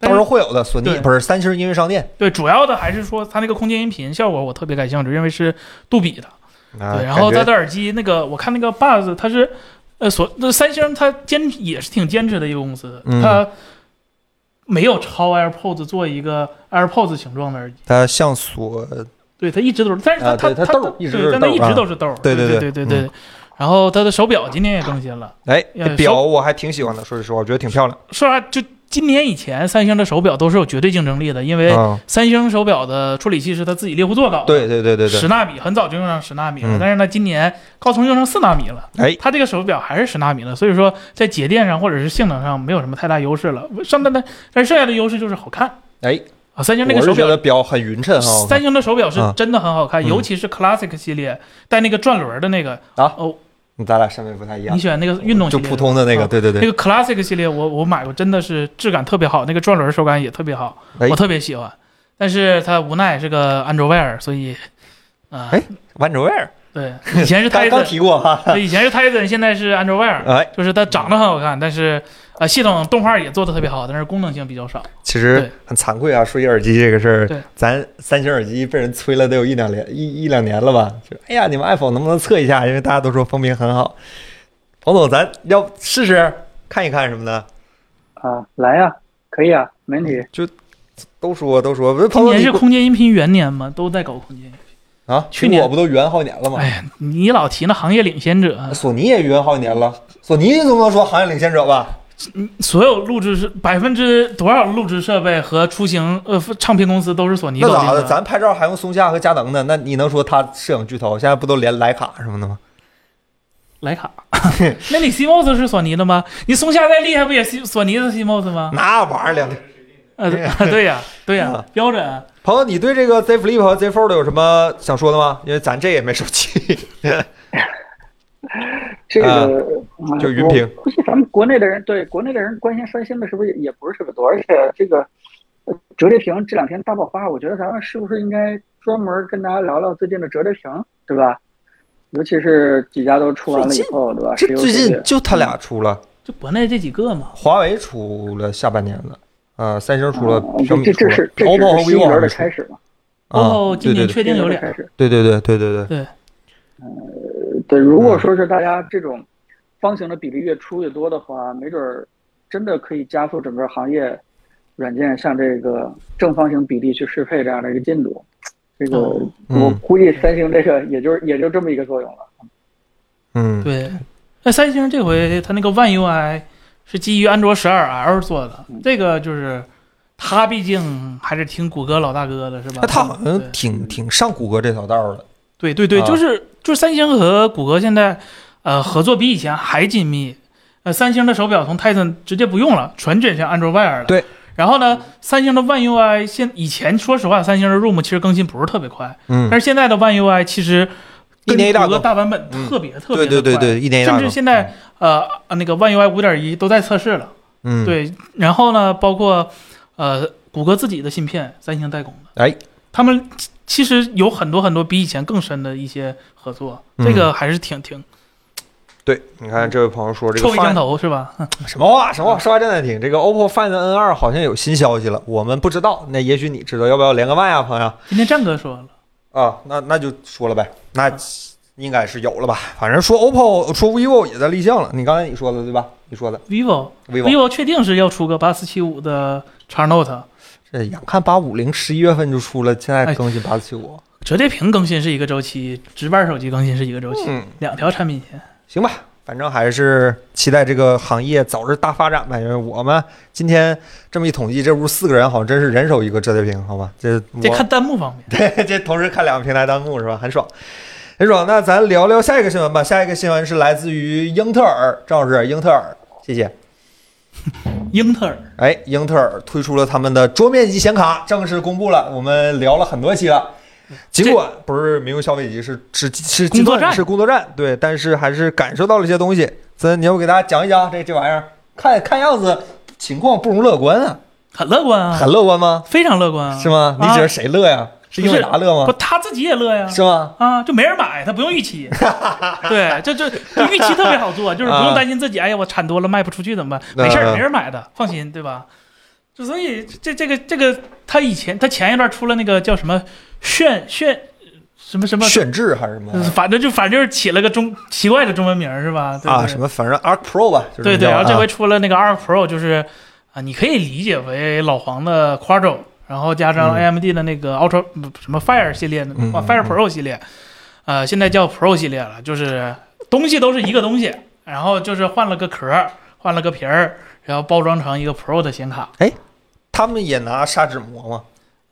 但时是候会有的。索尼对不是三星音乐商店对，主要的还是说它那个空间音频效果，我特别感兴趣，因为是杜比的。啊，对，然后感觉它的耳机那个，我看那个 Buzz，它是，呃，所那三星它坚也是挺坚持的一个公司，嗯它没有超 AirPods 做一个 AirPods 形状的耳机，它像索对，它一直都是，但是它、啊它对它它豆儿一直都是对，但它豆儿一啊直都是豆儿，对对对对对嗯对对。然后它的手表今年也更新了，哎，呃这表手我还挺喜欢的，说实话，我觉得挺漂亮。说啥就今年以前三星的手表都是有绝对竞争力的，因为啊，三星手表的处理器是它自己猎户座搞的，对对对对十对，纳米很早就用上十纳米了，嗯但是呢，今年高通用上四纳米了，哎它这个手表还是十纳米了，所以说在节电上或者是性能上没有什么太大优势了。剩但但但剩下的优势就是好看哎，啊，三星那我个是手觉表得，表很匀称哈。我看三星的手表是啊真的很好看，嗯尤其是 Classic 系列带那个转轮的那个，哦咱俩审美不太一样你，选那个运动系啊就列普通的那个，啊对对那对。个 Classic 系列我，我买过，真的是质感特别好，那个转轮手感也特别好，哎我特别喜欢。但是它无奈是个安卓 Wear，所以，啊、哎万卓 Wear 对，以前是刚 Tizen，刚提过哈， (laughs) 对以前是 Tizen，现在是 Android Wear，哎，就是它长得很好看，但是呃系统动画也做的特别好，但是功能性比较少。其实对很惭愧啊，说起耳机这个事对儿，咱三星耳机被人催了得有一两年一一两年了吧？就是哎呀，你们 iPhone 能不能测一下？因为大家都说风评很好。彭总，咱要试试看一看什么的。啊，来呀、可以啊，没嗯问题。都说都说，不是今彭总哦年你是空间音频元年嘛，都在搞空间。啊，去年我不都圆好几年了吗哎？呀，你老提那行业领先者，索尼也圆好几年了，索尼总不能说行业领先者吧？所有录制是百分之多少录制设备和出行呃唱片公司都是索尼那搞咋定的？的。咱拍照还用松下和佳能呢？那你能说它摄影巨头？现在不都连徕卡什么的吗？徕卡， (laughs) 那你 CMOS 是索尼的吗？你松下再厉害不也是索尼的 CMOS 吗？那玩意儿两天。嗯呃， (laughs) 对呀，对呀啊，标准啊。朋友，你对这个 Z Flip 和 Z Fold 有什么想说的吗？因为咱这也没手 (laughs) 机，哎这个、啊啊就云屏。我估计咱们国内的人对国内的人关心三星的是不是也也不是特别多？而且这个呃折叠屏这两天大爆发，我觉得咱们是不是应该专门跟大家聊聊最近的折叠屏，对吧？尤其是几家都出完了以后，对吧？这石油最世界近就他俩出了，就国内这几个嘛，华为出了下半年的，呃，三星出了，啊小这米这出这了是这，OPPO 只和是新一 vivo 轮还的是出开始嘛？啊，对 OPPO 哦今对年对确定有新一轮的俩，开始。对对对对对对，对，如嗯果说是大家这种方形的比例越出越多的话，没准儿真的可以加速整个行业软件向这个正方形比例去适配这样的一个进度。这个哦我嗯估计三星这个也就是也就这么一个作用了。嗯，对，那三星这回它那个 One UI 是基于安卓十二 L 做的，嗯这个就是它毕竟还是听谷歌老大哥的是吧？啊那他好像对挺挺上谷歌这条道儿的，对对对，啊就是就是三星和谷歌现在呃合作比以前还紧密。呃，三星的手表从 Titan 直接不用了，全转向 Android Wear 了。对。然后呢，三星的 One UI 现以前说实话，三星的 Room 其实更新不是特别快，嗯，但是现在的 One UI 其实一跟年一大谷歌更大版本嗯特别特对别的快。对对对，一年一大甚更，至现在呃那个 One UI 五点一都在测试了，嗯，对，然后呢，包括呃谷歌自己的芯片，三星代工的，哎，他们其其实有很多很多比以前更深的一些合作，嗯这个还是挺挺对，你看这位朋友说这个臭味方案相投是吧？嗯什么话？什么话？说话真难听。这个 OPPO Find N 2好像有新消息了，我们不知道。那也许你知道，要不要连个麦啊，朋友？今天战哥说了，啊，那那就说了呗，那应该是有了吧。反正说 OPPO 说 vivo 也在立项了，你刚才你说的对吧？你说的 vivo vivo， vivo 确定是要出个八四七五的 X Note 这眼看八五零十一月份就出了，现在更新八四七五，折叠屏更新是一个周期，直板手机更新是一个周期，嗯，两条产品线。行吧。反正还是期待这个行业早日大发展吧，因为我们今天这么一统计，这屋四个人好像真是人手一个折叠屏，好吧？这我这看弹幕方面， (laughs) 这同时看两个平台弹幕是吧？很爽，很爽。那咱聊聊下一个新闻吧。下一个新闻是来自于英特尔，张老师，英特尔，谢谢。英特尔哎，英特尔推出了他们的桌面级显卡，正式公布了。我们聊了很多期了。尽管不是民用消费级，是是是，工作站尽管是工作站，对，但是还是感受到了一些东西。咱你要不给大家讲一讲这这玩意儿？看看样子情况不容乐观啊，很乐观啊，很乐观吗？非常乐观啊，是吗？你指啊着谁乐呀？是英伟达乐不，吗？他自己也乐呀，是吗？啊，就没人买，他不用预期，对，这这这预期特别好做，就是不用担心自己，哎呀，我产多了卖不出去怎么办？没事啊嗯儿，嗯没人买的，放心，对吧？就所以这这个这个，他以前他前一段出了那个叫什么炫炫什么什么，炫智还是什么呃反正就反正就是起了个中奇怪的中文名儿是吧？对啊？对什么反正 Arc Pro 吧，就是对对，这么叫然后这啊回出了那个 Arc Pro，就是啊，你可以理解为老黄的 Quadro，然后加上嗯 AMD 的那个 Ultra 不什么 Fire 系列的、嗯啊嗯 Fire 嗯 Pro 系列，呃，现在叫 Pro 系列了，就是东西都是一个东西，然后就是换了个壳儿，换了个皮儿，然后包装成一个 Pro 的显卡。他们也拿砂纸磨吗？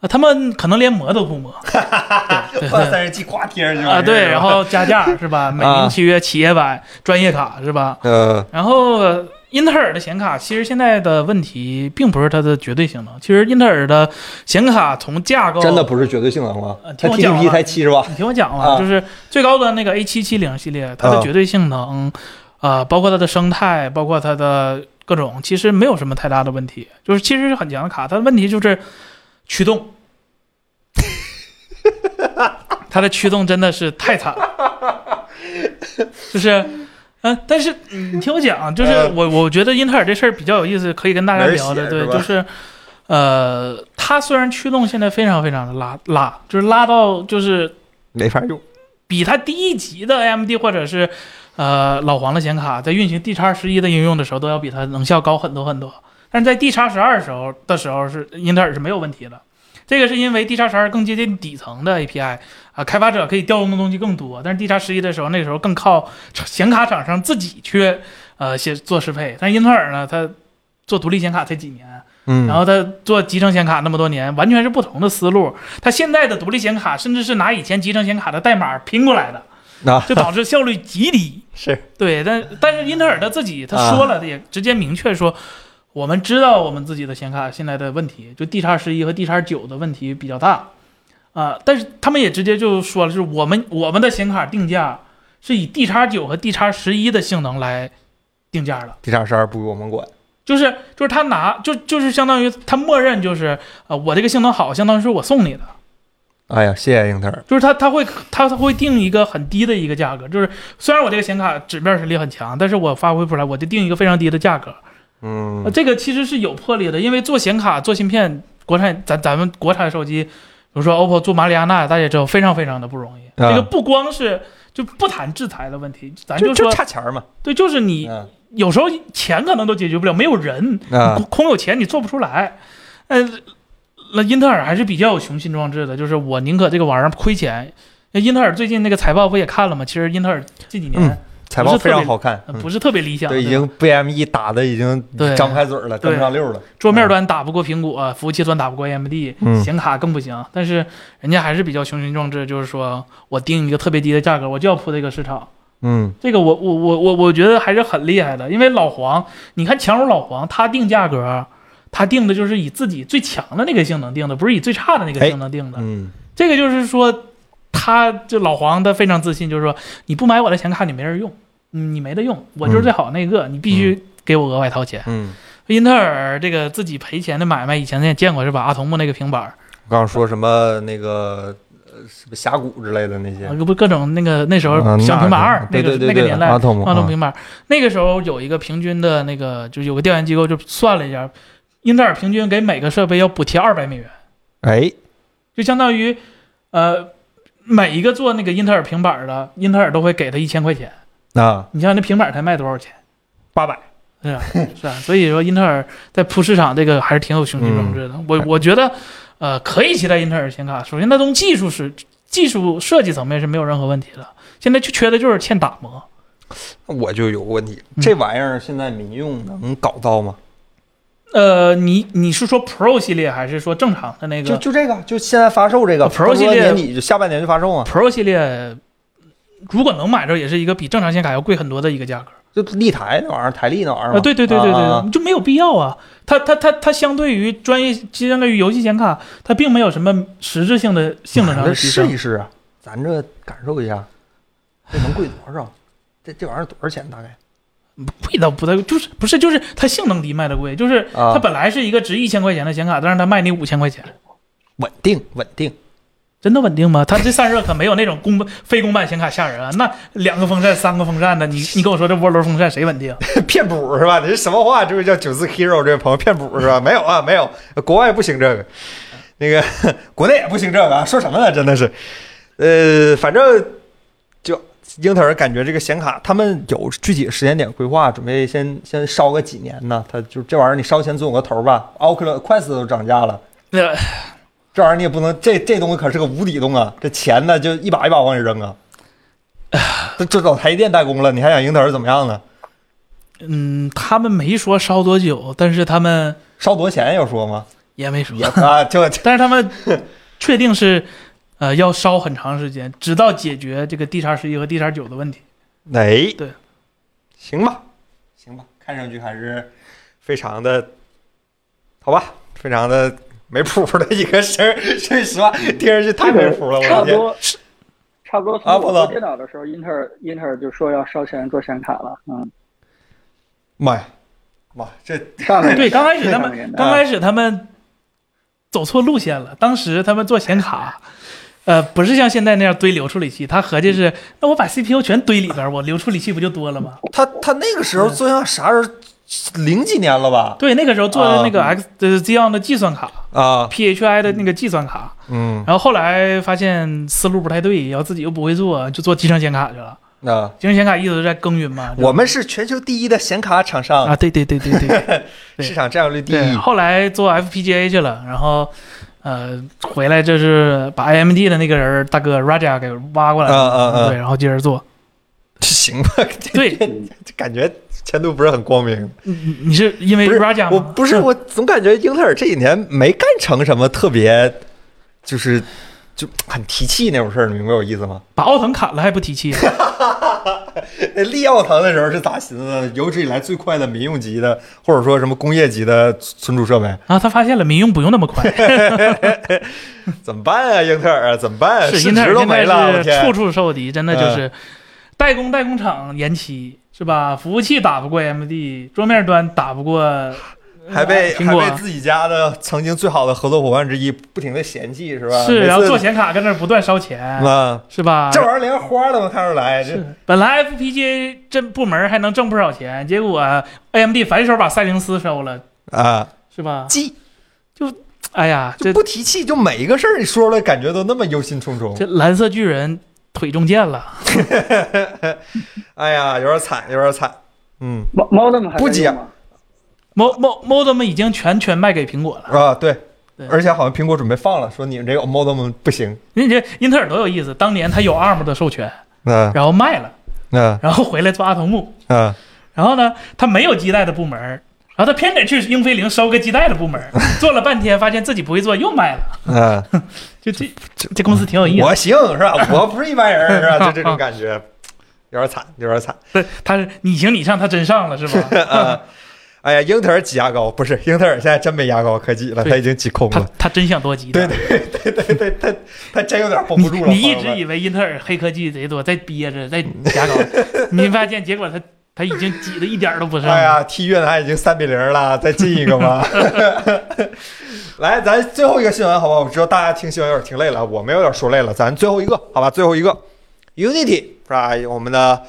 啊，他们可能连磨都不 (laughs) 磨，对对哇对塞，寄挂贴上去了啊，对，然。是吧后加价 (laughs) 是吧？每啊名契约企业版专业卡是吧？呃，然后呃英特尔的显卡，其实现在的问题并不是它的绝对性能，其实英特尔的显卡从架构真的，不是绝对性能吗哦呃？它听我讲 TDP 啊才七十瓦，你听我讲啊了，就是最高的那个 A 7 7 0系列，它啊的绝对性能，啊，包括它的生态，包括它的各种，其实没有什么太大的问题，就是其实是很强的卡，它的问题就是驱动。它的驱动真的是太惨了，就是，嗯，但是你听我讲，啊就是呃我我觉得英特尔这事儿比较有意思，可以跟大家聊没人的，写是吧对，就是，呃，它虽然驱动现在非常非常的拉拉，就是拉到就是没法用。比它低一级的 AMD 或者是呃老黄的显卡，在运行 D 叉十一的应用的时候，都要比它能效高很多很多。但是在 D 叉十二时候的时候是英特尔是没有问题的，这个是因为 D 叉十二更接近底层的 API 啊，开发者可以调用的东西更多。但是 D 叉十一的时候，那时候更靠显卡厂商自己去呃写做适配。但是英特尔呢，它做独立显卡才几年，嗯然后他做集成显卡那么多年，完全是不同的思路。他现在的独立显卡，甚至是拿以前集成显卡的代码拼 (laughs) 过来的，那就导致效率极低。是啊对，但但是英特尔他自己他说了，也直接明确说，我们知道我们自己的显卡现在的问题，就 D 叉十一和 D 叉九的问题比较大啊、但是他们也直接就说了，就是我们我们的显卡定价是以 D 叉九和 D 叉十一的性能来定价的。 D 叉十二不归我们管。就是就是他拿就就是相当于他默认就是啊、呃我这个性能好，相当于是我送你的，哎呀，谢谢英特尔。就是他他会他他会定一个很低的一个价格，就是虽然我这个显卡纸面实力很强，但是我发挥不出来，我就定一个非常低的价格。嗯呃，这个其实是有魄力的，因为做显卡做芯片，国产咱咱们国产手机，比如说 OPPO 做马里亚纳，大家也知道非常非常的不容易。啊这个不光是就不谈制裁的问题，咱就就就说差钱儿嘛。对，就是你嗯有时候钱可能都解决不了，没有人，啊你空有钱你做不出来。呃，那英特尔还是比较有雄心壮志的，就是我宁可这个玩意儿亏钱。那英特尔最近那个财报不也看了吗？其实英特尔这几年嗯财报非常好看，嗯呃不是特别理想，对，已对吧经 BME 打的已经对张不开嘴儿了，跟不上溜儿了。桌面端打不过苹果、服务器端打不过 AMD，、嗯显卡更不行。但是人家还是比较雄心壮志，就是说我定一个特别低的价格，我就要扑这个市场。嗯，这个我我我我我觉得还是很厉害的，因为老黄，你看强如老黄，他定价格，他定的就是以自己最强的那个性能定的，不是以最差的那个性能定的。嗯，这个就是说，他就老黄他非常自信，就是说你不买我的显卡，你没人用，嗯你没得用，我就是最好那个，你必须给我额外掏钱。嗯，英特尔这个自己赔钱的买卖，以前咱也见过是吧？阿童木那个平板儿，我刚说什么那个呃什么峡谷之类的那些啊，不各种那个那时候嗯呃小那平板是二那对个对对那个对年代，阿童木阿啊童木平板儿，那个时候有一个平均的那个，就是有个调研机构就算了一下，英特尔平均给每个设备要补贴二百美元，哎，就相当于呃每一个做那个英特尔平板儿的，英特尔都会给他一千块钱。啊，你像那平板儿才卖多少钱？八百，是啊，是啊，所以说英特尔在铺市场这个还是挺有雄心壮志的。我我觉得，呃，可以期待英特尔显卡。首先，它从技术是技术设计层面是没有任何问题的，现在就缺的就是欠打磨。我就有个问题，嗯这玩意儿现在民用能搞到吗？呃，你你是说 Pro 系列还是说正常的那就个就这个，就现在发售这个啊差，Pro 不多系列年底就下半年就发售啊， Pro 系列？如果能买着，也是一个比正常显卡要贵很多的一个价格。就立台那玩意儿，台历那玩意儿啊，嘛对对对对对，啊就没有必要啊。它它它它相对于专业，相对于游戏显卡，它并没有什么实质性的性能买上了的提试升。一试啊，咱这感受一下，这能贵多少？这这玩意儿多少钱？大概贵倒不太，就是不是就是它性能低卖的贵，就是啊它本来是一个值一千块钱的显卡，但是它卖你五千块钱，稳定稳定，真的稳定吗？它这散热可没有那种公版非公版显卡吓人啊！那两个风扇、三个风扇的， (laughs) 你你跟我说这涡轮风扇谁稳定？骗补是吧？你这什么话？这位叫九四 Hero 这位朋友骗补是吧？没有啊，没有，国外不兴这个，那个 (laughs) 国内也不兴这个啊，说什么呢？真的是，呃，反正就英特尔感觉这个显卡，他们有具体的时间点规划，准备先先烧个几年呢？他就这玩意儿，你烧钱总有个头儿吧？Oculus Quest 都涨价了。那这玩意儿你也不能，这这东西可是个无底洞啊！这钱呢，就一把一把往里扔啊。这这找台积电代工了，你还想英特尔怎么样呢？嗯，他们没说烧多久，但是他们烧多少钱要说吗？也没说也， (laughs) 啊，就就但是他们确定是呃要烧很长时间，直到解决这个 D 叉十一和 D 叉九的问题。哎，对，行吧，行吧，看上去还是非常的，好吧，非常的没谱的一个事儿。说实话，听上去太没谱了，我差感不觉。多，差不多从啊我彭总做电脑的时候，英特尔英特尔就说要烧钱做显卡了，嗯，妈呀，妈，这上个对，刚开始他非常们简单刚开始他们走错路线了。当时他们做显卡，呃，不是像现在那样堆流处理器，他合计是，那我把 CPU 全堆里边儿，我流处理器不就多了吗？他他那个时候做像啥时候？零几年了吧？对，那个时候做的那个啊 X 呃 Xeon 的计算卡啊， ，PHI 的那个计算卡，嗯，然后后来发现思路不太对，然后自己又不会做，就做集成显卡去了。那、集成显卡一直在耕耘嘛，就啊我们是全球第一的显卡厂商，啊，对对对 (laughs) 对对。对市场占有率第对，一。后来做 FPGA 去了，然后呃回来就是把 AMD 的那个人儿大哥 Raja 给挖过来，嗯嗯嗯对，然后接 (laughs) 着做。 (laughs) 行吧，这对，这感觉前途不是很光明。你你是因为不是 Raja 吗？嗯我不是，我总感觉英特尔这几年没干成什么特别，就是就很提气那种事儿，你明白我意思吗？把奥腾砍了还不提 (laughs) 气，那立奥腾的时候是咋寻思的？有史以来最快的民用级的，或者说什么工业级的存储设备，然后他发现了民用不用那么快，怎么办啊？英特尔啊，怎么办、啊？是市英特值尔都现没了，我在是天嗯处！处受敌，真的就是代工代工厂延期是吧？服务器打不过 AMD，桌面端打不过呃还被苹还果，被自己家的曾经最好的合作伙伴之一不停的嫌弃，是吧？是，每然后次做显卡跟那儿不断烧钱，啊，是吧？这玩意儿连花都能看出来，这是，本来 FPGA 这部门还能挣不少钱，结果 AMD 反手把赛灵思收了，啊，是吧？鸡哎呀，就这不提气，就每一个事儿你说出来，感觉都那么忧心忡忡。这蓝色巨人腿中箭了，哎呀，有点惨，有点惨。嗯猫猫那么还在不解用吗？某某 modem 已经全权卖给苹果了。啊，对对，而且好像苹果准备放了，说你们这个 modem 不行。人家英特尔多有意思，当年他有 ARM 的授权， (laughs) 那然后卖了，那然后回来做阿童木，啊，然后呢，他没有基带的部门，然后他偏得去英飞凌收个基带的部门，做了半天发现自己不会做，又卖了。嗯，就这这这公司挺有意思我行是 (laughs) 吧？我不是一般人是吧？就这种感觉，有点惨，有点惨。 (laughs) 的，他是你行你上，他真上了是 (laughs) 吧？啊，哎呀，英特尔挤牙膏不是英特尔，现在真没牙膏可挤了，对它已经挤空他了。他真想多基带。对对 (laughs) 对对，它它真有点绷你不住了。你一朋友直们以为英特尔黑科技贼多，在憋着，在加高， (laughs) 你发现结果他他已经挤得一点儿都不剩了。哎呀，踢越南已经三比零了，再进一个吧。来，咱最后一个新闻好吧？我知道大家听新闻有点听累了，我们有点说累了，咱最后一个好吧？最后一个，Unity 是吧？我们的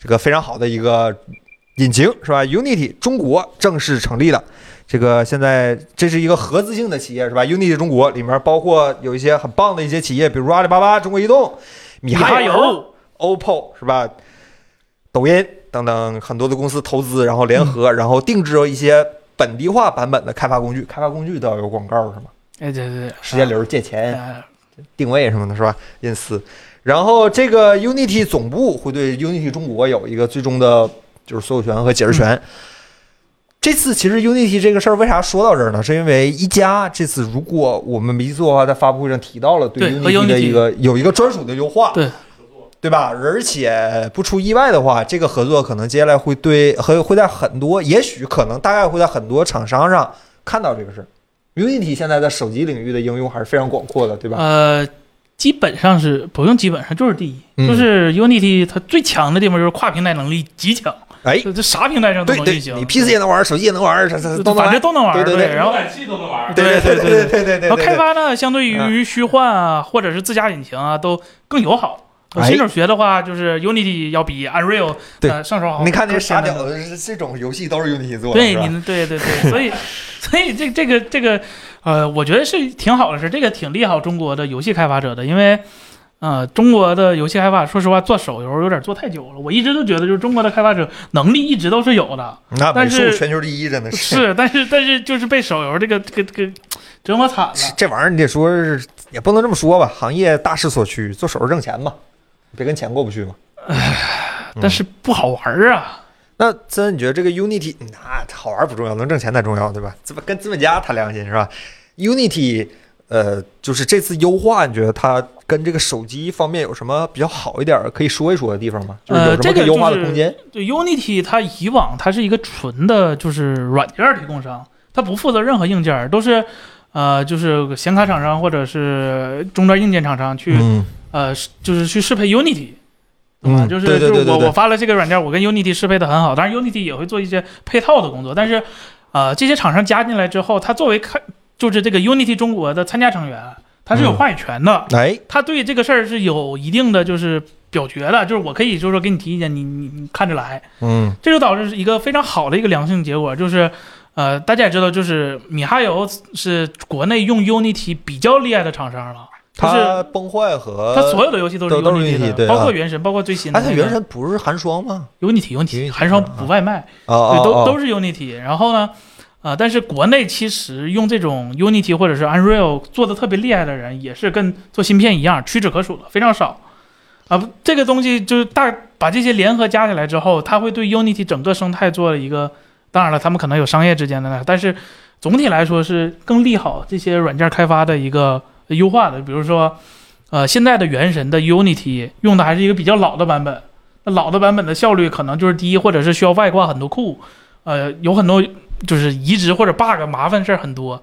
这个非常好的一个引擎是吧？Unity 中国正式成立的。这个现在这是一个合资性的企业是吧？Unity 中国里面包括有一些很棒的一些企业，比如阿里巴巴、中国移动、米米哈哈游、游 OPPO 是吧？抖音等等很多的公司投资，然后联合，然后定制一些本地化版本的开发工具。开发工具都要有广告是吗？哎对对对，时间流、借钱、呃定位什么的，是吧？隐私。然后这个 Unity 总部会对 Unity 中国有一个最终的，就是所有权和解释嗯权。这次其实 Unity 这个事儿为啥说到这儿呢？是因为一加这次如果我们没记错的话，在发布会上提到了对对和 Unity 的 Unity 一个有一个专属的优化，对对吧？而且不出意外的话，这个合作可能接下来会对和会在很多，也许可能大概会在很多厂商上看到这个事儿。Unity 现在在手机领域的应用还是非常广阔的，对吧？呃，基本上是不用，基本上就是第一，嗯就是 Unity 它最强的地方就是跨平台能力极强，哎，这这啥平台上都对能对运，行。你 PC 也能玩，手机也能玩，这这都能反玩正。都能玩，对对对然后浏览器都能玩儿。啊对对对对对对对然后对。嗯开发呢，相对于虚幻啊，或者是自家引擎啊，都更友好。我哎新手学的话，就是 Unity 要比 Unreal 对呃上手好。你看这傻更简单屌，子，哦这种游戏都是 Unity 做的，对，是吧你对对对，所以所以这这个这个呃，我觉得是挺好的事，这个挺利好中国的游戏开发者的，因为呃，中国的游戏开发，说实话做手游有点做太久了，我一直都觉得就是中国的开发者能力一直都是有的，那美术但是全球第一，真的 (laughs) 是。是，但是但是就是被手游这个这个这个折磨惨了。这玩意儿你得说是，也不能这么说吧，行业大势所趋，做手术挣钱嘛，别跟钱过不去嘛。但嗯是不好玩儿啊。那真你觉得这个 Unity 那好玩不重要，能挣钱才重要，对吧？资本跟资本家谈良心是吧？Unity 呃，就是这次优化，你觉得它跟这个手机方面有什么比较好一点儿可以说一说的地方吗？就是有什么呃可这以个优化的就是空间？就 Unity 它以往它是一个纯的，就是软件提供商，它不负责任何硬件儿，都是呃就是显卡厂商或者是终端硬件厂商去、嗯呃是就是去适配 Unity。懂嗯吧？就是对对对就是对我对我发了这个软件，我跟 Unity 适配的很好，当然 Unity 也会做一些配套的工作，但是，呃，这些厂商加进来之后，它作为开就是这个 Unity 中国的参加成员，它是有嗯话语权的，哎，他对这个事儿是有一定的就是表决的，就是我可以就是说给你提意见，你你你看着来，嗯这就导致一个非常好的一个良性结果，就是呃大家也知道，就是米哈游是国内用 Unity 比较厉害的厂商了，就是它崩坏和它所有的游戏都是都都是 Unity 的， Unity，对啊包括原神，包括最新的、哎，那它个原神不是寒霜吗？ Unity Unity， Unity 寒霜不外卖，啊啊，对，都啊都是 Unity。然后呢，呃，但是国内其实用这种 Unity 或者是 Unreal 做的特别厉害的人，也是跟做芯片一样，屈指可数了，非常少。啊、不这个东西就是大把这些联合加起来之后，它会对 Unity 整个生态做了一个，当然了，他们可能有商业之间的那，但是总体来说是更利好这些软件开发的一个优化的，比如说。呃，现在的原神的 Unity 用的还是一个比较老的版本，那老的版本的效率可能就是低，或者是需要外挂很多库，呃，有很多就是移植或者 bug 麻烦事儿很多。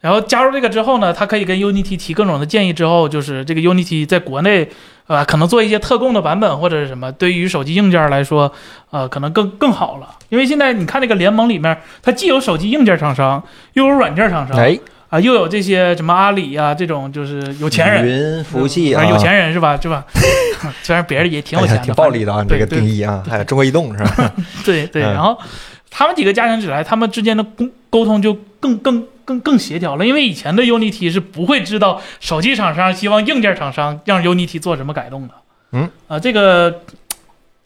然后加入这个之后呢，它可以跟 Unity 提各种的建议，之后就是这个 Unity 在国内，呃，可能做一些特供的版本或者是什么，对于手机硬件来说，呃，可能更更好了。因为现在你看这个联盟里面，它既有手机硬件厂商，又有软件厂商，啊、哎，又有这些什么阿里啊这种就是有钱人，云服务器啊，啊，有钱人是吧？是吧？ (laughs) 虽然别人也挺有哎呀钱的，挺暴力的啊，你这对个对定义啊，还有中国移动是吧？对对，嗯然后他们几个家庭起来，他们之间的沟沟通就更更更更协调了，因为以前的 Unity 是不会知道手机厂商希望硬件厂商让 Unity 做什么改动的。嗯啊、这个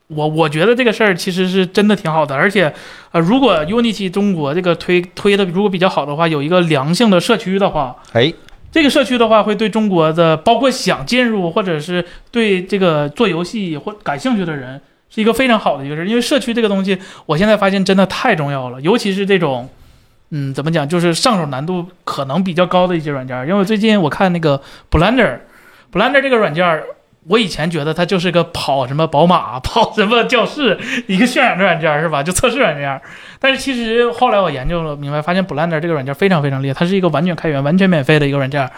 我我觉得这个事儿其实是真的挺好的，而且呃，如果 Unity 中国这个推推的如果比较好的话，有一个良性的社区的话，哎，这个社区的话，会对中国的呃包括想进入或者是对这个做游戏或感兴趣的人，是一个非常好的一个事儿。因为社区这个东西，我现在发现真的太重要了，尤其是这种，嗯，怎么讲，就是上手难度可能比较高的一些软件儿。因为最近我看那个 Blender，Blender 这个软件儿。我以前觉得它就是个跑什么宝马、跑什么教室一个渲染的软件儿是吧？就测试软件儿，但是其实后来我研究了明白，发现 Blender 这个软件非常非常厉害，它是一个完全开源、完全免费的一个软件，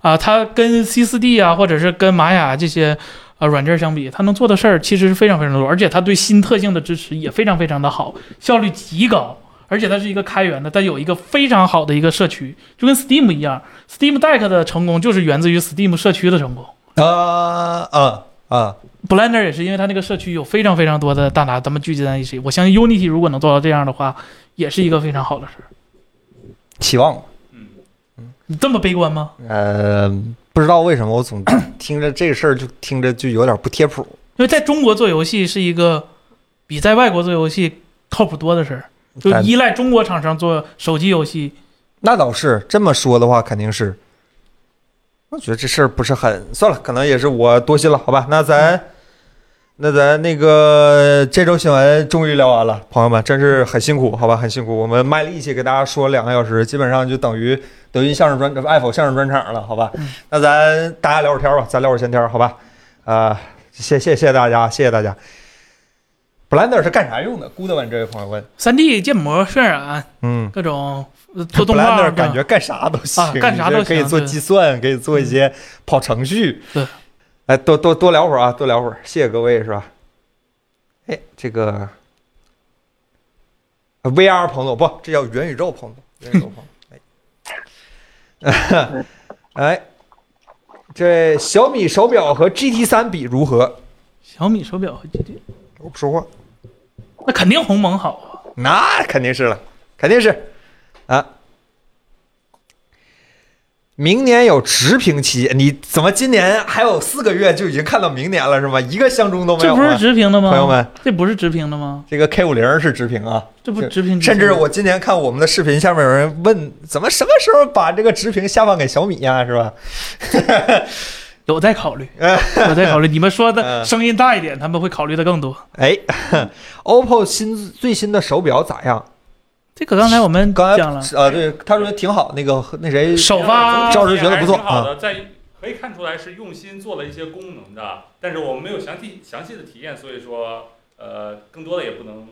啊、它跟 C 4 D 啊，或者是跟玛雅这些呃软件相比，它能做的事儿其实是非常非常多，而且它对新特性的支持也非常非常的好，效率极高。而且它是一个开源的，它有一个非常好的一个社区，就跟 Steam 一样，Steam Deck 的成功就是源自于 Steam 社区的成功。啊啊啊， Blender 也是因为它那个社区有非常非常多的大拿，咱们聚集在一起，我相信 Unity 如果能做到这样的话，也是一个非常好的事儿。期望。你这么悲观吗？呃，不知道为什么我总听着这个事儿就听着就有点不贴谱。因为在中国做游戏是一个比在外国做游戏靠谱多的事儿，就但依赖中国厂商做手机游戏。那倒是这么说的话，肯定是。我觉得这事儿不是很算了，可能也是我多心了，好吧？那咱，那咱那个这周新闻终于聊完了，朋友们真是很辛苦，好吧？很辛苦，我们卖力气给大家说两个小时，基本上就等于德云相声专爱否相声专场了，好吧？那咱大家聊会儿天儿吧，咱聊会儿闲天儿，好吧？啊、谢谢谢谢大家，谢谢大家。Blender 是干啥用的？孤德问这位朋友问， 3 D 建模、渲染、啊嗯。各种呃做动 b l e n d 画 e 的， r 感觉干啥都行，啊干啥都行嗯可以做计算，可以做一些跑程序。对，哎，多多多聊会儿啊，多聊会儿，谢谢各位是吧？哎，这个 VR 朋友不，这叫元宇宙 (laughs) 朋友，元宇宙朋友。哎，哎， (laughs) 这小米手表和 GT 三比如何？小米手表和 GT，我不说话，那肯定鸿蒙好啊。那肯定是了，肯定是啊。明年有持平期，你怎么今年还有四个月就已经看到明年了是吗？一个相中都没这有不吗是？直屏的吗？朋友们，这不是直屏的吗？这个 K 五零是持平啊，这不直屏直屏，甚至我今年看我们的视频，下面有人问，怎么什么时候把这个直屏下放给小米呀、是吧？有在 (laughs) 考虑，有在考虑。你们说的嗯声音大一点，他们会考虑的更多。哎 (laughs) ，OPPO 新最新的手表咋样？这个刚才我们刚才讲了，啊，对，他说挺好，那个那谁，首发赵老师觉得不错啊还是挺好的，在可以看出来是用心做了一些功能的，但是我们没有详细详细的体验，所以说呃，更多的也不能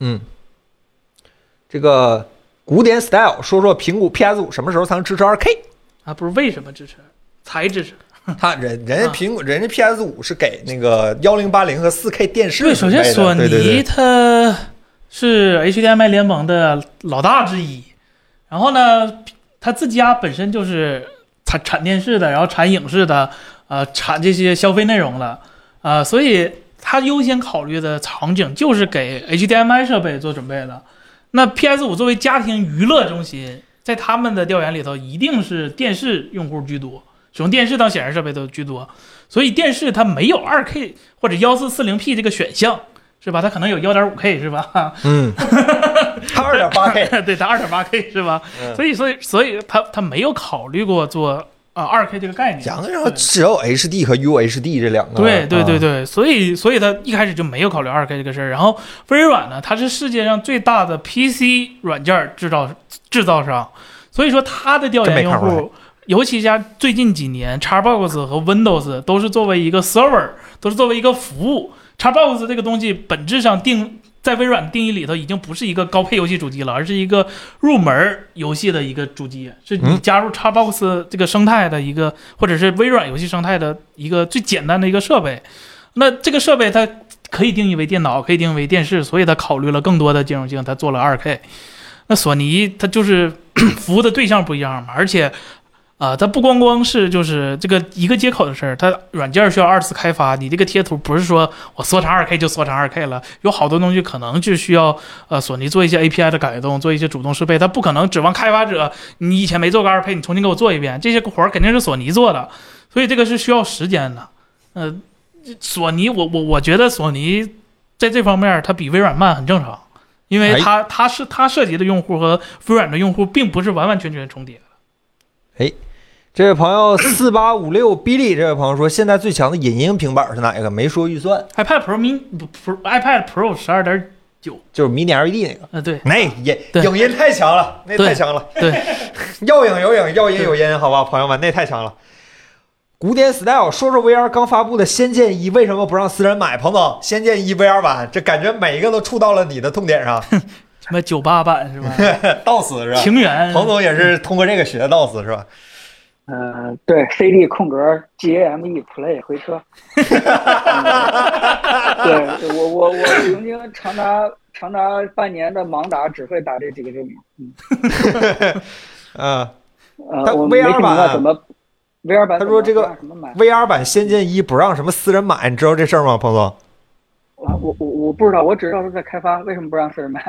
嗯，这个古典 Style 说说苹果 PS 五什么时候才能支持 2K？啊，不是为什么支持，才支持。他人人家啊苹果人家 PS 五是给那个幺零八零和四 K 电视对，首先准备的对索对对尼它是 HDMI 联盟的老大之一，然后呢，它自家本身就是产产电视的，然后产影视的，呃，产这些消费内容的，啊、所以它优先考虑的场景就是给 HDMI 设备做准备的。那 PS 五作为家庭娱乐中心，在他们的调研里头，一定是电视用户居多，使用电视当显示设备的居多，所以电视它没有 2K 或者 1440P 这个选项，是吧？它可能有 1.5K 是吧？嗯， (laughs) 他二点八 K，对，它 2.8K 是吧？嗯所以，所以，所以它它没有考虑过做啊、2K 这个概念。然后只有 HD 和 UHD 这两个，对对对啊，对，所以所以他一开始就没有考虑二 K 这个事儿。然后微软呢，它是世界上最大的 PC 软件制造制造商，所以说它的调真没研用看出来户，尤其像最近几年，Xbox 和 Windows 都是作为一个 server，都是作为一个服务。Xbox 这个东西本质上定在微软定义里头已经不是一个高配游戏主机了，而是一个入门儿游戏的一个主机，是你嗯加入 Xbox 这个生态的一个，或者是微软游戏生态的一个最简单的一个设备。那这个设备它可以定义为电脑，可以定义为电视，所以它考虑了更多的兼容性，它做了 2K。那索尼它就是 (coughs) 服务的对象不一样嘛，而且。啊、它不光光是就是这个一个接口的事儿，它软件需要二次开发。你这个贴图不是说我缩成 2K 就缩成 2K 了，有好多东西可能就需要呃索尼做一些 API 的改动，做一些主动适配。它不可能指望开发者你以前没做过 2K，你重新给我做一遍，这些活儿肯定是索尼做的，所以这个是需要时间的。呃，索尼，我我我觉得索尼在这方面儿它比微软慢很正常，因为哎它它是它涉及的用户和微软的用户并不是完完全全重叠的。这位朋友四八五六 Billy，这位朋友说，现在最强的影音平板是哪一个？没说预算， iPad Pro mini 不 Pro iPad Pro 十二点就是 Mini LED E 那个。呃对那也对影音太强了，那对太强了，对，要影有影，要音有音，好吧，朋友们，那太强了。古典 style 说说 VR 刚发布的《仙剑一》为什么不让私人买？彭总，《仙剑一》VR 版，这感觉每一个都触到了你的痛点上， (laughs) 什么九八版是吧？到死是吧？啊情缘彭总也是通过这个学到死是 (laughs) 吧？呃，对，CD 空格 GAME Play 回车。嗯对，我我我曾经长达长达半年的盲打，只会打这几个字母。嗯，嗯他呃，我没 VR 听明版白怎么 VR 他版怎么。说这个怎么买？ ，VR 版《仙剑一》不让什么私人买，你知道这事儿吗，彭总？啊，我我我不知道，我只知道他在开发，为什么不让私人买？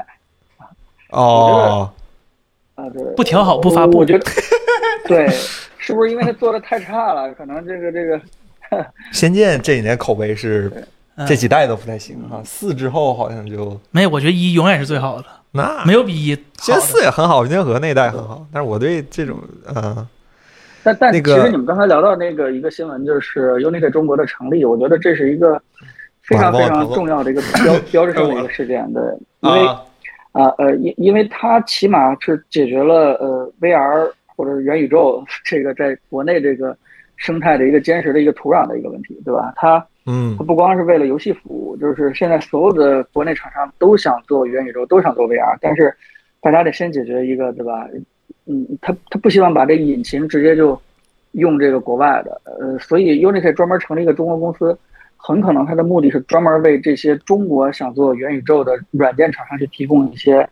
哦，啊，对，不调好不发我布我觉得，对，是不是因为他做的太差了？可能这个这个， 《仙剑》这几年口碑是嗯这几代都不太行啊，四之后好像就没有，我觉得一永远是最好的，那没有比一其好实的。四也很好，云天河那一代很好，但是我对这种，嗯，但但那其个实你们刚才聊到那个一个新闻，就是 Unity 中国的成立，我觉得这是一个非常忘非了忘了常重要的一个 (laughs) 标标志性的一个事件，对，因为啊，啊呃，因因为它起码是解决了呃 VR 或者元宇宙这个在国内这个生态的一个坚实的一个土壤的一个问题，对吧？它嗯它不光是为了游戏服务，就是现在所有的国内厂商都想做元宇宙，都想做 VR，但是大家得先解决一个，对吧？嗯，他他不希望把这引擎直接就用这个国外的，呃，所以 Unity 专门成立一个中国公司，很可能它的目的是专门为这些中国想做元宇宙的软件厂商去提供一些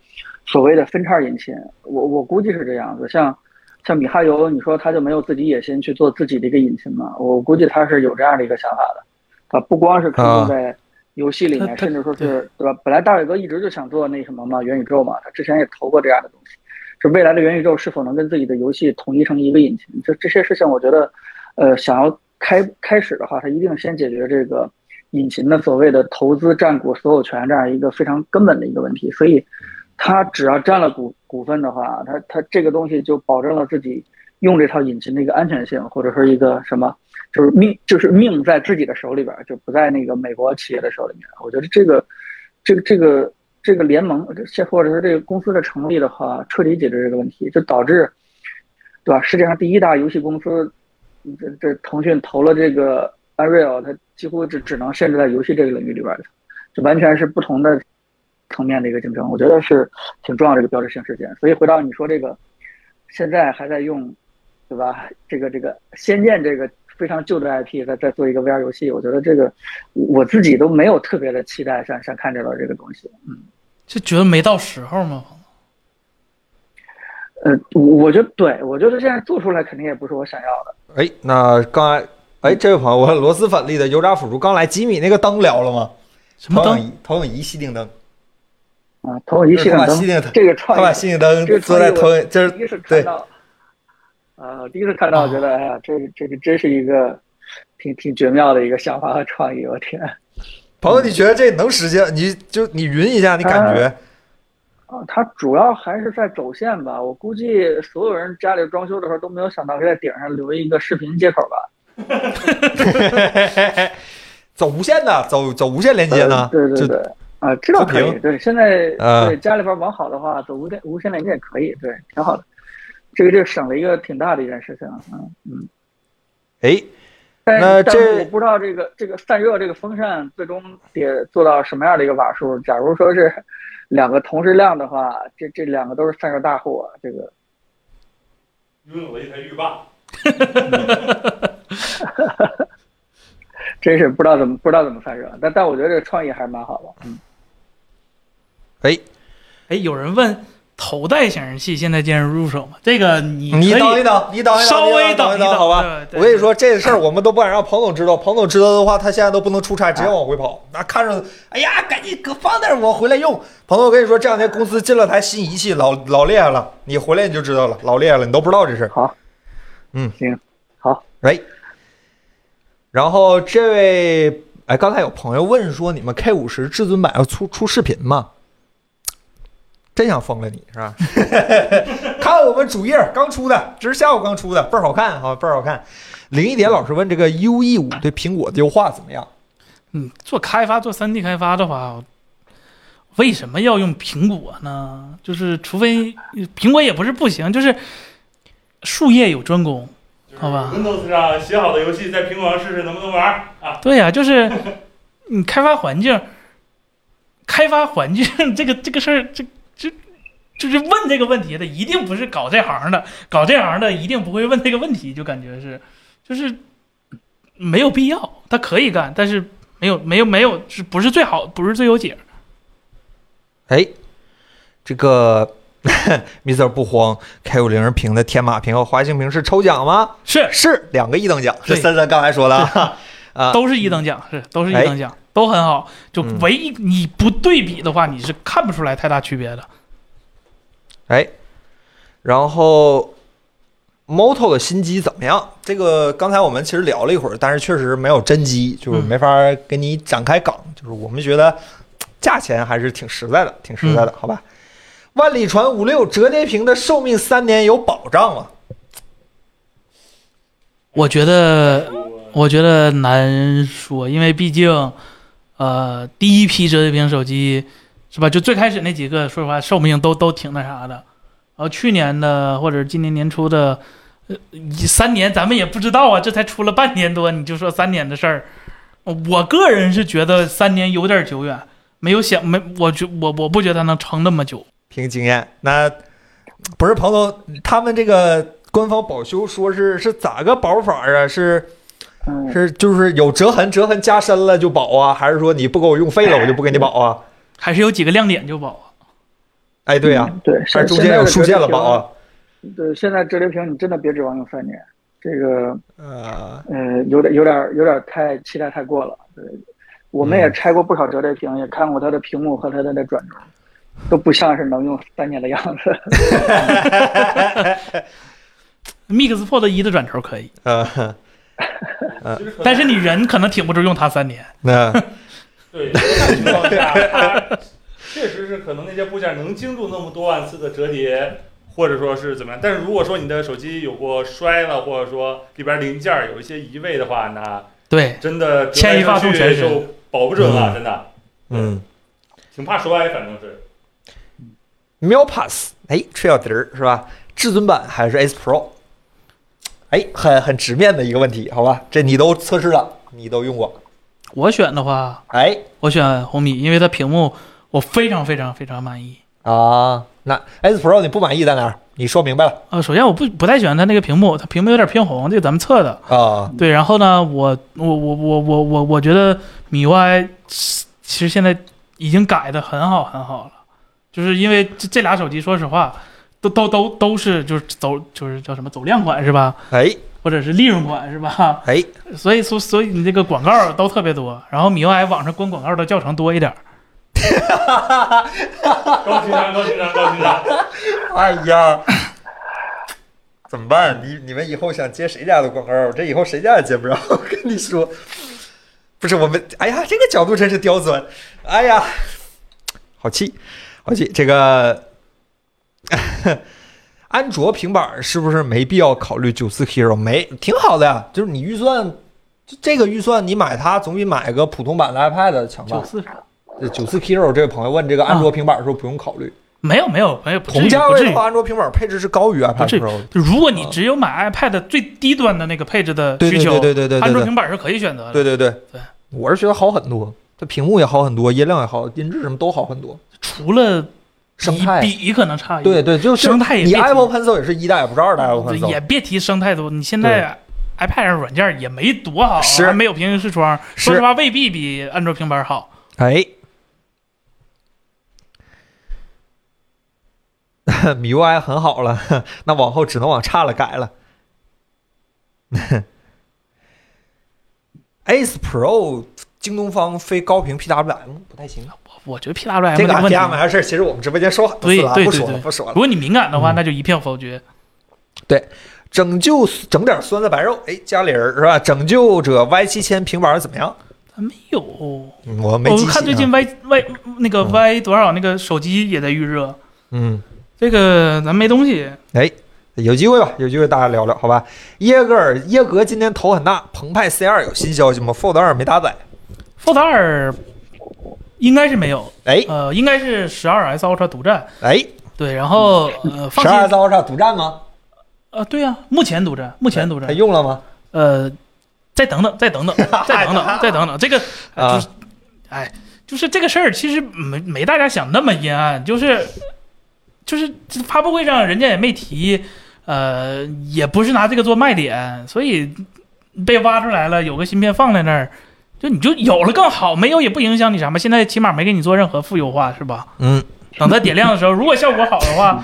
所谓的分叉引擎。我我估计是这样子，像像米哈游，你说他就没有自己野心去做自己的一个引擎吗？我估计他是有这样的一个想法的，啊，不光是可啊能在游戏里面，他他甚至说是对吧？本来大伟哥一直就想做那什么嘛，元宇宙嘛，他之前也投过这样的东西。就未来的元宇宙是否能跟自己的游戏统一成一个引擎，这这些事情，我觉得，呃，想要开开始的话，它一定先解决这个引擎的所谓的投资占股所有权这样一个非常根本的一个问题。所以，它只要占了股股份的话，它它这个东西就保证了自己用这套引擎的一个安全性，或者是一个什么，就是命就是命在自己的手里边儿，就不在那个美国企业的手里面。我觉得这个，这个这个这个联盟，这或者是这个公司的成立的话，彻底解决这个问题，就导致，对吧？世界上第一大游戏公司，这这腾讯投了这个 Unreal，它几乎只只能限制在游戏这个领域里边儿的，就完全是不同的层面的一个竞争。我觉得是挺重要的一个标志性事件。所以回到你说这个，现在还在用，对吧？这个这个《仙剑》这个非常旧的 IP，在在做一个 VR 游戏，我觉得这个我我自己都没有特别的期待，想想看这到这个东西。就觉得没到时候嘛。呃，我我觉得对，我觉得现在做出来肯定也不是我想要的。哎，那刚才哎，这位朋友，我螺蛳粉里的油炸腐竹刚来几米那个灯聊了吗？什么投灯影？仪，投影仪吸顶灯，啊，投影仪吸他顶把灯吸顶灯，这个他创把意，吸顶灯这个坐创在意投影，就我第一是次对看，到，呃，第一次看到，觉得哎呀，这这个真是一个挺挺绝妙的一个想法和创意，我天！朋友，你觉得这能实现？你就你云一下，你感觉？啊，它主要还是在走线吧。我估计所有人家里装修的时候都没有想到会在顶上留一个视频接口吧？ (laughs) 走无线的，走走无线连接呢？啊呃对对就对，啊，这倒可投以。屏对，现在啊对家里边网好的话，走无线无线连接也可以，对，挺好的。这个这个省了一个挺大的一件事情，嗯嗯。哎，但那但是这我不知道这个这个散热这个风扇最终得做到什么样的一个瓦数。假如说是 (laughs) 两个同时亮的话，这这两个都是散热大户啊，这个拥有了一台浴霸，真是不知道怎么不知道怎么散热。但但我觉得这个创意还是蛮好的。嗯哎，哎，有人问头戴显示器现在建议入手吗？这个你可以你等一等，你等一等，稍微你等等一一等好吧？对对我跟你说这事儿，我们都不敢让彭总知道。彭总知道的话，他现在都不能出差，直接啊往回跑。那看着，哎呀，赶紧给放那儿，我回来用。彭总，我跟你说，这两天公司进了台新仪器，老老厉害了。你回来你就知道了，老厉害了，你都不知道这事儿。好，嗯行，好。哎，然后这位，哎，刚才有朋友问说，你们 K 五十至尊版要出出视频吗？真想封了你是吧？ (laughs) 看我们主页刚出的，这是下午刚出的，倍儿好看哈，倍儿好看。零一点老师问这个 U E 五对苹果的优化怎么样？嗯，做开发做三 D 开发的话，为什么要用苹果呢？就是除非苹果也不是不行，就是术业有专攻，好吧，Windows 上写好的游戏在苹果上试试能不能玩儿啊？对呀、就是你开发环境，开发环境这个这个事儿，这这就是问这个问题的，一定不是搞这行的，搞这行的一定不会问这个问题，就感觉是就是没有必要，他可以干，但是没有没有没有，是不是最好，不是最有解？哎，这个 (laughs) Mr 不慌 K 五零评的天马屏和华星屏是抽奖吗？是是两个一等奖，这对森森刚才说的啊。啊都是一等奖，是都是一哎等奖，都很好，就嗯唯一你不对比的话，你是看不出来太大区别的。哎，然后 Moto 的新机怎么样？这个刚才我们其实聊了一会儿，但是确实没有真机，就是没法给你展开讲。就是我们觉得嘖价钱还是挺实在的，挺实在的，好吧？万里船五六折叠屏的寿命三年有保障吗？我觉得，我觉得难说，因为毕竟，呃，第一批折叠屏手机是吧？就最开始那几个，说实话，寿命都都挺那啥的。然后去年的或者今年年初的，呃，一三年咱们也不知道啊，这才出了半年多，你就说三年的事儿，我个人是觉得三年有点久远，没有想没，我觉我我不觉得它能撑那么久。凭经验，那嘖不是彭总，他们这个官方保修说是是咋个保法啊？是嗯，是就是有折痕，折痕加深了就保啊，还是说你不给我用废了我就不给你保啊？还是有几个亮点就保啊。哎，对呀、啊，嗯对，还现是中间有出现了保啊？对，现在折叠屏你真的别指望用三年，这个呃，呃有点有点有点太期待太过了。对，我们也嗯拆过不少折叠屏，也看过它的屏幕和它的那转轴，都不像是能用三年的样子。 Mix Fold 一的转轴可以，呃，但是你人可能挺不住用它三年。那对，这种情况下，它确实是可能那些部件能经住那么多万次的折叠，或者说是怎么样。但是如果说你的手机有过摔了，或者说里边零件儿有一些移位的话，那对，真的折牵一发来折动去全身就保不准了，真的嗯，挺怕摔，反正是。喵 Pass，哎，吹小笛儿是吧？至尊版还是 S Pro？哎，很很直面的一个问题，好吧？这你都测试了，你都用过，我选的话，哎我选红米，因为它屏幕我非常非常非常满意。啊，那 S Pro 你不满意在哪儿？你说明白了呃，首先我不不太喜欢它那个屏幕，它屏幕有点偏红，这个咱们测的。啊？对，然后呢，我我我我我我我觉得米 UI 其实现在已经改的很好很好了，就是因为这这俩手机，说实话，都都都都是就是走就是叫什么走量款是吧，哎或者是利润款是吧？ (laughs) 哎，所以所所以你这个广告都特别多，然后米 UI 网上关广告的教程多一点儿。高情商，高情商，高情商。 (laughs) 哎呀，怎么办？你你们以后想接谁家的广告？我这以后谁家也接不着。 (laughs) 我跟你说，不是我们，哎呀，这个角度真是刁钻，哎呀，好气，好气。这个 (laughs) 安卓平板是不是没必要考虑九四 Hero？没，挺好的呀，就是你预算。就这个预算，你买它总比买个普通版的 iPad 强吧九？四啥？九四 Hero 这位朋友问这个安卓平板是不是不用考虑？没有没有没有，不至于同价不位至的于话，安卓平板配置是高于 iPad 至于 Pro 的。就如果你只有买 iPad 最低端的那个配置的需求，呃对对对对对对对安卓平板是可以选择的。对对对对，我是觉得好很多，它屏幕也好很多，音量也好，音质什么都好很多。除了生笔态笔可能差一点，对对，就是生态也你别提 Apple Pencil 也是一代，也不是二代 Apple Pencil。也别提生态多。你现在 iPad 上软件也没多好，是还没有平行视窗，是说实话未必比安卓平板好。哎。MIUI 很好了， (laughs) 那往后只能往差了改了。Ace Pro 京东方非高频 PWM 不太行，我觉得 PWM 这个问题 PWM 的事儿，其实我们直播间说很多次对了，啊对不对说了对不说了如。果你敏感的话，嗯那就一票否决。拯救整点酸菜白肉，哎，家里人是吧？拯救者 Y 七千平板怎么样？它没有，我嗯我没记起啊看最近 Y Y 那个嗯 Y 多少那个手机也在预热，嗯，哎这个咱没东西。有机会吧，有机会大家聊聊，好吧？耶格尔耶格今天头很大，澎湃 C 二有新消息吗？Fold 二没搭载， Fold 二应该是没有，哎呃，应该是十二 S Ultra 独占。哎，对，然后呃，放嗯十二心，刀上独占吗？呃，对呀、目前独占，目前独占他。用了吗？呃，再等等，再 (laughs) 等等，再等等，再等等，这个啊就是，哎，就是这个事儿，其实没没大家想那么阴暗，就是就是这发布会上人家也没提，呃，也不是拿这个做卖点，所以被挖出来了，有个芯片放在那儿。就你就有了更好，没有也不影响你啥嘛。现在起码没给你做任何负优化，是吧？嗯，等它点亮的时候，如果效果好的话，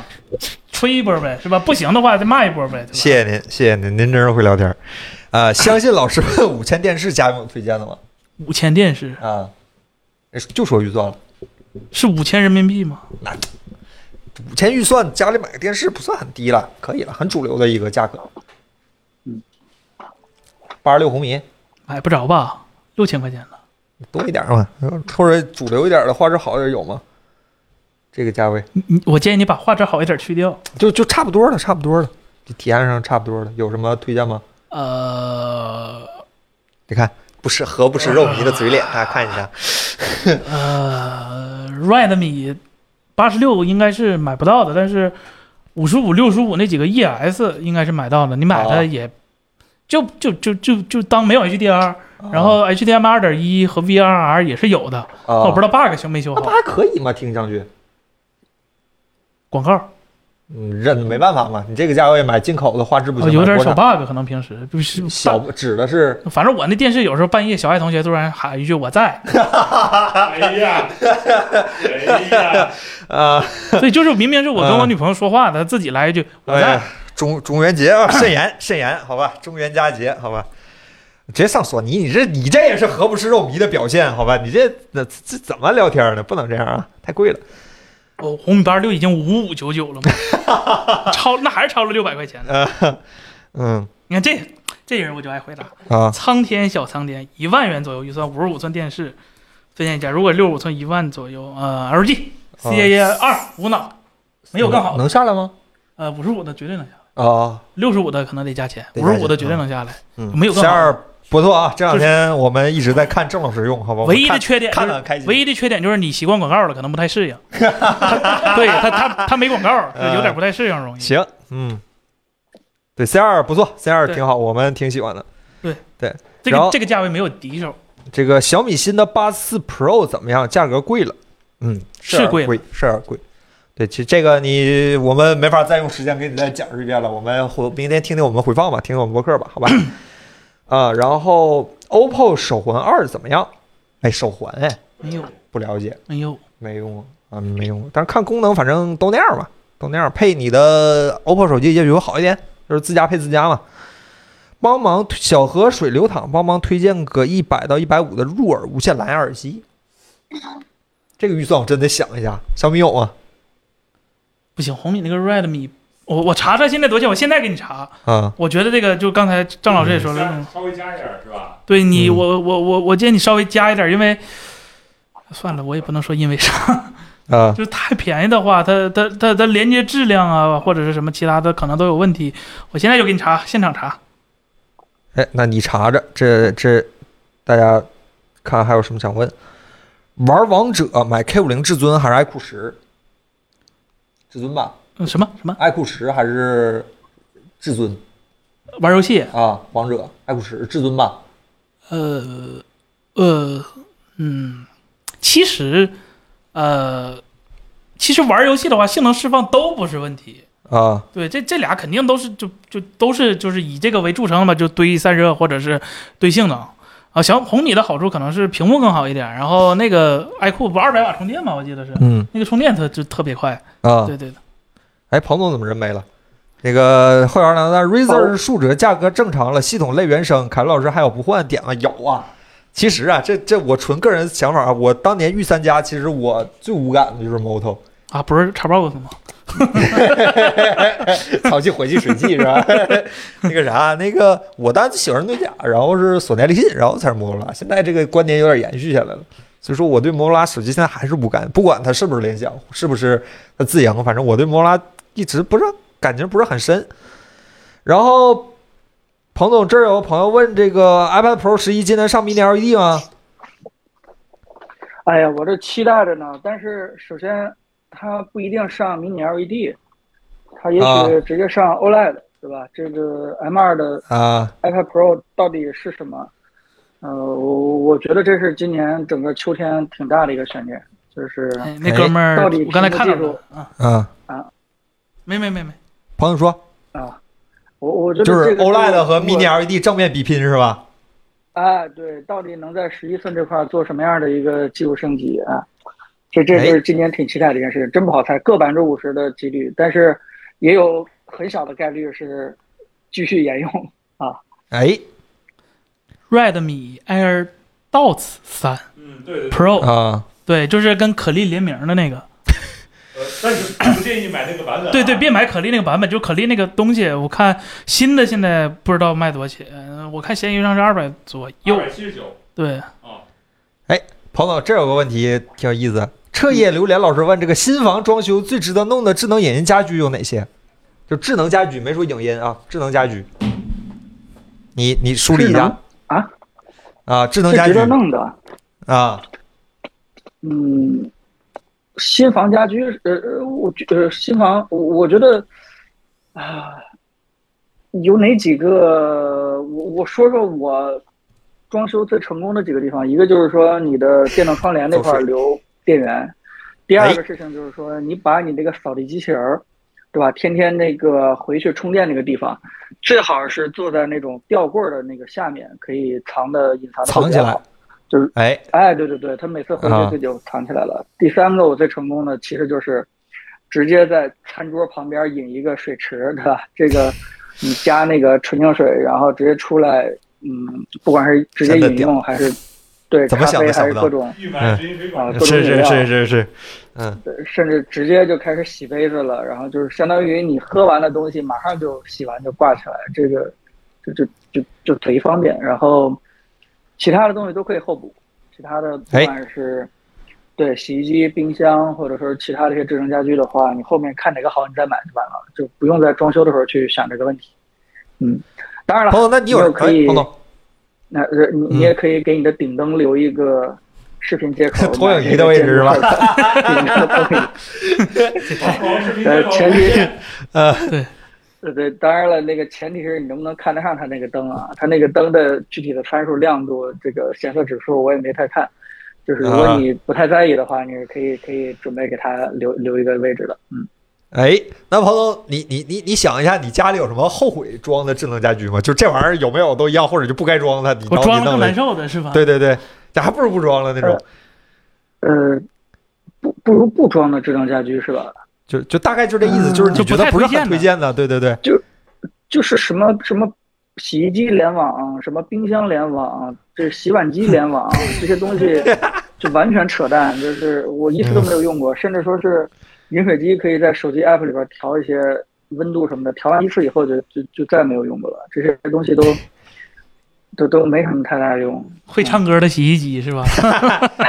吹一波呗，是吧？不行的话再骂一波呗，对吧？谢谢您，谢谢您，您真是会聊天儿。啊，相信老师问五千电视家用有推荐的吗？五千电视啊，就说预算了，是五千人民币吗？五千预算家里买个电视不算很低了，可以了，很主流的一个价格。嗯，八十六红米买不着吧？六千块钱呢？多一点嘛，或者主流一点的，画质好一点有吗？这个价位你你，我建议你把画质好一点去掉。就就差不多了，差不多了，就体验上差不多了。有什么推荐吗？呃你看，不是和不是肉迷的嘴脸，大家看 (laughs) 一下。呃，Redmi 八十六应该是买不到的，但是五十五、六十五那几个 ES 应该是买到的。你买哦它也、就就就就就当没有 HDR，、哦然后 HDMI 二点一和 VRR 也是有的，但啊，我不知道 bug 修没修那不好。还可以吗？听上去广告嗯，认没办法嘛，你这个价位买进口的画质不行，哦有点买国小产 bug，可能平时就是小，指的是反正我那电视有时候半夜，小爱同学突然喊一句“ (laughs) 我在哎呀，哎呀，啊，”，所以就是明明是我跟我女朋友说话，她自己来一句“我嗯哎在呀，中中元节 (clears throat) 啊，慎言慎言，好吧，中元佳节，好吧，直接上索尼，你这你这也是何不食肉糜的表现，好吧，你这那这这怎么聊天呢？不能这样啊，太贵了，”。我哦红米八十六已经五五九九了嘛， (laughs) 超那还是超了六百块钱呢。呃，嗯你看这这人我就爱回答，啊，苍天小苍天，一万元左右预算，五十五寸电视，推荐一下。如果六十五寸一万左右，呃，LG CAA 嗯二无脑，没有更好的。能下来吗？呃，五十五的绝对能下来，啊，六十五的可能得加钱，嗯得五加十钱五的绝对能下来。嗯，没有更下好的二不错啊，这两天我们一直在看郑老师用，好吧，我们唯一的看缺点就是看看开心唯一的缺点就是你习惯广告了，可能不太适应。他对他他他没广告，呃有点不太适应，容易。行，嗯，对 C 二不错，C 二对挺好，我们挺喜欢的。这然个后这个价位没有敌手，这个小米新的八四 Pro 怎么样？价格贵了，嗯，是有点贵了贵，是有点贵。对，其实这个你我们没法再用时间给你再讲述一遍了，我们回明天听听我们回放吧，听听我们播客吧，好吧？啊、然后 OPPO 手环二怎么样？哎，手环哎，没有不了解，没有。没用过啊，没用过。但是看功能，反正都那样吧，都那样。配你的 OPPO 手机也许会好一点，就是自家配自家嘛。帮忙推小河水流淌，帮忙推荐个一百到一百五的入耳无线蓝牙耳机。这个预算我真得想一下，小米有吗？不行，红米那个 Redmi，我我查查现在多少钱，我现在给你查。啊、我觉得这个就刚才张老师也说了，嗯稍微加一点是吧？对你，嗯我我我我建议你稍微加一点，因为算了，我也不能说因为啥， (laughs) 啊、就是太便宜的话，它它它它连接质量啊，或者是什么其他的可能都有问题。我现在就给你查，现场查。哎，那你查着，这这大家看还有什么想问？玩王者买 K 五零至尊还是爱酷十？至尊吧，嗯，什么什么爱酷十还是至尊？玩游戏？啊，王者、爱酷石、至尊吧，呃呃嗯，其实呃，其实玩游戏的话，性能释放都不是问题。啊，对，这这俩肯定都是就就都是就是以这个为著称的嘛，就堆散热或者是堆性能啊。小红米的好处可能是屏幕更好一点，然后那个 iQOO 不二百瓦充电嘛，我记得是嗯那个充电它就特别快。啊，对对的，哎，彭总怎么人没了？那个后摇两弹 Razer 竖折价格正常了，系统类原生，凯伦老师还有不换点吗？有啊，其实啊，这这我纯个人想法啊，我当年御三家，其实我最无感的就是 Moto，啊，不是 Xbox 吗？ (laughs) 潮气、火气、水气是 (laughs) 吧？那个啥，那个我当时喜欢对甲，然后是索尼爱立信，然后才是摩托罗拉。现在这个观点有点延续下来了，所以说我对摩托罗拉手机现在还是无感，不管它是不是联想，是不是它自营，反正我对摩托罗拉一直不是感情不是很深。然后彭总这儿有朋友问，这个 iPad Pro 十一今年上 Mini LED 吗？哎呀，我这期待着呢，但是首先它不一定上 Mini LED，它 E 也啊许直接上 OLED，、对吧？这个 M 2的啊 iPad Pro 到底是什么？呃，我我觉得这是今年整个秋天挺大的一个悬念，就是哎，那哥们哎儿到底，我刚才屏幕看到技术了啊，啊，没没没没，彭总说啊，我我觉得就是这个 OLED 和如果 Mini LED 正面比拼是吧？哎，对，到底能在十一寸这块儿做什么样的一个技术升级啊？这这哎是今年挺期待的一件事，真不好猜，各百分之五十的几率，但是也有很小的概率是继续沿用。哎 Redmi Air Dots 三嗯，对对对。 Pro，、啊对，就是跟可丽联名的那个。呃但是不建议买那个版本啊。对对，别买可丽那个版本，就可丽那个东西，我看新的现在不知道卖多少钱，我看闲鱼上是二百左二右。百七十九对，啊，彭总，这有个问题挺有意思。彻夜榴莲老师问：这个新房装修最值得弄的智能影音家居有哪些？就智能家居，没说影音啊，智能家居。你你梳理一下智能啊啊，智能最家值居得弄的，啊嗯，新房家居，呃，呃我觉呃，新房，我我觉得啊，有哪几个？我我说说我装修最成功的几个地方，一个就是说你的电动窗帘那块走儿水哎留电源，第二个事情就是说你把你那个扫地机器人儿对吧？天天那个回去充电那个地方，最好是坐在那种吊柜儿的那个下面，可以藏的隐藏的藏起来，就是哎，哎，对对对，他每次回啊去自己就藏起来了。第三个我最成功的其实就是直接在餐桌旁边引一个水池，对吧？这个你加那个纯净水，然后直接出来，嗯，不管是直接真的饮屌用还是对怎咖么想都啡想还不是到各种预买买直饮水啊管，各种是饮是料是是是，嗯，甚至直接就开始洗杯子了，然后就是相当于你喝完的东西马上就洗完就挂起来，这个就就就就贼方便。然后其他的东西都可以候补，其他的不哎管是、对洗衣机、冰箱，或者说其他的一些智能家居的话，你后面看哪个好你再买就完了，就不用在装修的时候去想这个问题。嗯，当然了，彭总，那你有你又哎可以，彭总，嗯那呃你你也可以给你的顶灯留一个视频 (laughs) 接口，投影仪的位置是吧顶灯投影仪 (laughs) 呃，前提是， (laughs) 呃，对，对对，当然了，那个前提是你能不能看得上它那个灯啊？它那个灯的具体的参数、亮度、这个显色指数我也没太看，就是如啊果你不太在意的话，你是可以可以准备给它留留一个位置的。嗯，哎，那彭总，你你你你想一下，你家里有什么后悔装的智能家居吗？就这玩意儿有没有都一样，或者就不该装的，你我然后装你了弄更了难受的是吧？对对对，这还不如不装了那种，呃，不不如不装的智能家居是吧？就就大概就这意思，就是你嗯就觉不得太不是推很荐推的荐的，对对 (laughs) 对，就是什么什么洗衣机联网、什么冰箱联网、这洗碗机联网这些东西，就完全扯淡。就是我一次都没有用过，甚至说是饮水机可以在手机 app 里边调一些温度什么的，调完一次以后就就就再没有用过了。这些东西都都都没什么太大用。会唱歌的洗衣机 (laughs) 是吧？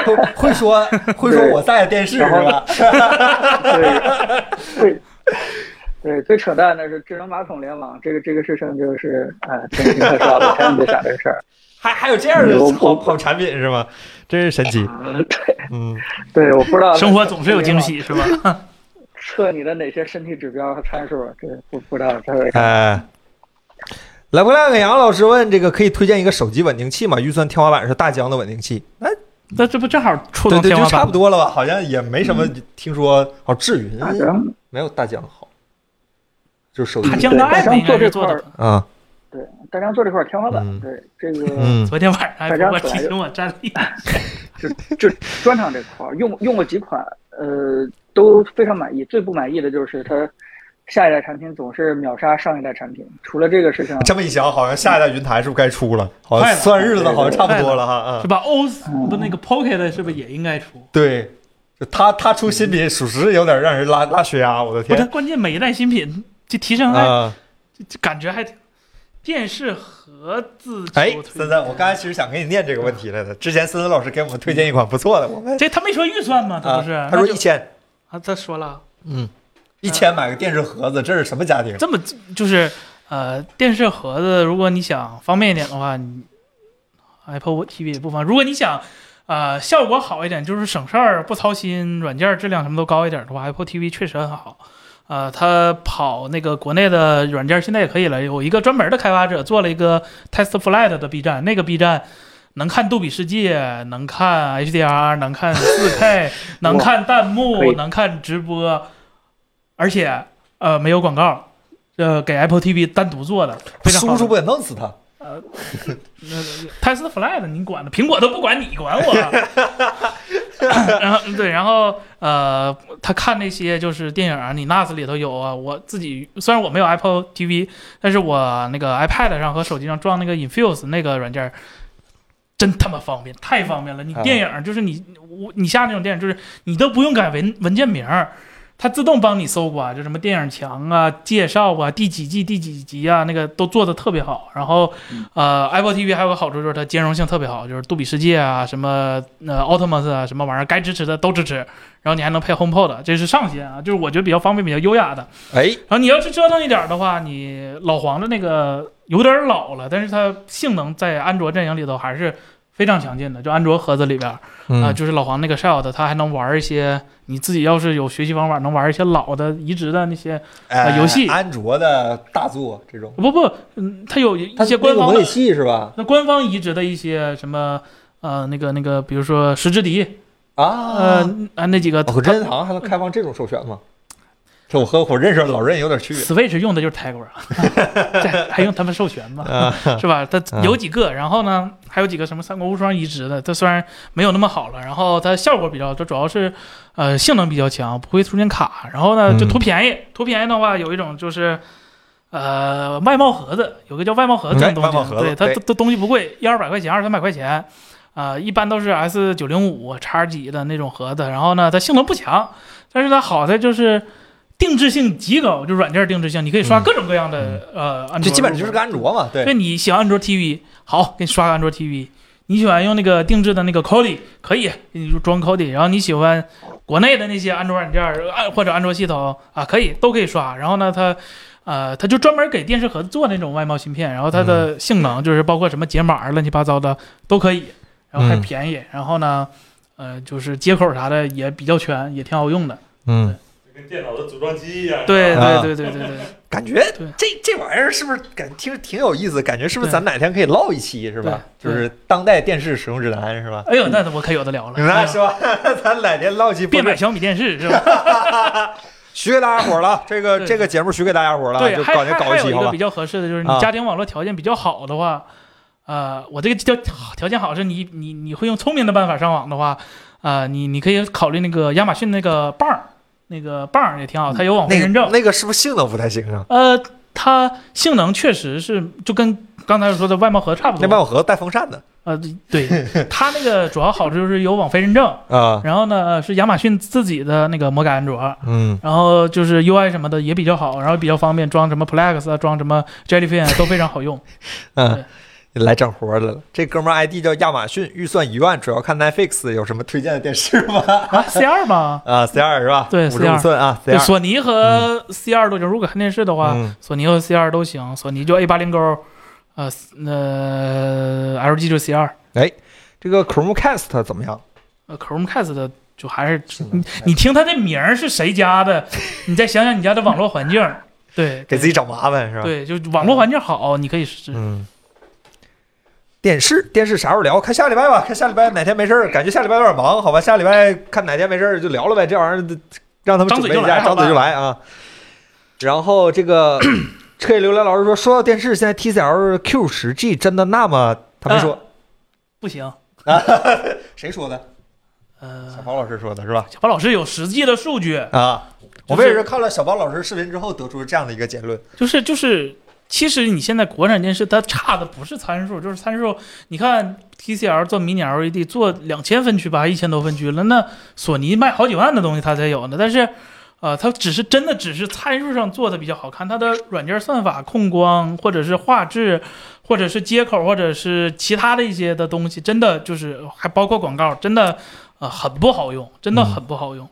会会说会说对我在电视是然后 (laughs) 吧？对，最对最扯淡的是智能马桶联网，这个这个事情就是啊，真是太傻 (laughs) 了，千万别想这个事儿。还还有这样的有好我好产品是吗？真是神奇，对嗯，对，我不知道生活总是有惊。喜是吧？测你的哪些身体指标和参数，这不不知道这是哎。来不来？给杨老师问这个，可以推荐一个手机稳定器吗？预算天花板是大疆的稳定器，哎，那这不正好触对动对，天就花差不板？多了吧？好像也没什么，听说好智云嗯大疆，没有大疆好，就是手机大疆的对大 app 疆应该是做做的这块儿吧。啊，对大疆做这块天花板，嗯对这个、嗯，昨天晚上还大给疆我可提爱醒我站立，就专场这块儿用用过几款，呃，都非常满意。最不满意的就是它下一代产品总是秒杀上一代产品，除了这个事情，这么一想，好像下一代云台是不是该出了？好像快了算日子好像差不多了哈啊是。吧？O 嗯不那个 Pocket 是不是也应该出？对，就他他出新品，属实有点让人拉拉血压，我的不是，天关键每一代新品就提升还啊！就就感觉还挺电视盒子球哎，推森森，我刚才其实想给你念这个问题来的。之前森森老师给我们推荐一款不错的，我们这他没说预算吗？他啊不是，，他说那就一千啊，他说了，一千买个电视盒子，这是什么家庭？这么就是呃，电视盒子，如果你想方便一点的话，你 Apple TV 也不方便。如果你想呃效果好一点，就是省事儿不操心，软件质量什么都高一点的话，Apple TV 确实很好。呃，它跑那个国内的软件现在也可以了，有一个专门的开发者做了一个 Test Flight 的 B 站，那个 B 站。能看杜比世界，能看 HDR，能看 4K，能 (laughs) 看弹可幕，以能看直播，而且呃没有广告，呃给 Apple TV 单独做的，非常好叔叔不得弄死他？ Test Flight 你管的，苹果都不管你管我。然后对，然后呃，他看那些就是电影啊，你 NAS 里头有啊。我自己虽然我没有 Apple TV，但是我那个 iPad 上和手机上装那个 Infuse 那个软件儿，真他妈方便，太方便了。你啊电影儿就是你我你下那种电影，就是你都不用改文文件名儿。它自动帮你搜刮，就什么电影墙啊、介绍啊、第几季、第几集啊，那个都做的特别好。然后呃，Apple TV 还有个好处就是它兼容性特别好，就是杜比世界啊，什么呃 Optimus 啊，什么玩意儿该支持的都支持，然后你还能配 HomePod，这是上限啊，就是我觉得比较方便、比较优雅的。哎，然后你要是折腾一点的话，你老黄的那个有点老了，但是它性能在安卓阵营里头还是非常强劲的，就安卓盒子里边。啊、嗯，就是老黄那个 Shell，它还能玩一些你自己要是有学习方法，能玩一些老的移植的那些，哎啊游戏安卓的大作这种，不不，嗯，它有一它些那官个方模拟的，器是吧？那官方移植的一些什么。呃，那个那个，比如说《石之笛》，啊，哦呃，啊那几个，哦，任天堂还能开放这种授权吗？这我和我认识的老任有点区别。 Switch 用的就是 Tegra，这还用他们授权吗？啊， (laughs) 是吧？它嗯有几个，然后呢，还有几个什么《三国无双》移植的，它虽然没有那么好了，然后它效果比较，它主要是呃性能比较强，不会出现卡。然后呢，嗯就图便宜，图便宜的话有一种就是。呃，外贸盒子有个叫外贸盒子这哎种东外贸西，盒子对它对它它东西不贵，一二百块钱，二三百块钱，啊、一般都是 S 九零五叉几的那种盒子。然后呢，它性能不强，但是它好在就是定制性极高，就软件定制性，你可以刷嗯各种各样的、呃安这卓，基本就是个安卓嘛，对对，你喜欢安卓 TV，好，给你刷个安卓 TV。你喜欢用那个定制的那个 Kodi，可以，你就装 Kodi。然后你喜欢国内的那些安卓软件儿，呃或者安卓系统啊，可以，都可以刷。然后呢，它，呃，它就专门给电视盒子做那种外贸芯片，然后它嗯的性能就是包括什么解码儿乱七八糟的都可以，然后还嗯便宜。然后呢，呃，就是接口啥的也比较全，也挺好用的。嗯，跟电脑的组装机一样。对是吧啊对对对对对。感觉对这这玩意儿是不是感听着挺有意思？感觉是不是对咱哪天可以唠一期是吧？就对是当代电视使用指南是吧？哎呦，那我可有的聊了。哎那呀是吧？ (laughs) 咱哪天唠期别变买小米电视是吧？ (laughs) 许给大家伙儿了，这个对这个节目许给大家伙儿了，对，啊就还搞定还搞还有期一好个吧比？较合适的就是啊你家庭网络条件比较好的话，呃，我这个条条件好是你你你会用聪明的办法上网的话，呃，你你可以考虑那个亚马逊那个棒儿，那个棒儿也挺好，它有网红嗯那个认证，那个是不是性能不太行啊？呃，它性能确实是就跟刚才说的外贸盒差不那万多，有盒带风扇的呃，对，它那个主要好处就是有网飞认 (laughs) 证，啊，然后呢是亚马逊自己的那个魔改安卓，嗯然后就是 UI 什么的也比较好，然后比较方便，装什么 Plex 啊，装什么 Jellyfin 啊都非常好用。嗯，来整活儿的了。这哥们儿 ID 叫亚马逊，预算一万，主要看 Netflix，有什么推荐的电视吗？ (laughs) 啊，C 二吗？啊，C 二是吧？对五十五 C2 寸啊，C 对，二。索尼和 C 二都行。如果看电视的话，嗯索尼和 C 二都行。索尼就 A 八零勾，呃，呃，LG 就 C 二，哎，这个 Chromecast 怎么样？呃，Chromecast 的就还是你你听它这名儿是谁家的， (laughs) 你再想想你家的网络环境，对，给自己找麻烦是吧？，对，对就网络环境好，你可以试。嗯。电视，电视啥时候聊？看下礼拜吧，看下礼拜哪天没事儿，感觉下礼拜有点忙，好吧？下礼拜看哪天没事儿就聊了呗，这玩意儿让他们准备一下，张嘴张嘴就就来啊。然后这个 (clears throat) 彻夜流连老师说，说到电视，现在 TCL Q 十 G 真的那么？他没说，不行，谁说的？呃小，宝老师说的是吧？小宝老师有实际的数据，啊，我就是也是看了小宝老师视频之后得出这样的一个结论。就是就是，其实你现在国产电视它差的不是参数，就是参数。你看 TCL 做迷你 LED 做两千分区吧，一千多分区了，那索尼卖好几万的东西它才有呢。但是，呃，它只是真的只是参数上做的比较好看，它的软件算法、控光或者是画质。或者是接口，或者是其他的一些的东西，真的就是还包括广告，真的，呃，很不好用，真的很不好用。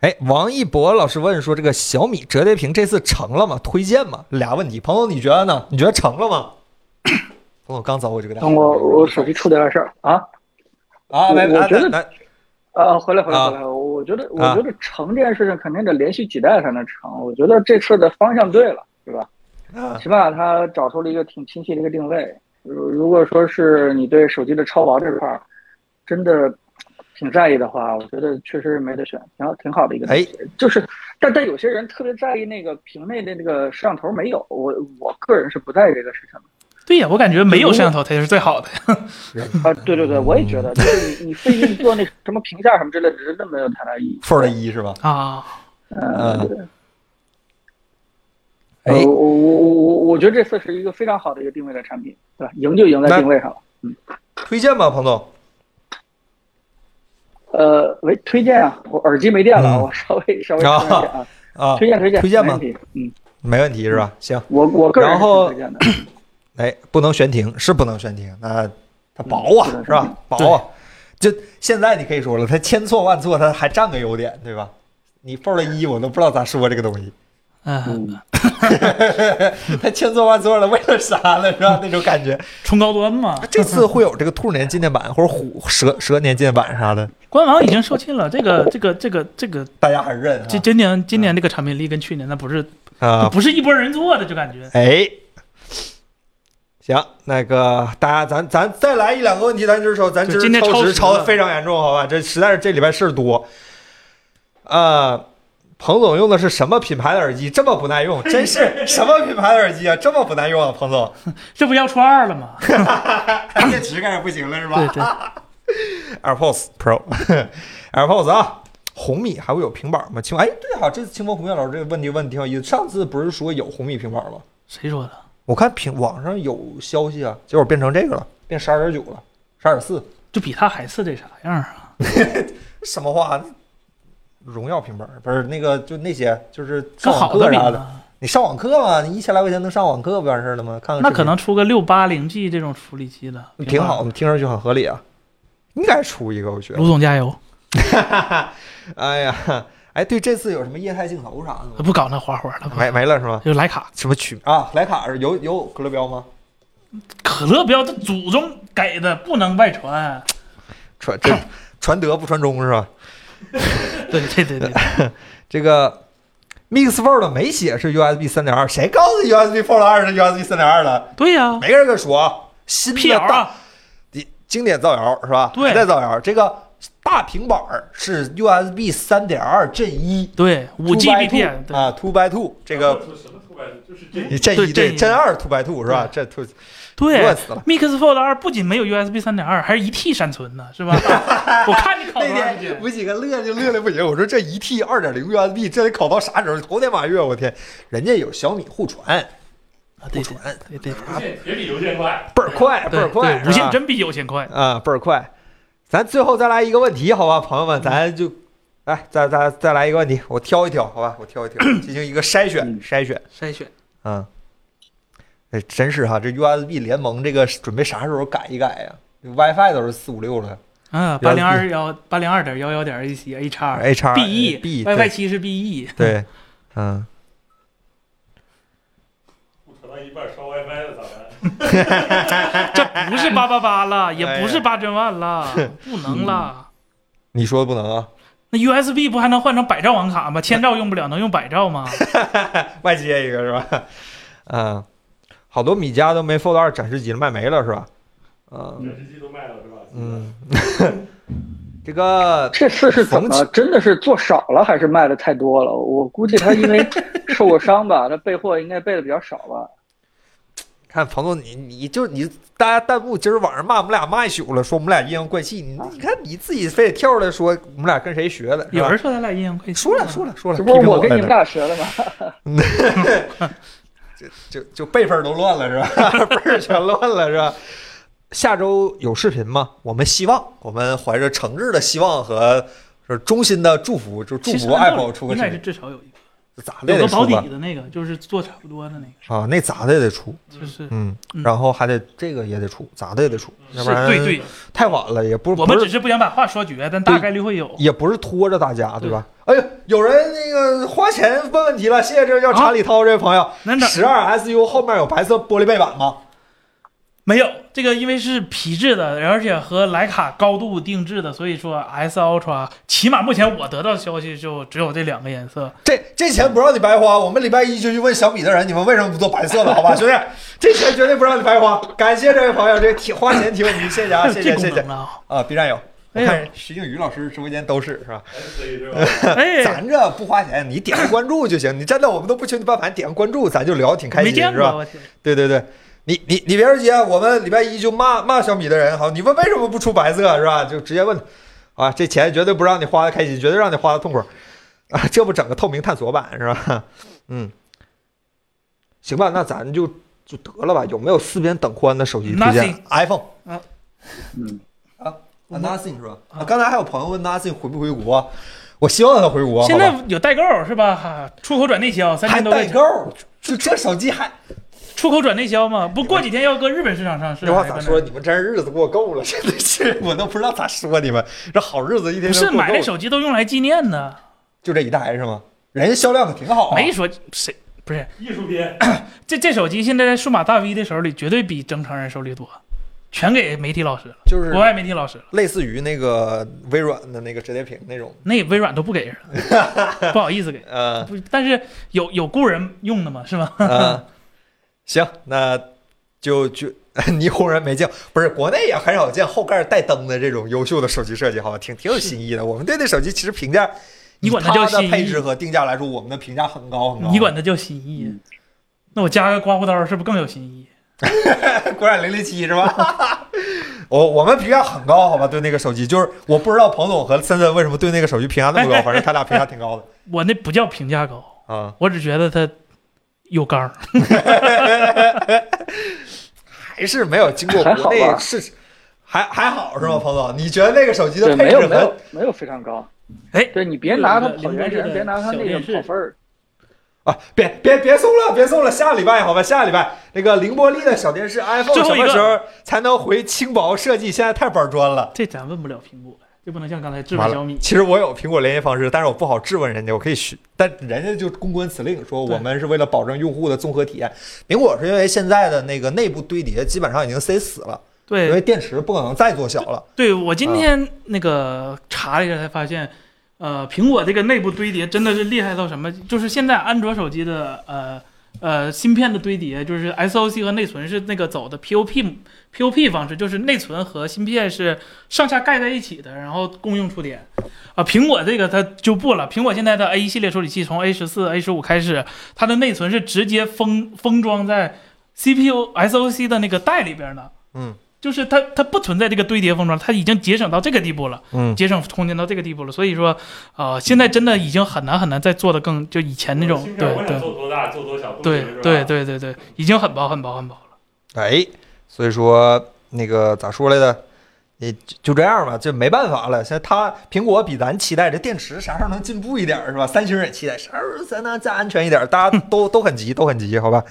哎，王一博老师问说：“这个小米折叠屏这次成了吗？推荐吗？”俩问题，朋友你觉得呢？你觉得成了吗？ (clears throat) 朋友刚走我就给大家等我我手机出点事儿啊。啊，来我来我觉得来，啊，回来回啊来回来！我觉得，我啊觉得成这件事情肯定得连续几代才能成。我觉得这次的方向对了，是吧？啊起码它找出了一个挺清晰的一个定位。如如果说是你对手机的超薄这块儿真的挺在意的话，我觉得确实没得选，挺好挺好的一个。哎，就是，但但有些人特别在意那个屏内的那个摄像头没有，我我个人是不在意这个事情的。对呀，我感觉没有摄像头才是最好的。啊，对对对，我也觉得，就是你你费劲做那什么屏下什么之类的，真的没有太大意义。 ，Fold 一是吧？啊，嗯嗯，对。哎呃，我我我我我觉得这次是一个非常好的一个定位的产品，对吧？赢就赢那在定位上了。推荐吗，彭总？呃，喂，推荐啊，我耳机没电了，嗯我稍微稍微啊推荐啊，啊，推荐嗯推荐推荐没吗问题嗯，没问题是吧？行，我我个人然是后推荐的。哎，不能悬停，是不能悬停，那它薄啊，嗯是吧？薄啊，就现在你可以说了，它千错万错，它还占个优点，对吧？你 Fold 一我都不知道咋说这个东西，嗯，嗯， (laughs) 它千错万错了，为了啥呢？是吧？那种感觉。冲高端嘛。 (laughs) 这次会有这个兔年纪念版或者虎蛇蛇年纪念版啥的，官网已经售罄了，这个这个这个这个，大家还是认啊这今年今年这个产品力跟去年那不是啊！不是一拨人做的，就感觉哎，行，那个大家咱咱再来一两个问题，咱就是说咱今就今儿天超超时时超了的非常严重，好吧？这实在是这礼拜事儿多，呃，彭总用的是什么品牌的耳机？这么不耐用，真 (laughs) 是什么品牌的耳机啊？这么不耐用啊，彭总！ (laughs) 这不要初二了吗？电池开始不行了是对吧对， ？AirPods (laughs) Pro，AirPods 啊，红米还会有平板吗？清哎，对哈、这次清风红月老师这个问题问的挺有意思。上次不是说有红米平板吗？谁说的？我看平网上有消息啊，结果变成这个了，变十二点九了，十二点四，就比他还次这啥样啊？什么话？荣耀平板不是那个，就那些就是这上网好的课比啥的。呢？你上网课嘛？你一千来块钱能上网课不完事儿了吗？看看那视频可能出个六八零 G 这种处理器了，嗯挺好，的，听上去很合理啊。应该出一个，我觉卢得。总加油！哎呀，哎，对，这次有什么液态镜头啥的吗？不搞那花花了吧，没没了是吗？就徕卡、什么曲啊？徕卡是有有可乐标吗？可乐标，这祖宗给的，不能外传。传 (laughs) 这传德不传中是吧？对 (laughs) 对对对，这个 Mix Fold 没写是 USB 三点二，谁告诉你 USB Fold 二是 USB 三点二的？对呀，没人敢说啊。新辟的谣大啊！经典造谣是吧？对还在造谣。这个大平板儿是 USB 三点二阵一，对，五 G BPM，对啊，two by two 这个什么突然就是这你这对一这对一真二 two by two 是吧？这 two 对乱死了。 ，Mix Fold 二不仅没有 USB 三点二，还是一 T 闪存呢，(laughs) 是吧？我看你考那多少天我几个乐就乐的不行，我说这一 T 二点零 USB 这得考到啥时候？头天马月，我天，人家有小米互传，啊对互对传对对对铁比邮件快，倍儿快，倍儿快，对，无是线吧真比有线快。啊，倍儿快。咱最后再来一个问题，好吧，朋友们，咱就来再再再来一个问题，我挑一挑，好吧，我挑一挑，进行一个筛选嗯筛选。筛选嗯，哎，真是哈，这 USB 联盟这个准备啥时候改一改呀、这 WiFi 都是四五六了啊，八零二幺八零二点幺幺点 AC HR ，HR 啊 BE 哎 B E WiFi E，七是 E，BE，对，嗯，我传到一半烧 WiFi 了咋办？ (laughs) 这不是八八八 (laughs) 了，也不哎是呀八千万 (laughs) 了，不能了。你说的不能啊，那 USB 不还能换成百兆网卡吗？千兆用不了，能用百 (laughs) 兆吗？外接一个是吧？ (laughs) 嗯，好多米家都没 Fold 二展示机了，卖没了是吧？嗯展示机都卖了是吧？嗯， (laughs) 这个这次是怎缝么？真的是做少了还是卖的太多了？我估计他因为受过伤 (laughs) 吧，他备货应该备的比较少吧。看彭总，你你就你，大家弹幕今儿晚上骂我们俩骂一宿了，说我们俩阴阳怪气，你你看你自己非得跳出来说我们俩跟谁学的，是有吧人说咱俩阴阳怪气，说了说了说了，这不是批评我跟来你啊们着俩学的吗？就就辈分都乱了是吧？ (laughs) 辈儿全乱了是吧？下周有视频吗？我们希望，我们怀着诚挚的希望和是衷心的祝福，就祝其实福按照 Apple 出个应视该是频，至少有一个，咋的也有得个保出吧？底的那个，就是做差不多的那个，啊，那咋的也得出，就是嗯，嗯然后还得这个也得出，咋的也得出，要是不然对对，太晚了，也不我们不只是是不想把话说绝，但大概率会有。也不是拖着大家对吧？嗯哎呦，有人那个花钱问问题了，谢谢这位叫啊查理涛这位朋友，那哪十二 SU 后面有白色玻璃背板吗？没有这个，因为是皮质的，而且和徕卡高度定制的，所以说 S Ultra 起码目前我得到的消息就只有这两个颜色。这这钱不让你白花，我们礼拜一就去问小米的人，你们为什么不做白色的？好吧，兄弟，这钱绝对不让你白花。感谢这位朋友，这挺花钱提问题，谢谢还啊，(laughs) 有谢这谢功谢谢能 (laughs) 了啊！B 站有，我哎呀看徐静宇老师直播间都是是吧？所以是吧？啊！哎，咱这不花钱，你点个关注就行。你真的我们都不求你办法，你点个关注，咱就聊挺开没心，见是过，吧？我天，对对对，你你你别着急啊，我们礼拜一就骂骂小米的人，好，你问为什么不出白色是吧？就直接问，啊，这钱绝对不让你花的开心，绝对让你花的痛快，啊，这不整个透明探索版是吧？嗯，行吧，那咱就就得了吧，有没有四边等宽的手机推荐 Nothing 啊？iPhone 嗯，啊，Nothing 是吧？啊，刚才还有朋友问 Nothing 回不回国，我希望他回国，现好吧在有代购是吧？ (laughs) 哈，出口转内销，三还千多块代钱，购，就这手机还出口转内销嘛，不过几天要搁日本市场上市。这话还咋搁那说？你们真是日子过够了，真的是我都不知道咋说你们。这好日子一天不天是过买够这了手机都用来纪念的，就这一代是吗？人家销量可挺好、啊，没说谁不是艺术品，这这手机现在在数码大 V 的手里绝对比正常人手里多，全给媒体老师了，就是国外媒体老师了，类似于那个微软的那个折叠屏那种。那微软都不给人了，不好意思给。 (laughs) 呃不，但是有有雇人用的嘛，是吧？ (laughs) 呃，行，那就就 (laughs) 霓虹人没见，不是国内也很少见后盖带灯的这种优秀的手机设计，好吧，挺挺有新意的。我们对那手机其实评价你管它它叫的蜥蜴配置和定价来说，我们的评价很高很高。你管它叫新嗯意，那我加个刮胡刀是不是更有新意？国产零零七是吧？ (laughs) 我我们评价很高，好吧？对那个手机，就是我不知道彭总和森森为什么对那个手机评价那 (laughs) 么高，反正他俩评价挺高的我那不叫评价高，啊。我只觉得它有缸儿。 (laughs) 还是没有经过还好国内吧市，还还好是吗？彭总，你觉得那个手机的对，配没置有很没有没有非常高。哎对你别拿它有一个跑原零零神，的别拿它那小个电视跑分儿。啊？别别别送了，别送了，下礼拜好吧？下礼拜那个凌波丽的小电视 iPhone 最什后一么个时候才能回轻薄设计？现在太板砖了。这咱问不了苹果，就不能像刚才质完问小了米，。其实我有苹果联系方式，但是我不好质问人家，我可以学，但人家就公关辞令说对我们是为了保证用户的综合体验。苹果是因为现在的那个内部堆叠基本上已经塞死了，因为对电池不可能再做小了。对，我今天那个查了一下才发现，呃，苹果这个内部堆叠真的是厉害到什么？就是现在安卓手机的呃呃芯片的堆叠，就是 SOC 和内存是那个走的 POP POP 方式，就是内存和芯片是上下盖在一起的，然后共用触点。啊，苹果这个它就不了。苹果现在的 A 系列处理器从 A 十四、A 十五开始，它的内存是直接封封装在 CPU SOC 的那个带里边的。嗯，就是它它不存在这个堆叠封装，它已经节省到这个地步了，嗯节省空间到这个地步了。所以说，呃，现在真的已经很难很难再做的更就以前那种芯片对我想对做多大做多小，都对行是吧对对对对，已经很薄很薄很薄了。哎，所以说那个咋说来的？也就就这样吧，这没办法了。现在它苹果比咱期待这电池啥时候能进步一点儿是吧？三星也期待啥时候才能再安全一点儿，大家都 (laughs) 都很急，都很急，好吧？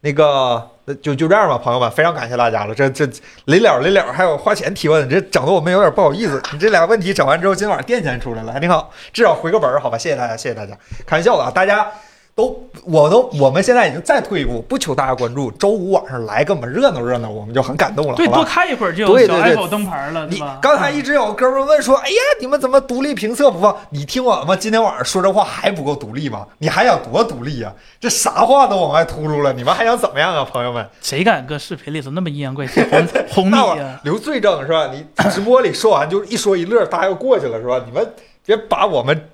那个那就就这样吧，朋友们，非常感谢大家了。这这临了临了，还有花钱提问，这整的我们有点不好 (laughs) 意思。你这俩问题整完之后，今晚垫钱出来了，还挺好，至少回个本儿，好吧？谢谢大家，谢谢大家，开玩笑的啊，大家。都，我都，我们现在已经再退一步，不求大家关注，周五晚上来给我们热闹热闹，我们就很感动了，对，好吧多看一会儿就对有小对对 Apple 灯牌了，对你吧？嗯刚才一直有哥们儿问说，哎呀，你们怎么独立评测不放？你听我们今天晚上说这话还不够独立吗？你还想多独立呀、这啥话都往外秃噜了，你们还想怎么样啊，朋友们？谁敢搁视频里头那么阴阳怪气 (laughs) 哄哄你那我呀？留罪证是吧？你直播里说完就一说一乐，大家又过去了是吧？你们别把我们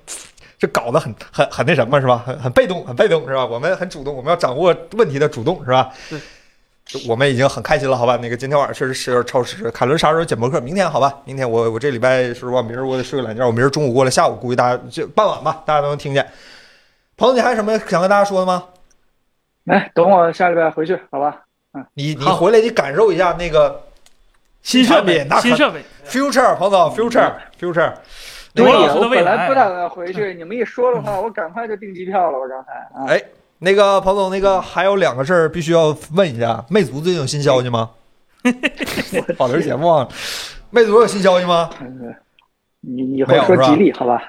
这搞得很很很那什么是吧？很很被动，很被动是吧？我们很主动，我们要掌握问题的主动是吧对？我们已经很开心了，好吧？那个今天晚上确实是有点超时。凯伦啥时候剪博客？明天好吧？明天我我这礼拜说实话，明儿我得睡个懒觉，我明儿中午过来，下午估计大家就傍晚吧，大家都能听见。朋友，你还有什么想跟大家说的吗？哎，等我下礼拜回去，好吧？你你好回来你感受一下那个新设备产品那，新很设备， future，彭总 future future。对罗对老呀，师我的未本来哎来不打算回去，你们一说 (laughs) 的话，我赶快就订机票了。我刚才啊，哎，那个彭总，那个还有两个事儿必须要问一下，魅族最近有新消息 (laughs) 吗？跑题儿节目啊忘了，魅族有新消息吗？嗯你以没后有说是吧吉利，好吧？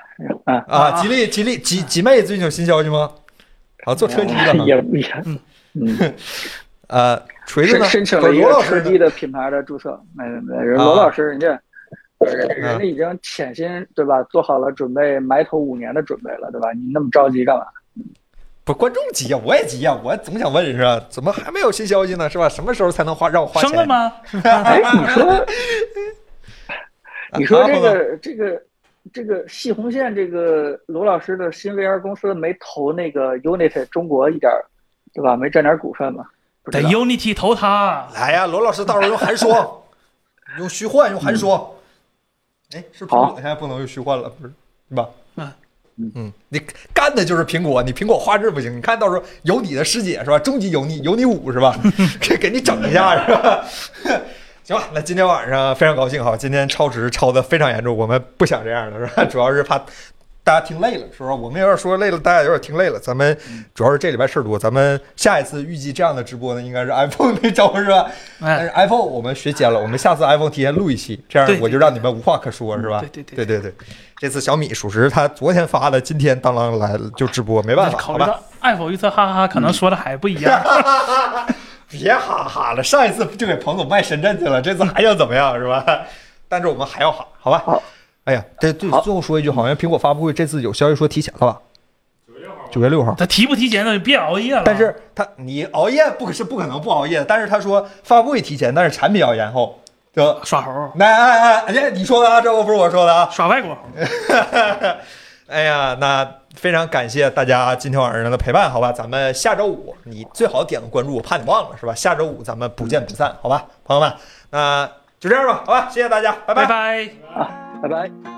啊，啊，啊吉利吉利吉吉妹最近有新消息吗？啊，做车机的呢也也，嗯。呃，锤子申呢？申请不了是一罗个老车师机呢的品牌的注册，哎没没没，人啊罗老师人家。人啊人家已经潜心对吧，做好了准备埋头五年的准备了，对吧？你那么着急干嘛？不是观众急呀，我也急呀，我总想问是吧？怎么还没有新消息呢？是吧？什么时候才能花让我花生了钱？吗？哎，你 (laughs) 说，啊你说啊这彭总个这个这个细红线，这个罗老师的新 VR 公司没投那个 Unity 中国一点儿，对吧？没占点股份嘛？不知得道 Unity 投它，来呀，罗老师到时候用寒 (laughs) 霜，用虚幻，用寒霜。哎，是苹好果现在不能用虚幻了，不是，对吧？嗯嗯，你干的就是苹果，你苹果画质不行，你看到时候有你的师姐是吧？终极有你有你五是 (laughs) 吧？给给你整一下是吧？ (laughs) 行吧，那今天晚上非常高兴哈，今天超时超的非常严重，我们不想这样了是吧？主要是怕大家听累了，是吧？我们有点说累了，大家有点听累了。咱们嗯主要是这礼拜事儿多，咱们下一次预计这样的直播呢，应该 (laughs) 是 iPhone 那周是吧？但哎是，iPhone 我们学尖了，我们下次 iPhone 提前录一期，这样对对我就让你们无话可说，是吧？对对对对对对这次小米属实他昨天发的，今天当啷来了就直播，没办法，考好虑吧？嗯到爱否预测，哈哈哈，可能说的还不一样。 (laughs) 别哈哈了，上一次就给彭总卖深圳去了，这次还想怎么样，是 (laughs) 吧？但是我们还要哈，好吧？好。哎呀，对对，好最后说一句，好像苹果发布会这次有消息说提前了吧？九月六号。他提不提前的，别熬夜了。但是他你熬夜不可是不可能不熬夜的，但是他说发布会提前，但是产品要延后，就耍猴，那哎哎哎，你说的啊，这个不是我说的啊，耍外国猴， (laughs) 哎呀，那非常感谢大家今天晚上的陪伴，好吧？咱们下周五你最好点个关注，我怕你忘了是吧？下周五咱们不见不散，好吧，朋友们？那就这样吧，好吧？谢谢大家，拜拜拜。拜拜。